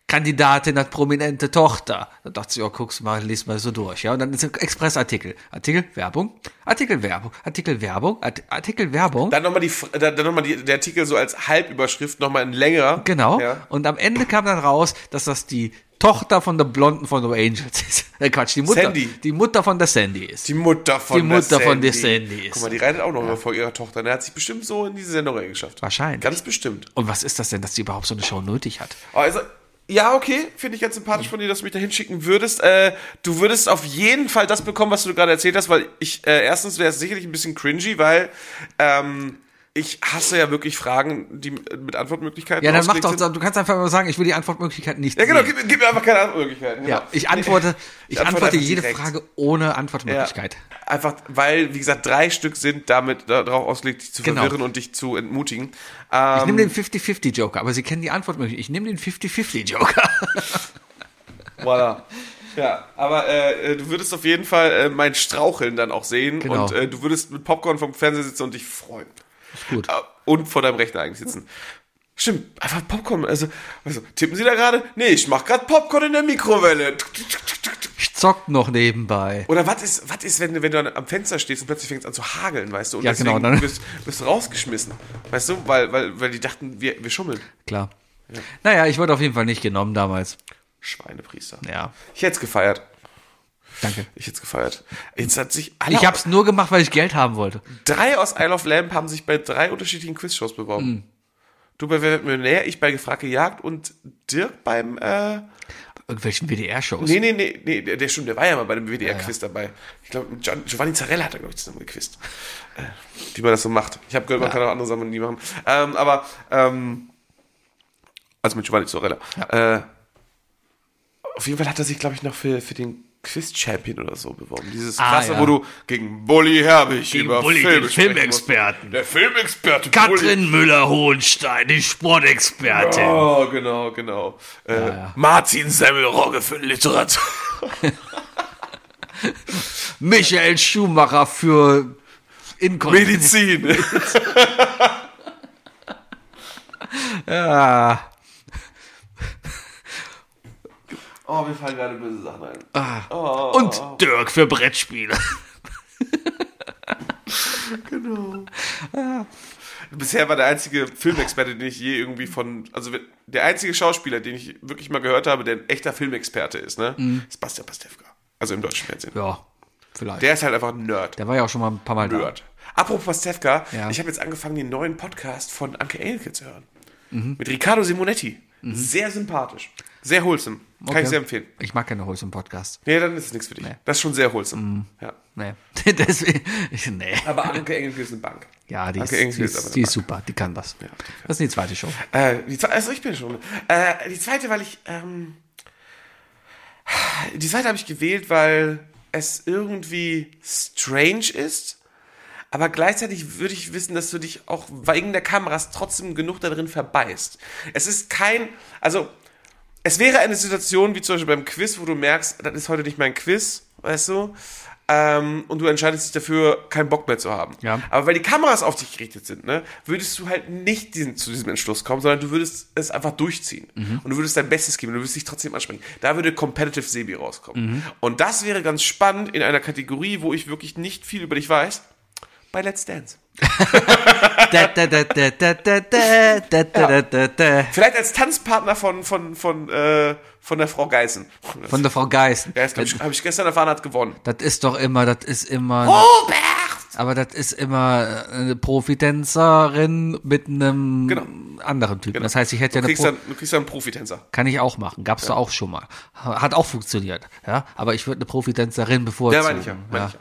Speaker 5: Kandidatin hat prominente Tochter. Da dachte ich, oh, guck's mal, lies mal so durch, ja? Und dann ist ein Expressartikel. Artikel, Werbung, Artikel, Werbung, Artikel, Werbung, Art- Artikel, Werbung.
Speaker 4: Dann nochmal die, Fra- dann dann noch mal die, der Artikel so als Halbüberschrift, nochmal in länger.
Speaker 5: Genau.
Speaker 4: Ja.
Speaker 5: Und am Ende kam dann raus, dass das die Tochter von der Blonden von The Angels ist. [LAUGHS] Äh, Quatsch, die Mutter.
Speaker 4: Sandy.
Speaker 5: Die Mutter von der Sandy ist.
Speaker 4: Die Mutter von
Speaker 5: Die Mutter von der Sandy ist.
Speaker 4: Guck mal, die reitet auch noch vor ihrer Tochter. Der hat sich bestimmt so in diese Sendung reingeschafft.
Speaker 5: Wahrscheinlich.
Speaker 4: Ganz bestimmt.
Speaker 5: Und was ist das denn, dass die überhaupt so eine Show nötig hat?
Speaker 4: Also, ja, okay, finde ich ganz sympathisch von dir, dass du mich da hinschicken würdest. Äh, du würdest auf jeden Fall das bekommen, was du gerade erzählt hast, weil ich, äh, erstens wäre es sicherlich ein bisschen cringy, weil ähm, ich hasse ja wirklich Fragen, die mit mit Antwortmöglichkeiten
Speaker 5: Ja, dann mach
Speaker 4: ausgelegt
Speaker 5: doch,
Speaker 4: sind.
Speaker 5: du kannst einfach mal sagen, ich will die Antwortmöglichkeit nicht
Speaker 4: Ja, genau,
Speaker 5: sehen.
Speaker 4: gib, gib mir einfach keine Antwortmöglichkeiten.
Speaker 5: Ja,
Speaker 4: genau.
Speaker 5: ich antworte, ich,
Speaker 4: antworte
Speaker 5: antworte
Speaker 4: einfach
Speaker 5: jede
Speaker 4: direkt.
Speaker 5: Frage ohne
Speaker 4: Ja.
Speaker 5: Antwortmöglichkeit.
Speaker 4: Einfach, weil, wie gesagt, drei Stück sind damit darauf ausgelegt, dich zu
Speaker 5: Genau.
Speaker 4: verwirren und dich zu entmutigen.
Speaker 5: Ich
Speaker 4: Ähm,
Speaker 5: nehme den 50-50-Joker, aber Sie kennen die Antwortmöglichkeit. Ich nehme den 50-50-Joker.
Speaker 4: Voilà. Ja, aber äh, äh, du würdest auf jeden Fall äh, mein Straucheln dann auch sehen
Speaker 5: Genau.
Speaker 4: und äh, du würdest mit Popcorn vom Fernseher sitzen und dich freuen.
Speaker 5: Gut.
Speaker 4: Äh, und vor deinem Rechner eigentlich sitzen. Stimmt, einfach Popcorn. Also, also tippen Sie da gerade? Nee, ich mach gerade Popcorn in der Mikrowelle.
Speaker 5: [LAUGHS] Ich zock noch nebenbei.
Speaker 4: Oder was ist, was ist, wenn, du- wenn du an- am Fenster stehst und plötzlich fängst an zu hageln, weißt du? Und
Speaker 5: Ja,
Speaker 4: deswegen
Speaker 5: genau, dann-
Speaker 4: wirst, wirst du rausgeschmissen. Weißt du, weil, weil, weil die dachten, wir, wir schummeln.
Speaker 5: Klar. Naja, ich wurde auf jeden Fall nicht genommen damals.
Speaker 4: Schweinepriester.
Speaker 5: Ja,
Speaker 4: Ich hätte es gefeiert.
Speaker 5: danke.
Speaker 4: Ich hätte es gefeiert. Jetzt hat sich alle
Speaker 5: Ich hab's nur gemacht, weil ich Geld haben wollte.
Speaker 4: Drei aus Isle of Lamp haben sich bei drei unterschiedlichen Quizshows beworben. Du bei Wer wird Millionär, ich bei Gefragt gejagt und Dirk beim, äh,
Speaker 5: Irgendwelchen WDR-Shows.
Speaker 4: nee, nee, nee, nee, der, der stimmt, der war ja mal bei dem WDR-Quiz dabei. Ich glaube, Giovanni Zarella hat da, glaube ich, zusammen gequizt. Äh, wie man das so macht. Ich habe gehört, man kann auch andere Sachen nie machen. Ähm, aber, ähm, also mit Giovanni Zarella. Äh, auf jeden Fall hat er sich, glaube ich, noch für, für den Quiz-Champion oder so beworben. Dieses
Speaker 5: Ah,
Speaker 4: krasse,
Speaker 5: ja.
Speaker 4: wo du gegen Bully Herbig
Speaker 6: Gegen
Speaker 4: über
Speaker 6: Bulli,
Speaker 4: Filme
Speaker 6: den
Speaker 4: sprechen
Speaker 6: Filmexperten.
Speaker 4: musst. Der Filmexperte. Bulli.
Speaker 6: Katrin Müller-Hohenstein, die Sportexpertin.
Speaker 4: Oh, genau, genau. Äh,
Speaker 6: Martin Semmelrogge für Literatur.
Speaker 5: Michael Schumacher für Inkontinenz.
Speaker 4: Medizin.
Speaker 5: [LAUGHS] Ja.
Speaker 4: oh, mir fallen gerade böse Sachen ein.
Speaker 6: Und Dirk für
Speaker 4: [LAUGHS]
Speaker 6: Brettspiele.
Speaker 4: Bisher war der einzige Filmexperte, den ich je irgendwie von, also der einzige Schauspieler, den ich wirklich mal gehört habe, der ein echter Filmexperte ist, ne? Ist Bastian Pastewka. Also im deutschen Fernsehen.
Speaker 5: Mhm. ja, vielleicht. Der,
Speaker 4: Der ist halt einfach ein Nerd.
Speaker 5: war ja auch schon mal ein paar Mal da.
Speaker 4: Nerd. Apropos Pastewka,
Speaker 5: Ja.
Speaker 4: ich habe jetzt angefangen, den neuen Podcast von Anke Engelke zu hören. Mhm. Mit Riccardo Simonetti. Sehr sympathisch. Sehr wholesome. Kann
Speaker 5: Mhm. Okay.
Speaker 4: ich sehr empfehlen.
Speaker 5: Ich mag keine Holz im Podcast.
Speaker 4: Nee, dann ist es nichts für dich. Das ist schon sehr wholesome.
Speaker 5: Mhm.
Speaker 4: Ja.
Speaker 5: Nee. [LAUGHS] Deswegen, ich, nee.
Speaker 4: Aber Anke Engelke ist eine Bank.
Speaker 5: Ja, die ist,
Speaker 4: Anke Engelke
Speaker 5: die
Speaker 4: ist aber
Speaker 5: ist,
Speaker 4: eine
Speaker 5: die
Speaker 4: Bank.
Speaker 5: ist super, die kann das. Das ist die zweite Show.
Speaker 4: Äh, die zweite, also ich bin schon. Äh, die zweite, weil ich. Ähm, die zweite habe ich gewählt, weil es irgendwie strange ist. Aber gleichzeitig würde ich wissen, dass du dich auch wegen der Kameras trotzdem genug darin verbeißt. Es ist kein. Also, es wäre eine Situation wie zum Beispiel beim Quiz, wo du merkst, das ist heute nicht mein Quiz, weißt du? Ähm, und du entscheidest dich dafür, keinen Bock mehr zu haben.
Speaker 5: Ja.
Speaker 4: Aber weil die Kameras auf dich gerichtet sind, ne, würdest du halt nicht diesen, zu diesem Entschluss kommen, sondern du würdest es einfach durchziehen. Und du würdest dein Bestes geben, du würdest dich trotzdem ansprechen. Da würde Competitive Sebi rauskommen. Und das wäre ganz spannend in einer Kategorie, wo ich wirklich nicht viel über dich weiß, bei Let's Dance.
Speaker 5: Da, Äh, da, da, da, da, da, da, da, da, da, da.
Speaker 4: Vielleicht als Tanzpartner von, von, von, äh, von der Frau Geißen.
Speaker 5: Von der Frau Geisen.
Speaker 4: ja, das habe ich, hab ich gestern erfahren, hat gewonnen.
Speaker 5: Das ist doch immer, das ist immer.
Speaker 4: Robert!
Speaker 5: Aber das ist immer eine Profitänzerin mit einem
Speaker 4: Genau.
Speaker 5: anderen Typen. Das heißt, ich hätte ja
Speaker 4: Du
Speaker 5: eine
Speaker 4: kriegst,
Speaker 5: Pro
Speaker 4: dann, du kriegst dann einen Profitänzer.
Speaker 5: kann ich auch machen. Gab's da auch schon mal. Hat auch funktioniert. Ja, aber ich würde eine Profitänzerin bevorzugen.
Speaker 4: Ja, meine ich ja. Meine ich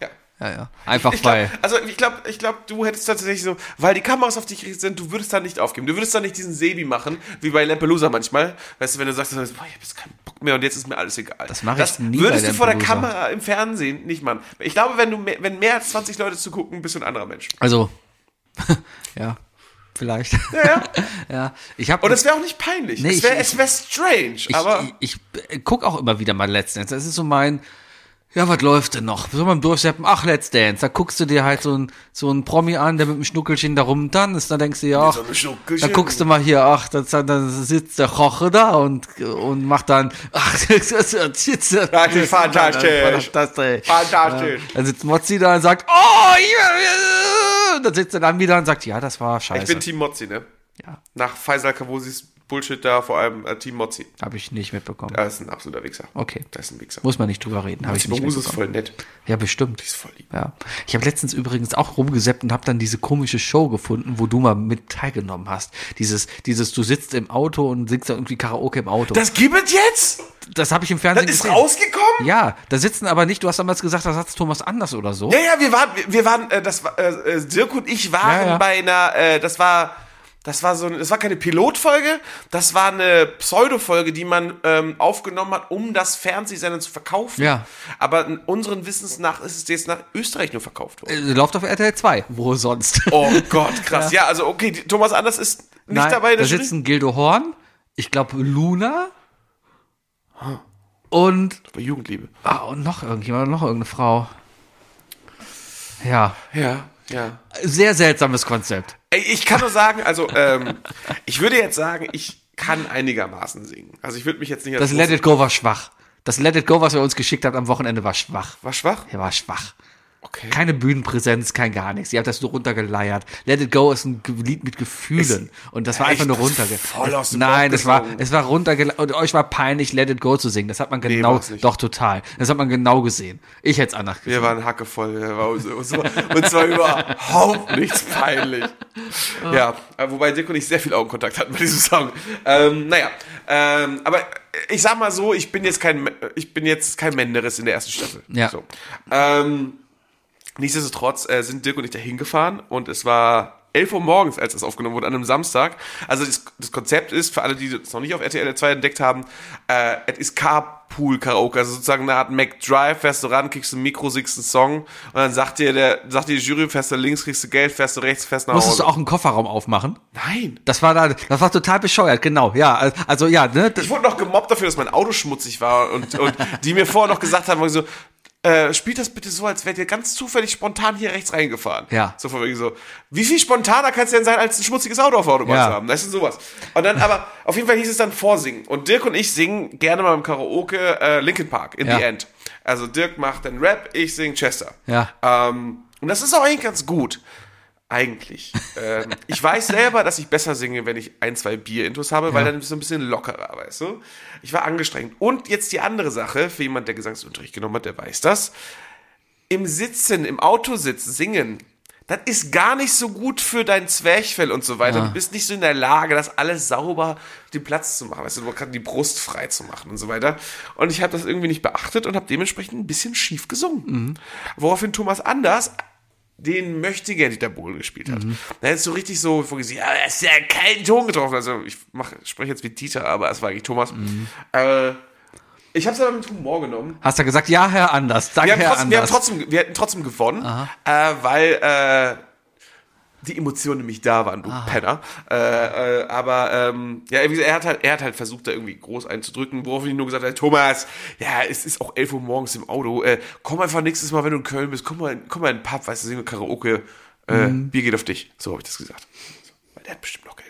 Speaker 4: ja. ja.
Speaker 5: ja, ja. Einfach
Speaker 4: Ich
Speaker 5: weil.
Speaker 4: glaub, also ich glaube, ich glaub, du hättest tatsächlich so, weil die Kameras auf dich gerichtet sind, du würdest da nicht aufgeben. Du würdest da nicht diesen Sebi machen, wie bei Lampelusa manchmal. Weißt du, wenn du sagst, boah, ich habe jetzt keinen Bock mehr und jetzt ist mir alles egal.
Speaker 5: Das mach ich nie
Speaker 4: Würdest
Speaker 5: bei
Speaker 4: du vor der
Speaker 5: Lampelusa.
Speaker 4: Kamera im Fernsehen nicht machen. Ich glaube, wenn du mehr, wenn mehr als 20 Leute zugucken, bist du ein anderer Mensch.
Speaker 5: Also, [LAUGHS] ja, vielleicht. [LAUGHS] Ja,
Speaker 4: Ja, ja.
Speaker 5: ich habe
Speaker 4: Und es wäre auch nicht peinlich.
Speaker 5: Nee,
Speaker 4: es wäre
Speaker 5: ich-
Speaker 4: es wär strange, aber.
Speaker 5: ich, ich, ich guck auch immer wieder mal Let's Dance. Das ist so mein, ja, was läuft denn noch? So beim Durchseppen, ach, Let's Dance. Da guckst du dir halt so ein so ein Promi an, der mit dem Schnuckelchen da rumtanzt. Dann denkst du ja, ach,
Speaker 4: so einem Schnuckelchen.
Speaker 5: dann guckst du mal hier, ach, dann, dann sitzt der Koche da und, und macht dann, ach, [LAUGHS] das ist
Speaker 4: Fantastisch, fantastisch.
Speaker 5: Ähm, fantastisch.
Speaker 4: Fantastisch.
Speaker 5: Ja, Dann sitzt Mozzi da und sagt, oh, hier, äh, dann sitzt er dann wieder und sagt, ja, das war scheiße.
Speaker 4: Ich bin Team Mozzi, ne?
Speaker 5: Ja.
Speaker 4: Nach Faisal Kawosis Bullshit da, vor allem äh, Team Mozzi.
Speaker 5: Habe ich nicht mitbekommen.
Speaker 4: Er ist ein absoluter Wichser.
Speaker 5: Okay.
Speaker 4: Das ist ein Wichser.
Speaker 5: Muss man nicht drüber reden, habe ich nicht
Speaker 4: Borus ist
Speaker 5: mitbekommen.
Speaker 4: voll nett.
Speaker 5: Ja, bestimmt.
Speaker 4: Die ist voll lieb.
Speaker 5: Ja. Ich habe letztens übrigens auch rumgeseppt und habe dann diese komische Show gefunden, wo du mal mit teilgenommen hast. Dieses, dieses, du sitzt im Auto und singst da irgendwie Karaoke im Auto.
Speaker 4: Das gibt es jetzt?
Speaker 5: das habe ich im Fernsehen
Speaker 4: Das ist
Speaker 5: gesehen.
Speaker 4: rausgekommen?
Speaker 5: Ja, da sitzen aber nicht, du hast damals gesagt, das hat Thomas anders oder so.
Speaker 4: Ja, ja, wir waren, wir- wir waren, äh, das war, äh, äh, Dirk und ich waren
Speaker 5: Ja, ja.
Speaker 4: bei einer, äh, das war, das war so, ein- das war keine Pilotfolge, das war eine Pseudofolge, die man ähm, aufgenommen hat, um das Fernsehsender zu verkaufen.
Speaker 5: Ja.
Speaker 4: Aber in unseren Wissens nach ist es jetzt nach Österreich nur verkauft worden.
Speaker 5: Äh, Läuft auf RTL 2. Wo sonst?
Speaker 4: Oh Gott, krass. Ja, also okay, die, Thomas Anders ist nicht
Speaker 5: Nein,
Speaker 4: dabei. in
Speaker 5: da
Speaker 4: der Jury.
Speaker 5: sitzen Gildo Horn, ich glaube Luna und,
Speaker 4: Bei Jugendliebe.
Speaker 5: ah, und noch irgendjemand, noch irgendeine Frau. Ja,
Speaker 4: Ja, ja.
Speaker 5: sehr seltsames Konzept.
Speaker 4: Ey, ich kann nur sagen, also ähm, ich würde jetzt sagen, ich kann einigermaßen singen. Also ich würde mich jetzt nicht als
Speaker 5: Das Let
Speaker 4: groß-
Speaker 5: It Go war schwach. Das Let It Go, was ihr uns geschickt habt am Wochenende, war schwach.
Speaker 4: war schwach.
Speaker 5: Ja, war schwach.
Speaker 4: Okay.
Speaker 5: Keine Bühnenpräsenz, kein gar nichts. Ihr habt das nur runtergeleiert. Let It Go ist ein Ge- Lied mit Gefühlen. und das war
Speaker 4: echt?
Speaker 5: einfach nur
Speaker 4: Das ist
Speaker 5: runterge.
Speaker 4: voll aus dem
Speaker 5: Nein,
Speaker 4: Bauch
Speaker 5: es war,
Speaker 4: gesungen.
Speaker 5: es war runtergeleiert. Und euch war peinlich, Let It Go zu singen. Das hat man genau,
Speaker 4: war's nicht.
Speaker 5: doch total. Das hat man genau gesehen. Ich hätte es anders gesehen.
Speaker 4: Wir waren hackevoll. wir waren so- so- Und zwar
Speaker 5: [LAUGHS]
Speaker 4: überhaupt nichts peinlich. Ja, äh, wobei Dirk und ich sehr viel Augenkontakt hatten bei diesem Song. Ähm, naja, ähm, aber ich sag mal so, ich bin jetzt kein, ich bin jetzt kein Menderes in der ersten Staffel.
Speaker 5: Ja.
Speaker 4: So. Ähm, nichtsdestotrotz äh, sind Dirk und ich da hingefahren und es war 11 Uhr morgens, als das aufgenommen wurde, an einem Samstag. Also das, das Konzept ist, für alle, die es noch nicht auf RTL 2 entdeckt haben, äh, es ist Carpool-Karaoke. Also sozusagen eine Art McDrive, fährst du ran, kriegst ein Mikro, singst einen Song und dann sagt dir, der, sagt dir die Jury, fährst du links, kriegst du Geld, fährst du rechts, fährst nach
Speaker 3: Musstest
Speaker 4: Hause.
Speaker 3: du auch einen Kofferraum aufmachen?
Speaker 4: Nein.
Speaker 3: Das war da, das war total bescheuert, genau. Ja, al- also ja, ne? Das,
Speaker 4: Ich wurde noch gemobbt dafür, dass mein Auto schmutzig war und, und die mir vorher noch gesagt haben, so, äh, spielt das bitte so, als wärt ihr ganz zufällig spontan hier rechts reingefahren.
Speaker 3: Ja.
Speaker 4: So von wegen so, wie viel spontaner kannst du denn sein, als ein schmutziges Auto auf der Autobahn
Speaker 3: Ja.
Speaker 4: zu haben? Das ist sowas. Und dann aber, auf jeden Fall hieß es dann vorsingen. Und Dirk und ich singen gerne mal im Karaoke äh, Linkin Park, In
Speaker 3: Ja.
Speaker 4: the End. Also Dirk macht dann Rap, ich sing Chester.
Speaker 3: ja.
Speaker 4: Ähm, und das ist auch eigentlich ganz gut.
Speaker 3: [LAUGHS]
Speaker 4: Eigentlich. ähm, ich weiß selber, dass ich besser singe, wenn ich ein, zwei Bier-Intos habe, weil dann ist es ein bisschen lockerer, weißt du? Ich war angestrengt. Und jetzt die andere Sache, für jemand, der Gesangsunterricht genommen hat, der weiß das. Im Sitzen, im Autositz singen, das ist gar nicht so gut für dein Zwerchfell und so weiter. Du bist nicht so in der Lage, das alles sauber den Platz zu machen, weißt du, du kannst die Brust frei zu machen und so weiter. Und ich habe das irgendwie nicht beachtet und habe dementsprechend ein bisschen schief gesungen. Woraufhin Thomas Anders den möchte gern Dieter Bohlen gespielt hat. Da hättest du richtig so vorgesehen, ja, das ist ja kein Ton getroffen. Also ich mach, spreche jetzt wie Dieter, aber es war eigentlich Thomas. Äh, ich habe es aber mit Humor genommen.
Speaker 3: Hast du gesagt, ja, Herr Anders, danke,
Speaker 4: Wir, haben
Speaker 3: Herr
Speaker 4: trotzdem, wir, haben
Speaker 3: Anders.
Speaker 4: trotzdem, wir hätten trotzdem gewonnen, äh, weil äh, die Emotionen nämlich da waren, du Penner. Äh, äh, aber ähm, ja, wie gesagt, er, hat halt, er hat halt versucht, da irgendwie groß einzudrücken, worauf ich nur gesagt habe, Thomas, ja, es ist auch 11 Uhr morgens im Auto, äh, komm einfach nächstes Mal, wenn du in Köln bist, komm mal, in- komm mal in den Pub, weißt du, singen wir Karaoke, äh,
Speaker 3: Mhm.
Speaker 4: Bier geht auf dich. So habe ich das gesagt. Weil der hat bestimmt noch Geld.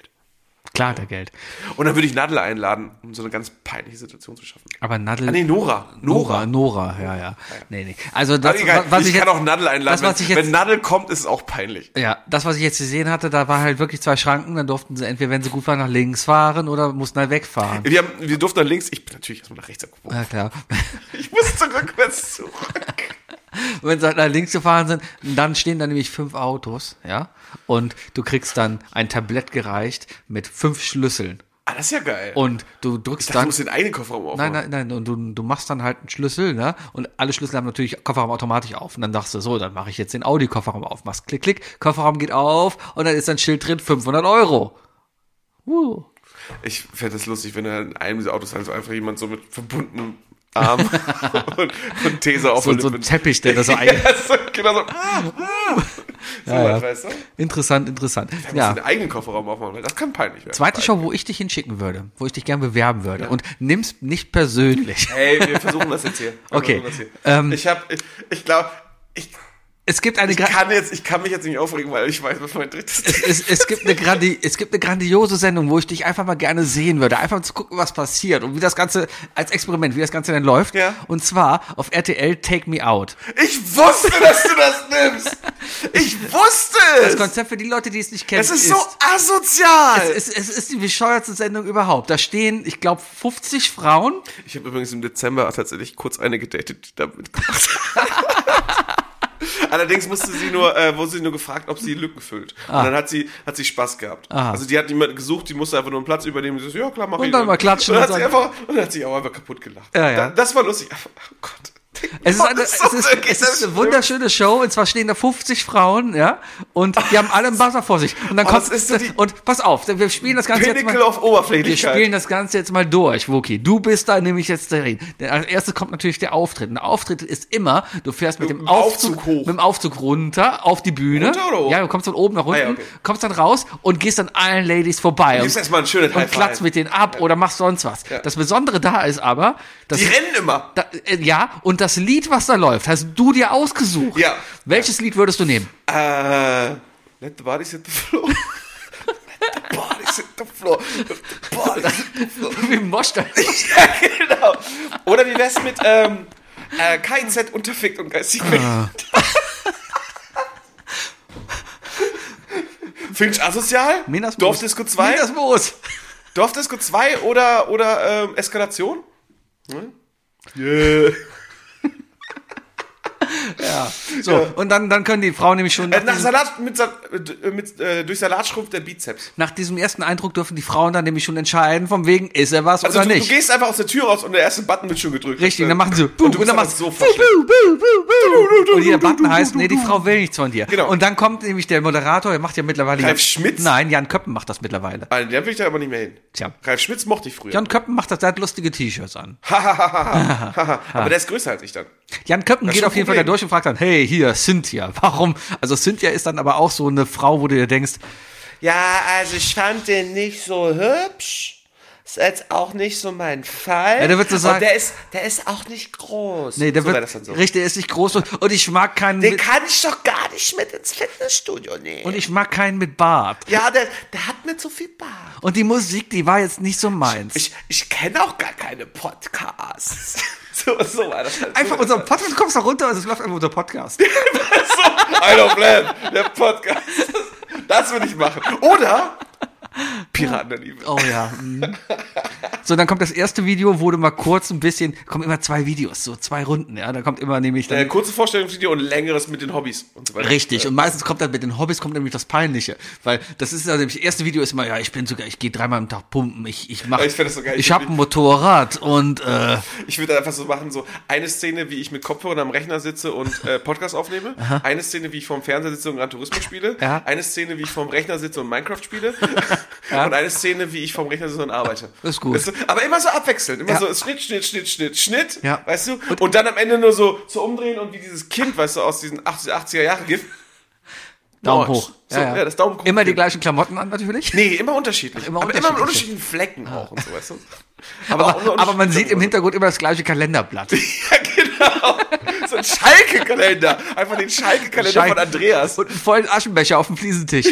Speaker 3: Klar, der Geld.
Speaker 4: Und dann würde ich Nadel einladen, um so eine ganz peinliche Situation zu schaffen.
Speaker 3: Aber Nadel.
Speaker 4: Ah, nee, Nora. Nora.
Speaker 3: Nora, Nora, ja, ja. Nee, nee. Also das,
Speaker 4: Also egal,
Speaker 3: was
Speaker 4: ich,
Speaker 3: ich,
Speaker 4: kann
Speaker 3: jetzt,
Speaker 4: auch Nadel
Speaker 3: das,
Speaker 4: einladen.
Speaker 3: was
Speaker 4: wenn,
Speaker 3: ich jetzt-
Speaker 4: wenn Nadel kommt, ist es auch peinlich.
Speaker 3: ja, das, was ich jetzt gesehen hatte, da waren halt wirklich zwei Schranken, dann durften sie entweder, wenn sie gut waren, nach links fahren oder mussten halt wegfahren.
Speaker 4: Wir, haben, wir durften nach links, ich bin natürlich erstmal nach rechts abgebogen.
Speaker 3: Ja, klar.
Speaker 4: Ich muss zurückwärts zurück.
Speaker 3: Und wenn sie halt nach links gefahren sind, dann stehen da nämlich fünf Autos, ja. Und du kriegst dann ein Tablett gereicht mit fünf Schlüsseln.
Speaker 4: Ah, das ist ja geil.
Speaker 3: Und du drückst
Speaker 4: das
Speaker 3: dann.
Speaker 4: muss den eigenen Kofferraum aufmachen.
Speaker 3: Nein, nein, nein. Und du, du machst dann halt einen Schlüssel, ne? Und alle Schlüssel haben natürlich Kofferraum automatisch auf. Und dann sagst du, so, dann mache ich jetzt den Audi-Kofferraum auf. Machst klick, klick, Kofferraum geht auf und dann ist ein Schild drin, 500 Euro. Uh.
Speaker 4: Ich fände das lustig, wenn da in einem dieser Autos halt so einfach jemand so mit verbundenem
Speaker 3: [LAUGHS]
Speaker 4: Arm und, und These auf
Speaker 3: So, so ein Teppich, der
Speaker 4: [LAUGHS]
Speaker 3: das so ein.
Speaker 4: ja, so, genau so. Ah, ah. so
Speaker 3: Ja,
Speaker 4: was,
Speaker 3: ja.
Speaker 4: weißt du? Ich
Speaker 3: Interessant, interessant.
Speaker 4: muss
Speaker 3: Ja.
Speaker 4: den eigenen Kofferraum aufmachen, weil das kann peinlich werden.
Speaker 3: Zweite Show, wo ich dich hinschicken würde, wo ich dich gern bewerben würde. Und nimm's nicht persönlich.
Speaker 4: Hey, wir versuchen das jetzt hier. Wir
Speaker 3: Okay,
Speaker 4: versuchen Das hier.
Speaker 3: ähm,
Speaker 4: ich habe, ich, ich glaube, ich,
Speaker 3: Es gibt eine
Speaker 4: ich
Speaker 3: Gra-
Speaker 4: kann jetzt, ich kann mich jetzt nicht aufregen, weil ich weiß, was mein drittes
Speaker 3: es, es, es, gibt eine grandi es gibt eine grandiose Sendung, wo ich dich einfach mal gerne sehen würde. Einfach zu gucken, was passiert und wie das Ganze als Experiment, wie das Ganze denn läuft.
Speaker 4: Ja.
Speaker 3: Und zwar auf RTL Take Me Out.
Speaker 4: Ich wusste, dass du das nimmst. Ich wusste
Speaker 3: Das
Speaker 4: es.
Speaker 3: Konzept für die Leute, die es nicht kennen,
Speaker 4: Es ist so asozial.
Speaker 3: es, es ist die bescheuertste Sendung überhaupt. Da stehen, ich glaube, 50 Frauen.
Speaker 4: Ich habe übrigens im Dezember tatsächlich kurz eine gedatet, die damit gemacht
Speaker 3: [LAUGHS]
Speaker 4: Allerdings musste sie nur, äh, wurde sie nur gefragt, ob sie Lücken füllt.
Speaker 3: Ah.
Speaker 4: Und dann hat sie, hat sie Spaß gehabt. Also die hat niemanden gesucht, die musste einfach nur einen Platz übernehmen. Sie so, ja klar, mach
Speaker 3: Und
Speaker 4: ich.
Speaker 3: dann mal klatschen
Speaker 4: Und dann
Speaker 3: und
Speaker 4: hat sie
Speaker 3: sagen-
Speaker 4: einfach, und dann hat sie auch einfach kaputt gelacht.
Speaker 3: Ja, ja.
Speaker 4: Da- Das war lustig. Oh Gott.
Speaker 3: Es ist,
Speaker 4: Oh,
Speaker 3: eine, es,
Speaker 4: ist das
Speaker 3: ist,
Speaker 4: wirklich
Speaker 3: es ist
Speaker 4: schlimm?
Speaker 3: eine wunderschöne Show und zwar stehen da 50 Frauen, ja, und die haben alle einen Buzzer vor sich. Und dann
Speaker 4: Oh,
Speaker 3: kommt
Speaker 4: das ist so die-
Speaker 3: und pass auf, wir spielen das Ganze jetzt mal.
Speaker 4: Pinnacle auf
Speaker 3: Wir
Speaker 4: Oberflächlichkeit.
Speaker 3: spielen das Ganze jetzt mal durch, Wookie. Du bist da nämlich jetzt drin. Der- Als erstes kommt natürlich der Auftritt. Ein Auftritt ist immer, du fährst mit, dem Aufzug,
Speaker 4: hoch.
Speaker 3: mit dem Aufzug runter auf die Bühne.
Speaker 4: Runter oder hoch? Ah,
Speaker 3: Ja, du kommst von oben nach unten,
Speaker 4: ja, okay.
Speaker 3: kommst dann raus und gehst an allen Ladies vorbei
Speaker 4: Gibst
Speaker 3: und,
Speaker 4: erstmal ein schönes
Speaker 3: und klatzt mit denen ab oder machst sonst was. Das Besondere da ist aber, dass
Speaker 4: Die rennen immer.
Speaker 3: da, äh, ja, und das Lied, was da läuft, hast du dir ausgesucht.
Speaker 4: Ja.
Speaker 3: Welches Lied würdest du
Speaker 4: [LAUGHS]
Speaker 3: nehmen?
Speaker 4: Äh, let the bodies hit the [LAUGHS] floor. let the bodies hit the floor. Let the bodies hit the floor.
Speaker 3: Wie moscht das?
Speaker 4: ja, genau. Oder wie wär's mit ähm, äh, KZ unterfickt und geistig
Speaker 3: Ah.
Speaker 4: [LAUGHS] behindert? Finch asozial?
Speaker 3: Minas Moos.
Speaker 4: Dorfdisco 2?
Speaker 3: Minas Moos.
Speaker 4: Dorfdisco 2 oder, oder ähm, Hm? Eskalation? Ne? Yeah.
Speaker 5: ja. So, und dann, dann können die Frauen nämlich schon. Nach,
Speaker 4: Äh, Nach
Speaker 5: diesem,
Speaker 4: Salat, mit, Sal- äh, mit, äh, durch Salat schrumpft der Bizeps.
Speaker 5: nach diesem ersten Eindruck dürfen die Frauen dann nämlich schon entscheiden, von wegen, ist er was
Speaker 4: Also
Speaker 5: oder
Speaker 4: du,
Speaker 5: nicht.
Speaker 4: du gehst einfach aus der Tür raus und der erste Button wird schon gedrückt.
Speaker 5: Richtig,
Speaker 4: Und
Speaker 5: dann machen sie
Speaker 4: und du
Speaker 5: und dann
Speaker 4: bist
Speaker 5: machst
Speaker 4: so
Speaker 5: du
Speaker 4: versteckt.
Speaker 5: und jeder Button heißt, nee, die Frau will nichts von dir.
Speaker 4: Genau.
Speaker 5: Und dann kommt nämlich der Moderator, der macht ja mittlerweile.
Speaker 4: Ralf Schmitz?
Speaker 5: Nein, Jan Köppen macht das mittlerweile.
Speaker 4: Ah, Den will ich da aber nicht mehr hin.
Speaker 5: Tja.
Speaker 4: Ralf Schmitz mochte ich früher.
Speaker 5: Jan Köppen macht das, der hat lustige T-Shirts an. ah.
Speaker 4: aber der ist größer als ich dann.
Speaker 5: Jan Köppen
Speaker 4: ist
Speaker 5: geht
Speaker 4: schon
Speaker 5: auf
Speaker 4: ein
Speaker 5: jeden Fall da
Speaker 4: Problem.
Speaker 5: durch und fragt dann, hey, hier, Cynthia, warum? Also Cynthia ist dann aber auch so eine Frau, wo du dir denkst,
Speaker 7: Ja, also ich fand den nicht so hübsch. Ist jetzt auch nicht so mein Fall.
Speaker 5: Ja, der wird so sagen-
Speaker 7: Und der ist, der ist auch nicht groß.
Speaker 5: nee, der
Speaker 4: So wär
Speaker 5: wird,
Speaker 4: das dann so.
Speaker 5: richtig, er ist nicht groß und, und ich mag keinen
Speaker 7: Den
Speaker 5: mit,
Speaker 7: kann ich doch gar nicht mit ins Fitnessstudio nehmen.
Speaker 5: und ich mag keinen mit Bart.
Speaker 7: ja, der, der hat mir zu viel Bart.
Speaker 5: Und die Musik, die war jetzt nicht so meins.
Speaker 7: Ich, ich kenne auch gar keine
Speaker 4: [LAUGHS]
Speaker 7: Podcasts. so, so war das. halt.
Speaker 5: einfach unser Podcast, du kommst da runter und es läuft einfach unser Podcast.
Speaker 4: I don't plan, der Podcast. Das würde ich machen. Oder Piraten der Liebe.
Speaker 5: Oh ja. mhm. So, dann kommt das erste Video, wurde mal kurz ein bisschen, kommen immer zwei Videos, so zwei Runden, ja. Da kommt immer nämlich dann.
Speaker 4: Äh, kurze Vorstellungsvideo und längeres mit den Hobbys und so weiter.
Speaker 5: Richtig, und meistens kommt dann mit den Hobbys kommt nämlich das Peinliche, weil das ist ja nämlich, das erste Video ist immer, ja, ich bin sogar, ich gehe dreimal am Tag pumpen, ich, ich mache,
Speaker 4: Ich find das so geil.
Speaker 5: ich habe ein Motorrad und, äh,
Speaker 4: Ich würde einfach so machen, so eine Szene, wie ich mit Kopfhörern am Rechner sitze und äh, Podcast
Speaker 5: [LAUGHS]
Speaker 4: aufnehme. Eine Szene, wie ich vorm Fernseher sitze und Gran Turismo spiele.
Speaker 5: Ja.
Speaker 4: Eine Szene, wie ich vorm Rechner sitze und Minecraft
Speaker 5: [LAUGHS]
Speaker 4: spiele. [LAUGHS] Und eine Szene, wie ich vorm Rechner sitze und arbeite.
Speaker 5: Ist gut.
Speaker 4: Weißt du? Aber immer so abwechselnd. Immer so
Speaker 5: Ja.
Speaker 4: Schnitt, Schnitt, Schnitt, Schnitt, Schnitt.
Speaker 5: Ja.
Speaker 4: Weißt du? Und, dann am Ende nur so, so umdrehen und wie dieses Kind, weißt du, aus diesen 80, 80er Jahren gibt.
Speaker 5: [LAUGHS] Daumen
Speaker 4: Oh,
Speaker 5: hoch.
Speaker 4: so, ja, das Daumen hoch.
Speaker 5: Immer die gleichen Klamotten an, natürlich.
Speaker 4: Nee, immer unterschiedlich.
Speaker 5: immer
Speaker 4: aber immer mit
Speaker 5: unterschiedliche.
Speaker 4: unterschiedlichen Flecken auch und so, weißt du? auch mit
Speaker 5: Aber, aber man
Speaker 4: unterschiedlichen-
Speaker 5: sieht im Hintergrund immer das
Speaker 4: [LAUGHS]
Speaker 5: gleiche Kalenderblatt.
Speaker 4: Ja, genau. So ein Schalke-Kalender. Einfach den Schalke-Kalender von Andreas.
Speaker 5: Und einen vollen Aschenbecher auf dem Fliesentisch.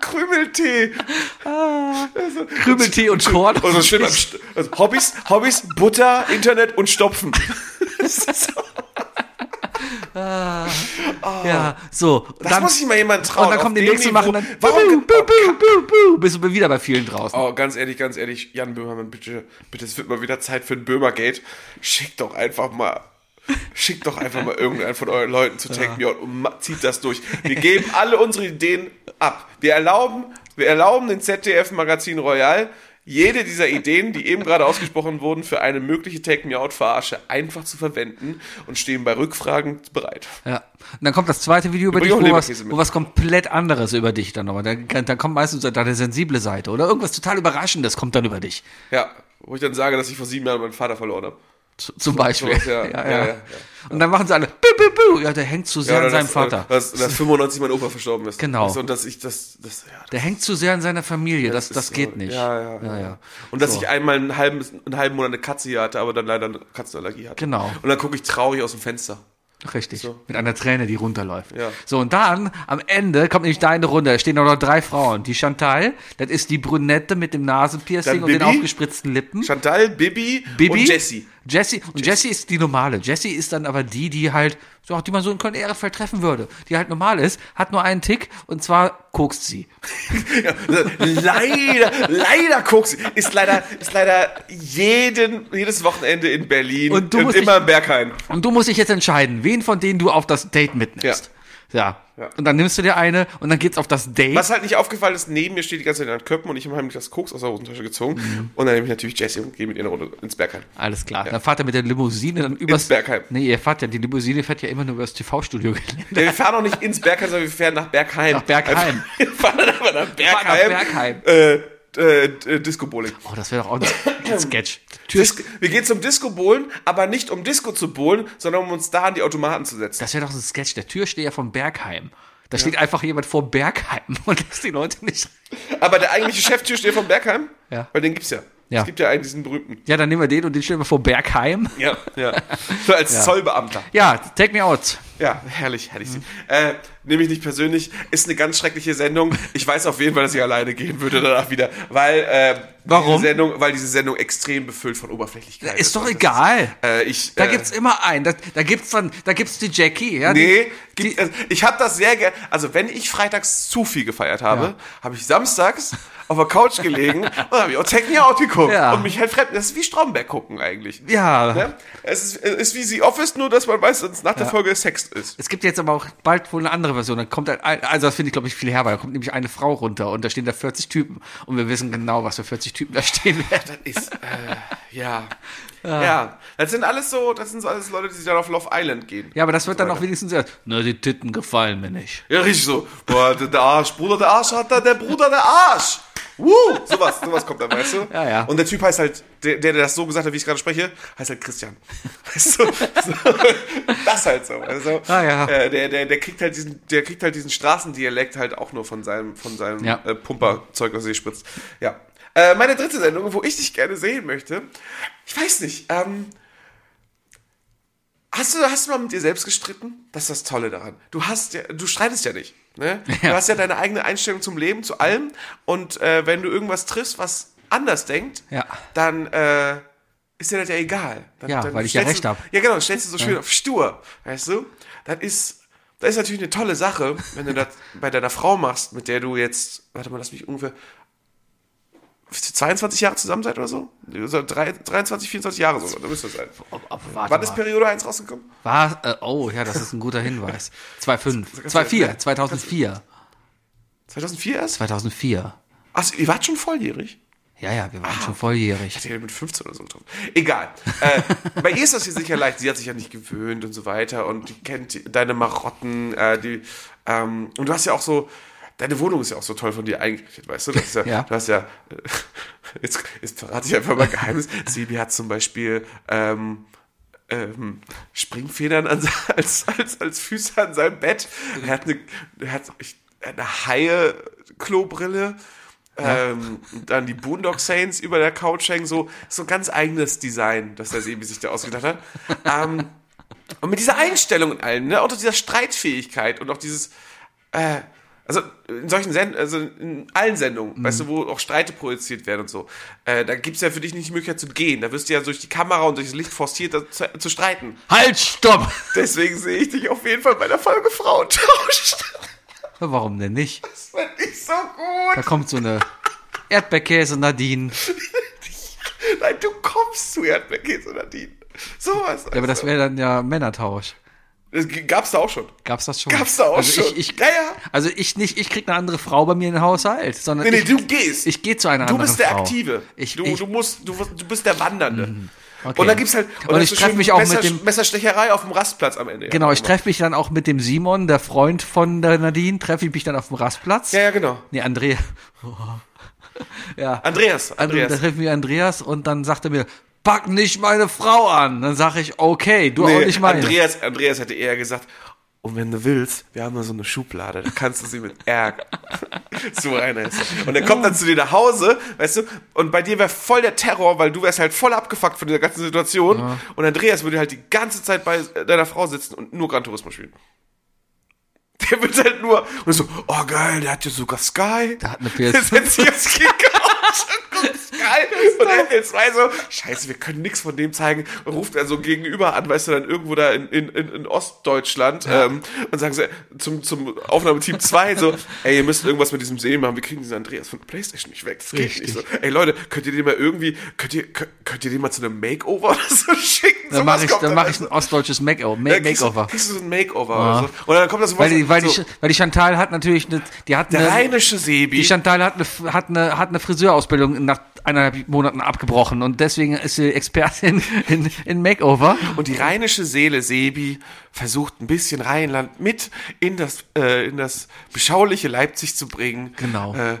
Speaker 4: Krümeltee.
Speaker 5: Ah. Krümeltee und Korn.
Speaker 4: Also schön beim St- also Hobbys, Hobbys, Butter, Internet und
Speaker 5: [LAUGHS]
Speaker 4: Stopfen.
Speaker 5: Ja, so.
Speaker 4: Das muss ich mal jemand trauen.
Speaker 5: Und dann
Speaker 4: Auf
Speaker 5: kommen die
Speaker 4: dem
Speaker 5: nächsten
Speaker 4: Niveau-
Speaker 5: machen dann.
Speaker 4: Warum?
Speaker 5: Buh, buh, buh, buh, bist du wieder bei vielen draußen.
Speaker 4: Oh, ganz ehrlich, ganz ehrlich, Jan Böhmermann, bitte, bitte, es wird mal wieder Zeit für ein Böhmergate. Schickt doch einfach mal, schickt doch einfach mal irgendeinen von euren Leuten zu Take Me Out und ma- zieht das durch. Wir geben alle unsere Ideen ab. Wir erlauben, wir erlauben den ZDF Magazin Royal, jede dieser Ideen, die eben gerade ausgesprochen wurden, für eine mögliche Take Me Out Verarsche einfach zu verwenden und stehen bei Rückfragen bereit.
Speaker 5: Ja. Und dann kommt das zweite Video über
Speaker 4: bring
Speaker 5: dich,
Speaker 4: auch
Speaker 5: wo was,
Speaker 4: Leberkäse mit.
Speaker 5: wo was komplett anderes über dich dann nochmal. Dann, dann kommt meistens deine sensible Seite oder irgendwas total Überraschendes kommt dann über dich.
Speaker 4: Ja, wo ich dann sage, dass ich vor sieben Jahren meinen Vater verloren habe.
Speaker 5: Z-
Speaker 4: Oh
Speaker 5: Zum Beispiel.
Speaker 4: sowas, ja. Ja, ja, ja.
Speaker 5: Und dann machen sie alle. Buh, buh, buh. Ja, der hängt zu sehr an
Speaker 4: oder
Speaker 5: seinem
Speaker 4: dass- äh,
Speaker 5: Vater.
Speaker 4: Dass, dass 95 mein Opa verstorben ist.
Speaker 5: Genau.
Speaker 4: Und dass ich das, das ja,
Speaker 5: Der hängt zu sehr an seiner Familie. Das, das
Speaker 4: so.
Speaker 5: geht nicht.
Speaker 4: Ja, ja, ja.
Speaker 5: ja.
Speaker 4: Und dass
Speaker 5: So.
Speaker 4: ich einmal einen halben, einen halben Monat eine Katze hier hatte, aber dann leider eine Katzenallergie hatte.
Speaker 5: Genau.
Speaker 4: Und dann gucke ich traurig aus dem Fenster.
Speaker 5: Richtig. Mit einer Träne, die runterläuft.
Speaker 4: Ja.
Speaker 5: So, und dann am Ende kommt nämlich deine Runde. Da stehen auch noch drei Frauen. Die Chantal, das ist die Brünette mit dem Nasenpiercing
Speaker 4: Dann
Speaker 5: und den
Speaker 4: Bibi.
Speaker 5: aufgespritzten Lippen.
Speaker 4: Chantal, Bibi,
Speaker 5: Bibi
Speaker 4: und Jessie.
Speaker 5: Jessie. Und Jessie ist die normale. Jessie ist dann aber die, die halt, so, die man so in Köln-Ehrenfeld treffen würde. Die halt normal ist, hat nur einen Tick und zwar kokst sie.
Speaker 4: leider, leider guckst ist leider, ist leider jeden, jedes Wochenende in Berlin
Speaker 5: Und du musst
Speaker 4: immer
Speaker 5: dich-
Speaker 4: im Berghain.
Speaker 5: Und du musst dich jetzt entscheiden, wen von denen du auf das Date mitnimmst. Ja.
Speaker 4: Ja.
Speaker 5: Und dann nimmst du dir eine und dann geht's auf das Date.
Speaker 4: Was halt nicht aufgefallen ist, neben mir steht die ganze Zeit Jan Köppen und ich habe heimlich das Koks aus der Hosentasche gezogen.
Speaker 5: Mhm.
Speaker 4: Und dann nehme ich natürlich Jessie und gehe mit ihr eine Runde ins Berghain.
Speaker 5: Alles klar. Dann fahrt ihr mit der Limousine dann übers.
Speaker 4: Bergheim.
Speaker 5: Nee, ihr fahrt ja, die Limousine fährt ja immer nur übers TV-Studio.
Speaker 4: Ja, wir fahren auch nicht ins Bergheim, sondern wir fahren nach Bergheim. Also,
Speaker 5: Nach Bergheim.
Speaker 4: Wir fahren dann aber nach Bergheim.
Speaker 5: fahren nach Bergheim.
Speaker 4: Äh, äh, äh, Disco Bowling.
Speaker 5: oh, das wäre doch auch ein, ein Sketch. Tür,
Speaker 4: Dis wir gehen zum Disco Bowlen, aber nicht um Disco zu bowlen, sondern um uns da an die Automaten zu setzen.
Speaker 5: das wäre doch ein Sketch. Der Türsteher von Bergheim. Da steht einfach jemand vor Bergheim [LAUGHS] und lässt die Leute nicht.
Speaker 4: Aber der eigentliche Cheftürsteher von Bergheim,
Speaker 5: Ja.
Speaker 4: weil den gibt's ja.
Speaker 5: Ja.
Speaker 4: Es gibt ja einen, diesen berühmten.
Speaker 5: Ja, dann nehmen wir den und den stellen wir vor Bergheim.
Speaker 4: Ja, ja. So als Zollbeamter.
Speaker 5: Ja, take me out.
Speaker 4: Ja, herrlich, herrlich.
Speaker 5: Mhm.
Speaker 4: Äh, nehme ich nicht persönlich. Ist eine ganz schreckliche Sendung. Ich weiß auf jeden Fall, dass ich alleine gehen würde danach wieder. Weil, äh,
Speaker 5: Warum?
Speaker 4: Diese Sendung, weil diese Sendung extrem befüllt von Oberflächlichkeit
Speaker 5: Äh, Ist doch
Speaker 4: Und das
Speaker 5: egal.
Speaker 4: Äh, ich,
Speaker 5: Da
Speaker 4: äh,
Speaker 5: gibt's immer einen. Da, da gibt's dann, da gibt's die Jackie. Ja,
Speaker 4: Nee,
Speaker 5: die,
Speaker 4: gibt,
Speaker 5: die,
Speaker 4: also ich habe das sehr gerne. Also wenn ich freitags zu viel gefeiert habe,
Speaker 5: Ja.
Speaker 4: habe ich samstags auf der Couch
Speaker 5: [LAUGHS]
Speaker 4: gelegen und habe ich auch Tekken ja auch geguckt.
Speaker 3: Ja.
Speaker 4: Und mich halt fremd. Das ist wie Stromberg gucken eigentlich.
Speaker 3: Ja.
Speaker 4: Ne? Es, ist, es ist wie The Office, nur dass man weiß, dass es nach der Folge Sex ist.
Speaker 3: Es gibt jetzt aber auch bald wohl eine andere Version. Dann kommt ein, also das finde ich, glaube ich, viel herber. Da kommt nämlich eine Frau runter und da stehen da 40 Typen. Und wir wissen genau, was für 40 Typen da stehen werden.
Speaker 4: Ist, äh,
Speaker 3: [LAUGHS]
Speaker 4: ja.
Speaker 3: Ah.
Speaker 4: ja. Das sind alles so, das sind so alles Leute, die dann auf Love Island gehen.
Speaker 3: Ja, aber das wird dann auch wenigstens erst. Na, die Titten gefallen mir nicht.
Speaker 4: Ja, richtig so. Boah, der, der Arsch, Bruder, der Arsch hat da, der Bruder, der Arsch. Woo! Sowas, sowas kommt dann, weißt du?
Speaker 3: Ja, ja.
Speaker 4: Und der Typ heißt halt, der, der der das so gesagt hat, wie ich gerade spreche, heißt
Speaker 3: [LAUGHS]
Speaker 4: halt Christian. Weißt du? So, [LAUGHS] das halt so. Also,
Speaker 3: Ah, ja.
Speaker 4: äh, der, der, der kriegt halt diesen, der kriegt halt diesen Straßendialekt halt auch nur von seinem, von seinem
Speaker 3: Ja.
Speaker 4: äh, Pumperzeug, was er sich spritzt. Ja. Äh, meine dritte Sendung, wo ich dich gerne sehen möchte, ich weiß nicht, ähm, Hast du, hast du mal mit dir selbst gestritten? Das ist das Tolle daran. Du hast ja, du streitest ja nicht. Ne? Du hast ja deine eigene Einstellung zum Leben, zu allem. Und äh, wenn du irgendwas triffst, was anders denkt,
Speaker 3: Ja.
Speaker 4: dann äh, ist dir das ja egal. Dann,
Speaker 3: Ja,
Speaker 4: dann
Speaker 3: weil ich ja recht
Speaker 4: stellst du-
Speaker 3: hab.
Speaker 4: Ja, genau, stellst du so schön auf stur, weißt du? Das ist, das ist natürlich eine tolle Sache, wenn du das bei deiner Frau machst, mit der du jetzt, warte mal, lass mich ungefähr 22 Jahre zusammen seid oder so? so drei- 23, 24 Jahre so, da müsste das sein.
Speaker 3: Oh
Speaker 4: Wann ist Periode 1 rausgekommen?
Speaker 3: War, äh, oh, ja, das ist ein guter Hinweis. 2005, 2004, 2004,
Speaker 4: 2004 erst?
Speaker 3: 2004.
Speaker 4: Achso, ihr wart schon volljährig?
Speaker 3: Ja, ja, wir waren schon volljährig.
Speaker 4: Ich hätte ja mit 15 oder so getroffen. Egal. Äh, bei ihr ist das hier sicher leicht. Sie hat sich ja nicht gewöhnt und so weiter und die kennt die- deine Marotten. Äh, die, ähm, und du hast ja auch so, deine Wohnung ist ja auch so toll von dir eingerichtet, weißt du? Das ist ja,
Speaker 3: Ja.
Speaker 4: Du hast ja, äh, jetzt, jetzt verrate ich einfach mal ein Geheimnis. Sibi hat zum Beispiel ähm, ähm, Springfedern an, se- als, als, als Füße an seinem Bett. Er hat eine, er hat, ich, er hat eine Haie-Klobrille. Ähm, dann die Boondock Saints über der Couch hängen, so, so ein ganz eigenes Design, das der Sebi sich da ausgedacht hat. Ähm, und mit dieser Einstellung und allem, ne, auch dieser Streitfähigkeit und auch dieses, äh, also in solchen Sendungen, also in allen Sendungen,
Speaker 3: Mhm.
Speaker 4: weißt du, wo auch Streite projiziert werden und so, äh, da gibt's ja für dich nicht die Möglichkeit zu gehen. Da wirst du ja durch die Kamera und durch das Licht forciert, da zu, zu streiten.
Speaker 3: Halt, stopp!
Speaker 4: Deswegen sehe ich dich auf jeden Fall bei der Folge Frauentausch. [LAUGHS]
Speaker 3: Ja, Warum denn nicht?
Speaker 4: Das fand ich so
Speaker 3: Da
Speaker 4: gut.
Speaker 3: kommt so eine Erdbeerkäse Nadine.
Speaker 4: Nein, du kommst zu Erdbeerkäse, Nadine. Sowas. also.
Speaker 3: Ja, aber das wäre dann ja Männertausch.
Speaker 4: Das g- gab's da auch schon.
Speaker 3: Gab's das schon?
Speaker 4: Gab's da auch
Speaker 3: also
Speaker 4: schon.
Speaker 3: Ich, ich,
Speaker 4: Ja, ja.
Speaker 3: Also ich nicht, ich krieg eine andere Frau bei mir in den Haushalt, sondern
Speaker 4: Nee, nee,
Speaker 3: ich,
Speaker 4: du gehst.
Speaker 3: ich gehe zu einer
Speaker 4: du
Speaker 3: anderen
Speaker 4: bist der
Speaker 3: Frau.
Speaker 4: Aktive.
Speaker 3: Ich,
Speaker 4: du,
Speaker 3: ich, Mhm.
Speaker 4: du, musst, du, wirst- du bist der Wandernde.
Speaker 3: okay.
Speaker 4: Und dann gibt's halt.
Speaker 3: Und,
Speaker 4: dann
Speaker 3: ich
Speaker 4: so
Speaker 3: treffe
Speaker 4: schön
Speaker 3: mich auch
Speaker 4: Messer,
Speaker 3: mit dem.
Speaker 4: Messerstecherei auf dem Rastplatz am Ende.
Speaker 3: Genau, ich treffe mich dann auch mit dem Simon, der Freund von der Nadine, treffe ich mich dann auf dem Rastplatz.
Speaker 4: Ja, ja, genau.
Speaker 3: Nee, Andrea. [LAUGHS] ja. Also
Speaker 4: Andreas,
Speaker 3: Andreas.
Speaker 4: Andreas.
Speaker 3: Da trifft mich Andreas und dann sagt er mir, pack nicht meine Frau an. Dann sage ich, okay, du auch
Speaker 4: Nee,
Speaker 3: nicht meine.
Speaker 4: Andreas, Andreas hätte eher gesagt, und wenn du willst, wir haben da so eine Schublade, da kannst du sie mit R. [LAUGHS] so einer ist er. Und er kommt dann zu dir nach Hause, weißt du, und bei dir wäre voll der Terror, weil du wärst halt voll abgefuckt von dieser ganzen Situation. Und Andreas würde halt die ganze Zeit bei deiner Frau sitzen und nur Gran Turismo spielen. Der wird halt nur, und so, oh geil, der hat ja sogar Sky.
Speaker 3: Der hat eine
Speaker 4: Der
Speaker 3: PS5.
Speaker 4: setzt sich aufs Keycouch und guckt Sky. Und RTL 2 so, scheiße, wir können nichts von dem zeigen. Und ruft er so gegenüber an, weißt du, dann irgendwo da in, in, in, in Ostdeutschland ähm, und sagen so zum, zum Aufnahmeteam 2 so, ey, ihr müsst irgendwas mit diesem Serien machen, wir kriegen diesen Andreas von der Playstation nicht weg. Das geht nicht so. Ey Leute, könnt ihr den mal irgendwie, könnt ihr, könnt, könnt ihr den mal zu einem Makeover oder so [LAUGHS] schicken?
Speaker 3: Dann
Speaker 4: Sowas
Speaker 3: mache ich,
Speaker 4: kommt
Speaker 3: dann mach ich
Speaker 4: also.
Speaker 3: ein ostdeutsches Make-o-
Speaker 4: Ja,
Speaker 3: Make-
Speaker 4: kriegst du-
Speaker 3: Makeover.
Speaker 4: Kriegst du so ein Makeover oder so. Und dann kommt das sowas-
Speaker 3: Weil die, weil,
Speaker 4: so.
Speaker 3: die, weil die Chantal hat natürlich eine, die hat
Speaker 4: Der
Speaker 3: eine,
Speaker 4: rheinische Sebi.
Speaker 3: die Chantal hat eine, hat eine, hat eine Friseurausbildung nach eineinhalb Monaten abgebrochen und deswegen ist sie Expertin [LAUGHS] in, in Makeover.
Speaker 4: und die rheinische Seele Sebi versucht ein bisschen Rheinland mit in das, äh, in das beschauliche Leipzig zu bringen.
Speaker 3: Genau.
Speaker 4: Äh,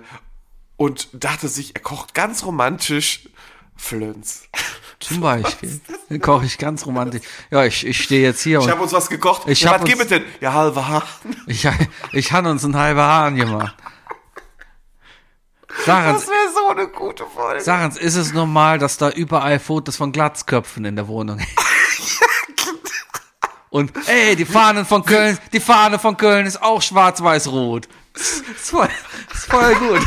Speaker 4: und dachte sich, er kocht ganz romantisch Flöns.
Speaker 3: Zum Beispiel. Dann koche ich ganz romantisch. Ja, ich, ich stehe jetzt hier
Speaker 4: Ich
Speaker 3: und
Speaker 4: habe uns was gekocht.
Speaker 3: Ich
Speaker 4: ja,
Speaker 3: hab
Speaker 4: was gibt
Speaker 3: uns-
Speaker 4: es denn? Ja, halbe Hahn.
Speaker 3: ich, ich habe uns einen halben Hahn gemacht. Sag uns,
Speaker 4: Das wäre so eine gute Folge.
Speaker 3: sag uns, ist es normal, dass da überall Fotos von Glatzköpfen in der Wohnung hängen? Und ey, die Fahnen von Köln, die Fahne von Köln ist auch schwarz-weiß-rot. Ist voll, ist voll gut.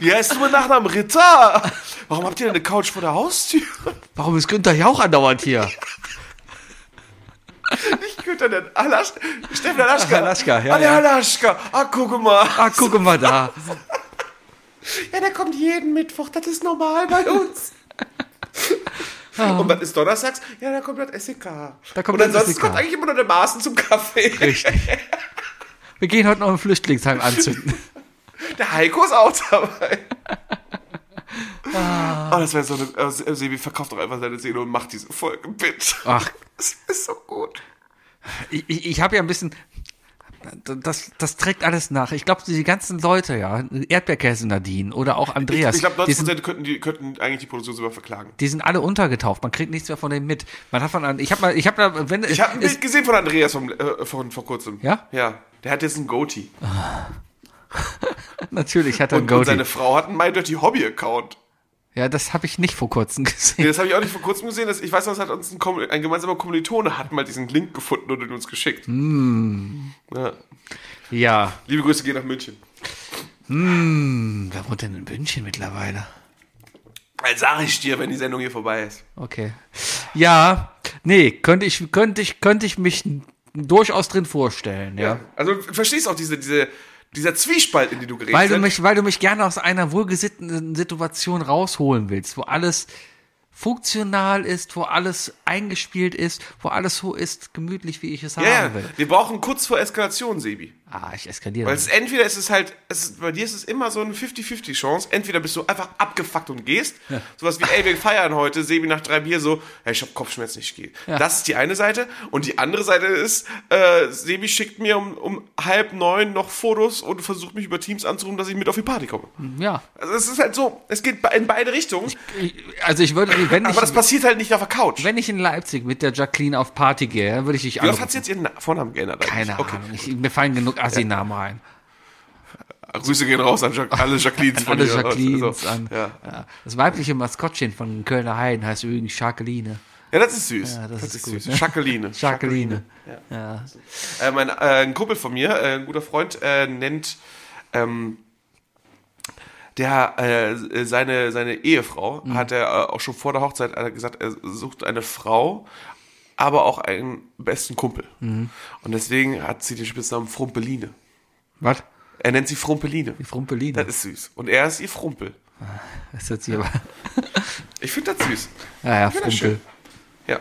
Speaker 4: Wie heißt du mit Nachnamen? Ritter. Warum habt ihr denn eine Couch vor der Haustür? [LAUGHS]
Speaker 3: Warum ist Günther Jauch andauernd hier?
Speaker 4: Ich könnte steht da denn? Alasch Steffen Alaschka.
Speaker 5: Alaschka, ja,
Speaker 4: Alle
Speaker 5: ja.
Speaker 4: Alaschka. Ah, guck mal.
Speaker 5: Ah, guck mal da.
Speaker 4: Ja, der kommt jeden Mittwoch. Das ist normal bei
Speaker 5: [LAUGHS]
Speaker 4: uns. Und was ist Donnerstags? Ja, da kommt das SEK.
Speaker 5: Ah. Da
Speaker 4: Und
Speaker 5: kommt das
Speaker 4: ansonsten
Speaker 5: SEK.
Speaker 4: kommt eigentlich immer nur der Maßen zum Kaffee.
Speaker 5: Richtig. Wir gehen heute noch im Flüchtlingsheim anzünden.
Speaker 4: Der Heiko ist auch dabei.
Speaker 5: Ah.
Speaker 4: Oh, das wäre so eine. Äh, Sebi verkauft doch einfach seine Seele und macht diese Folge, bitte.
Speaker 5: Ach,
Speaker 4: Das ist so gut.
Speaker 5: ich, ich, ich habe ja ein bisschen. Das, das trägt alles nach. Ich glaube, die ganzen Leute, ja, Erdbeerkäse Nadine oder auch Andreas,
Speaker 4: Ich glaube,
Speaker 5: die, sind,
Speaker 4: 90% könnten, die, könnten eigentlich die Produktion sogar verklagen.
Speaker 5: die sind alle untergetaucht. Man kriegt nichts mehr von denen mit. Man hat von an, ich habe mal, ich habe da, wenn
Speaker 4: Ich habe ein
Speaker 5: es-
Speaker 4: Bild gesehen von Andreas vom, äh, von vor kurzem.
Speaker 5: Ja?
Speaker 4: Ja. Der hat jetzt einen Goatee.
Speaker 5: natürlich hat er ein
Speaker 4: Und, und
Speaker 5: Goatee.
Speaker 4: seine Frau hat einen My Dirty Hobby Account.
Speaker 5: Ja, das habe ich nicht vor kurzem [LAUGHS]
Speaker 4: Nee,
Speaker 5: gesehen.
Speaker 4: das habe ich auch nicht vor kurzem gesehen. Das, ich weiß noch, es hat uns ein, Kom- ein gemeinsamer Kommilitone hat mal diesen Link gefunden und ihn uns geschickt.
Speaker 5: Hm.
Speaker 4: Ja.
Speaker 5: Ja,
Speaker 4: Liebe Grüße gehen nach München.
Speaker 5: Hm, wer wohnt denn in München mittlerweile?
Speaker 4: Dann sage ich dir, wenn die Sendung hier vorbei ist.
Speaker 5: Okay. Ja, nee, könnte ich, könnte ich, könnte ich mich durchaus drin vorstellen, ja.
Speaker 4: Also du verstehst auch diese, diese, dieser Zwiespalt, in den du gerätst.
Speaker 5: Weil du
Speaker 4: ne?
Speaker 5: mich, weil du mich gerne aus einer wohlgesitteten Situation rausholen willst, wo alles funktional ist, wo alles eingespielt ist, wo alles so ist, gemütlich, wie ich es
Speaker 4: ja,
Speaker 5: haben
Speaker 4: ja.
Speaker 5: will.
Speaker 4: Wir brauchen kurz vor Eskalation, Sebi.
Speaker 5: Ah, ich eskaliere.
Speaker 4: Weil es ist- entweder ist es halt, es ist, bei dir ist es immer so eine 50-50 Chance. Entweder bist du einfach abgefuckt und gehst. Sowas wie, ey, wir feiern heute, Sebi nach drei Bier so, ey, ich hab Kopfschmerzen, ich gehe. Das ist die eine Seite. Und die andere Seite ist, äh, Sebi schickt mir um, um halb neun noch Fotos und versucht mich über Teams anzurufen, dass ich mit auf die Party komme.
Speaker 5: ja.
Speaker 4: Also es ist halt so, es geht be- in beide Richtungen.
Speaker 5: Mhm. Ich- Also ich würde, wenn ich,
Speaker 4: Aber das passiert halt nicht auf der Couch.
Speaker 5: wenn ich in Leipzig mit der Jacqueline auf Party gehe, dann würde ich dich
Speaker 4: Wie oft hat
Speaker 5: anrufen.
Speaker 4: sie jetzt ihren Na- Vornamen geändert? eigentlich?
Speaker 5: Keine Ahnung. Ich, mir fallen genug Assi-Namen ein.
Speaker 4: Grüße gehen raus an Jac alle Jacquelines von
Speaker 5: Alle
Speaker 4: hier.
Speaker 5: Jacquelines
Speaker 4: Also,
Speaker 5: an.
Speaker 4: Ja.
Speaker 5: Ja. Das weibliche Maskottchen von Kölner Heiden heißt übrigens Jacqueline.
Speaker 4: ja, das ist süß.
Speaker 5: Ja, das ist gut, ne?
Speaker 4: süß. Jacqueline.
Speaker 5: [LAUGHS] Jacqueline.
Speaker 4: Äh, mein, äh, ein Kumpel von mir, äh, ein guter Freund, äh, nennt ähm, der äh, seine, seine Ehefrau,
Speaker 5: Mhm.
Speaker 4: hat er äh, auch schon vor der Hochzeit äh, gesagt, er sucht eine Frau, aber auch einen besten Kumpel.
Speaker 5: Mhm.
Speaker 4: Und deswegen hat sie den Spitznamen Frumpeline.
Speaker 5: Was?
Speaker 4: Er nennt sie Frumpeline.
Speaker 5: Die Frumpeline.
Speaker 4: Das ist süß. Und er ist ihr Frumpel.
Speaker 5: Das ist jetzt hier aber.
Speaker 4: Ich finde das süß.
Speaker 5: Naja,
Speaker 4: das ist
Speaker 5: Frumpel.
Speaker 4: Ja.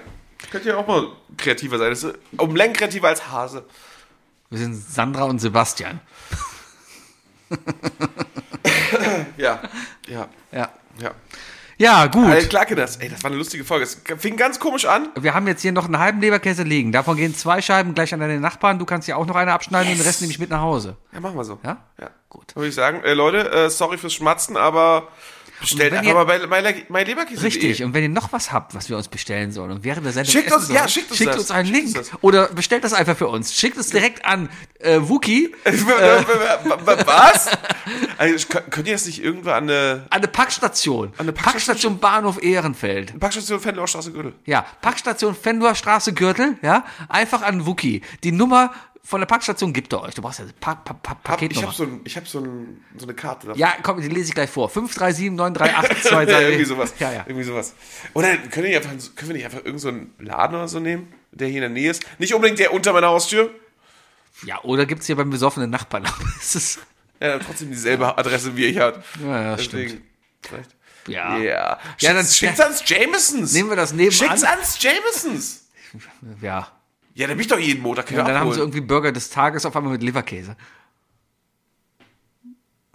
Speaker 4: Könnt ihr auch mal kreativer sein. Das ist um Längen kreativer als Hase.
Speaker 5: Wir sind Sandra und Sebastian.
Speaker 4: Ja. [LAUGHS] Ja.
Speaker 5: Ja.
Speaker 4: Ja.
Speaker 5: Ja, gut.
Speaker 4: Alter, klar, Kinders. Ey, das war eine lustige Folge. Es fing ganz komisch an.
Speaker 5: Wir haben jetzt hier noch einen halben Leberkäse liegen. Davon gehen zwei Scheiben gleich an deine Nachbarn. Du kannst ja auch noch eine abschneiden und den Rest nehme ich mit nach Hause.
Speaker 4: Ja, machen wir so.
Speaker 5: Ja?
Speaker 4: Ja.
Speaker 5: Gut.
Speaker 4: Würde ich sagen, äh, Leute, äh, sorry fürs Schmatzen, aber bestellt
Speaker 5: wenn
Speaker 4: einfach
Speaker 5: ihr-
Speaker 4: mal bei, bei, Le- bei Leberkäse. [LAUGHS] Äh,
Speaker 5: Richtig. Und wenn ihr noch was habt, was wir uns bestellen sollen und während der Sendung
Speaker 4: Schickt
Speaker 5: essen
Speaker 4: uns- ja,
Speaker 5: sollen,
Speaker 4: schickt uns
Speaker 5: schickt
Speaker 4: das.
Speaker 5: uns einen
Speaker 4: Schickt
Speaker 5: Link
Speaker 4: uns das.
Speaker 5: oder bestellt das einfach für uns. Schickt es direkt an äh, Wookie
Speaker 4: [LAUGHS] Was? also, könnt könnt ihr das nicht irgendwo an eine
Speaker 5: an eine Packstation. An
Speaker 4: eine Packstation?
Speaker 5: Packstation Bahnhof Ehrenfeld.
Speaker 4: Packstation Fenloerstraße Gürtel?
Speaker 5: Ja, Packstation Fendor Straße Gürtel, ja, einfach an Wookie. Die Nummer von der Packstation gibt er euch. Du brauchst ja pa pa pa
Speaker 4: Hab, ich
Speaker 5: Paketnummer.
Speaker 4: habe so, ein, ich hab so, ein, so eine Karte dafür.
Speaker 5: ja, komm, die lese ich gleich vor. 5379382.
Speaker 4: [LAUGHS] ja, irgendwie sowas.
Speaker 5: Ja, ja.
Speaker 4: Irgendwie sowas. Oder können wir, nicht einfach, können wir nicht einfach irgendeinen so einen Laden oder so nehmen, der hier in der Nähe ist? Nicht unbedingt der unter meiner Haustür.
Speaker 5: Ja, oder gibt's hier beim besoffenen Nachbarn. [LAUGHS] Das ist,
Speaker 4: Ja, dann trotzdem dieselbe Adresse wie ich hat.
Speaker 5: ja, ja, stimmt.
Speaker 4: Deswegen. Vielleicht.
Speaker 5: Ja.
Speaker 4: Ja.
Speaker 5: Ja, dann-
Speaker 4: Schickt's- schickt's ans Jamesons.
Speaker 5: Nehmen wir das nebenan.
Speaker 4: Schickt's ans Jamesons.
Speaker 5: Ja.
Speaker 4: Ja, da bin ich doch jeden Montag. Könnt ihr
Speaker 5: Und dann haben sie
Speaker 4: abholen.
Speaker 5: irgendwie Burger des Tages auf einmal mit Leberkäse. [LAUGHS]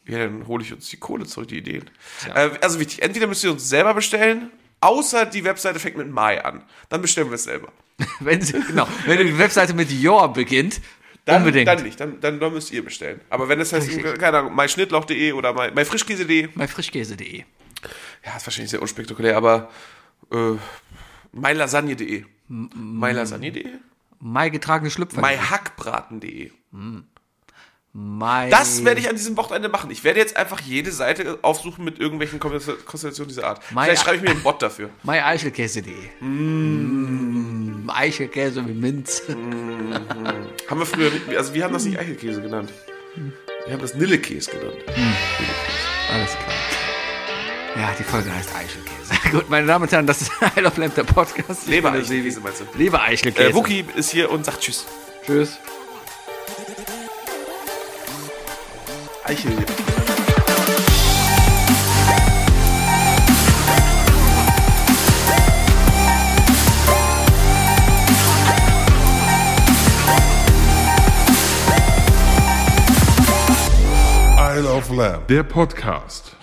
Speaker 4: ja, dann hole ich uns die Kohle zurück, die Ideen. Äh, also wichtig, entweder müsst ihr uns selber bestellen, außer die Webseite fängt mit Mai an. Dann bestellen wir es selber.
Speaker 5: Wenn sie, genau, wenn die Webseite mit Your beginnt,
Speaker 4: Dann,
Speaker 5: unbedingt.
Speaker 4: Dann nicht, dann, dann, dann müsst ihr bestellen. Aber wenn das heißt,
Speaker 5: Richtig.
Speaker 4: keine Ahnung, myschnittlauch.de oder my- myfrischkäse.de,
Speaker 5: Bei frischkäse.de.
Speaker 4: ja, ist wahrscheinlich sehr unspektakulär, aber äh, mylasagne.de. mylasagne.de?
Speaker 5: Mai getragene Schlüpfer.
Speaker 4: myhackbraten.de.
Speaker 5: Mai.
Speaker 4: Das werde ich an diesem Wochenende machen. Ich werde jetzt einfach jede Seite aufsuchen mit irgendwelchen Konvers- Konstellationen dieser Art.
Speaker 5: My-
Speaker 4: Vielleicht schreibe ich mir einen Bot dafür.
Speaker 5: Mai Eichelkäse.de. Mm. Eichelkäse mit Minze.
Speaker 4: Haben wir früher nicht, also wir haben das nicht Eichelkäse genannt. Wir haben das Nillekäse genannt.
Speaker 5: Alles klar. Ja, die Folge heißt Eichelkäse. [LAUGHS] Gut, meine Damen und Herren, das ist Isle of Lamp, der Podcast.
Speaker 4: Leber, ich sehe, wie sie meinst du.
Speaker 5: Leber Eichelkäse.
Speaker 4: Äh, Wookie ist hier und sagt Tschüss.
Speaker 5: Tschüss.
Speaker 4: Eichel.
Speaker 2: Isle of Lamb. Der Podcast.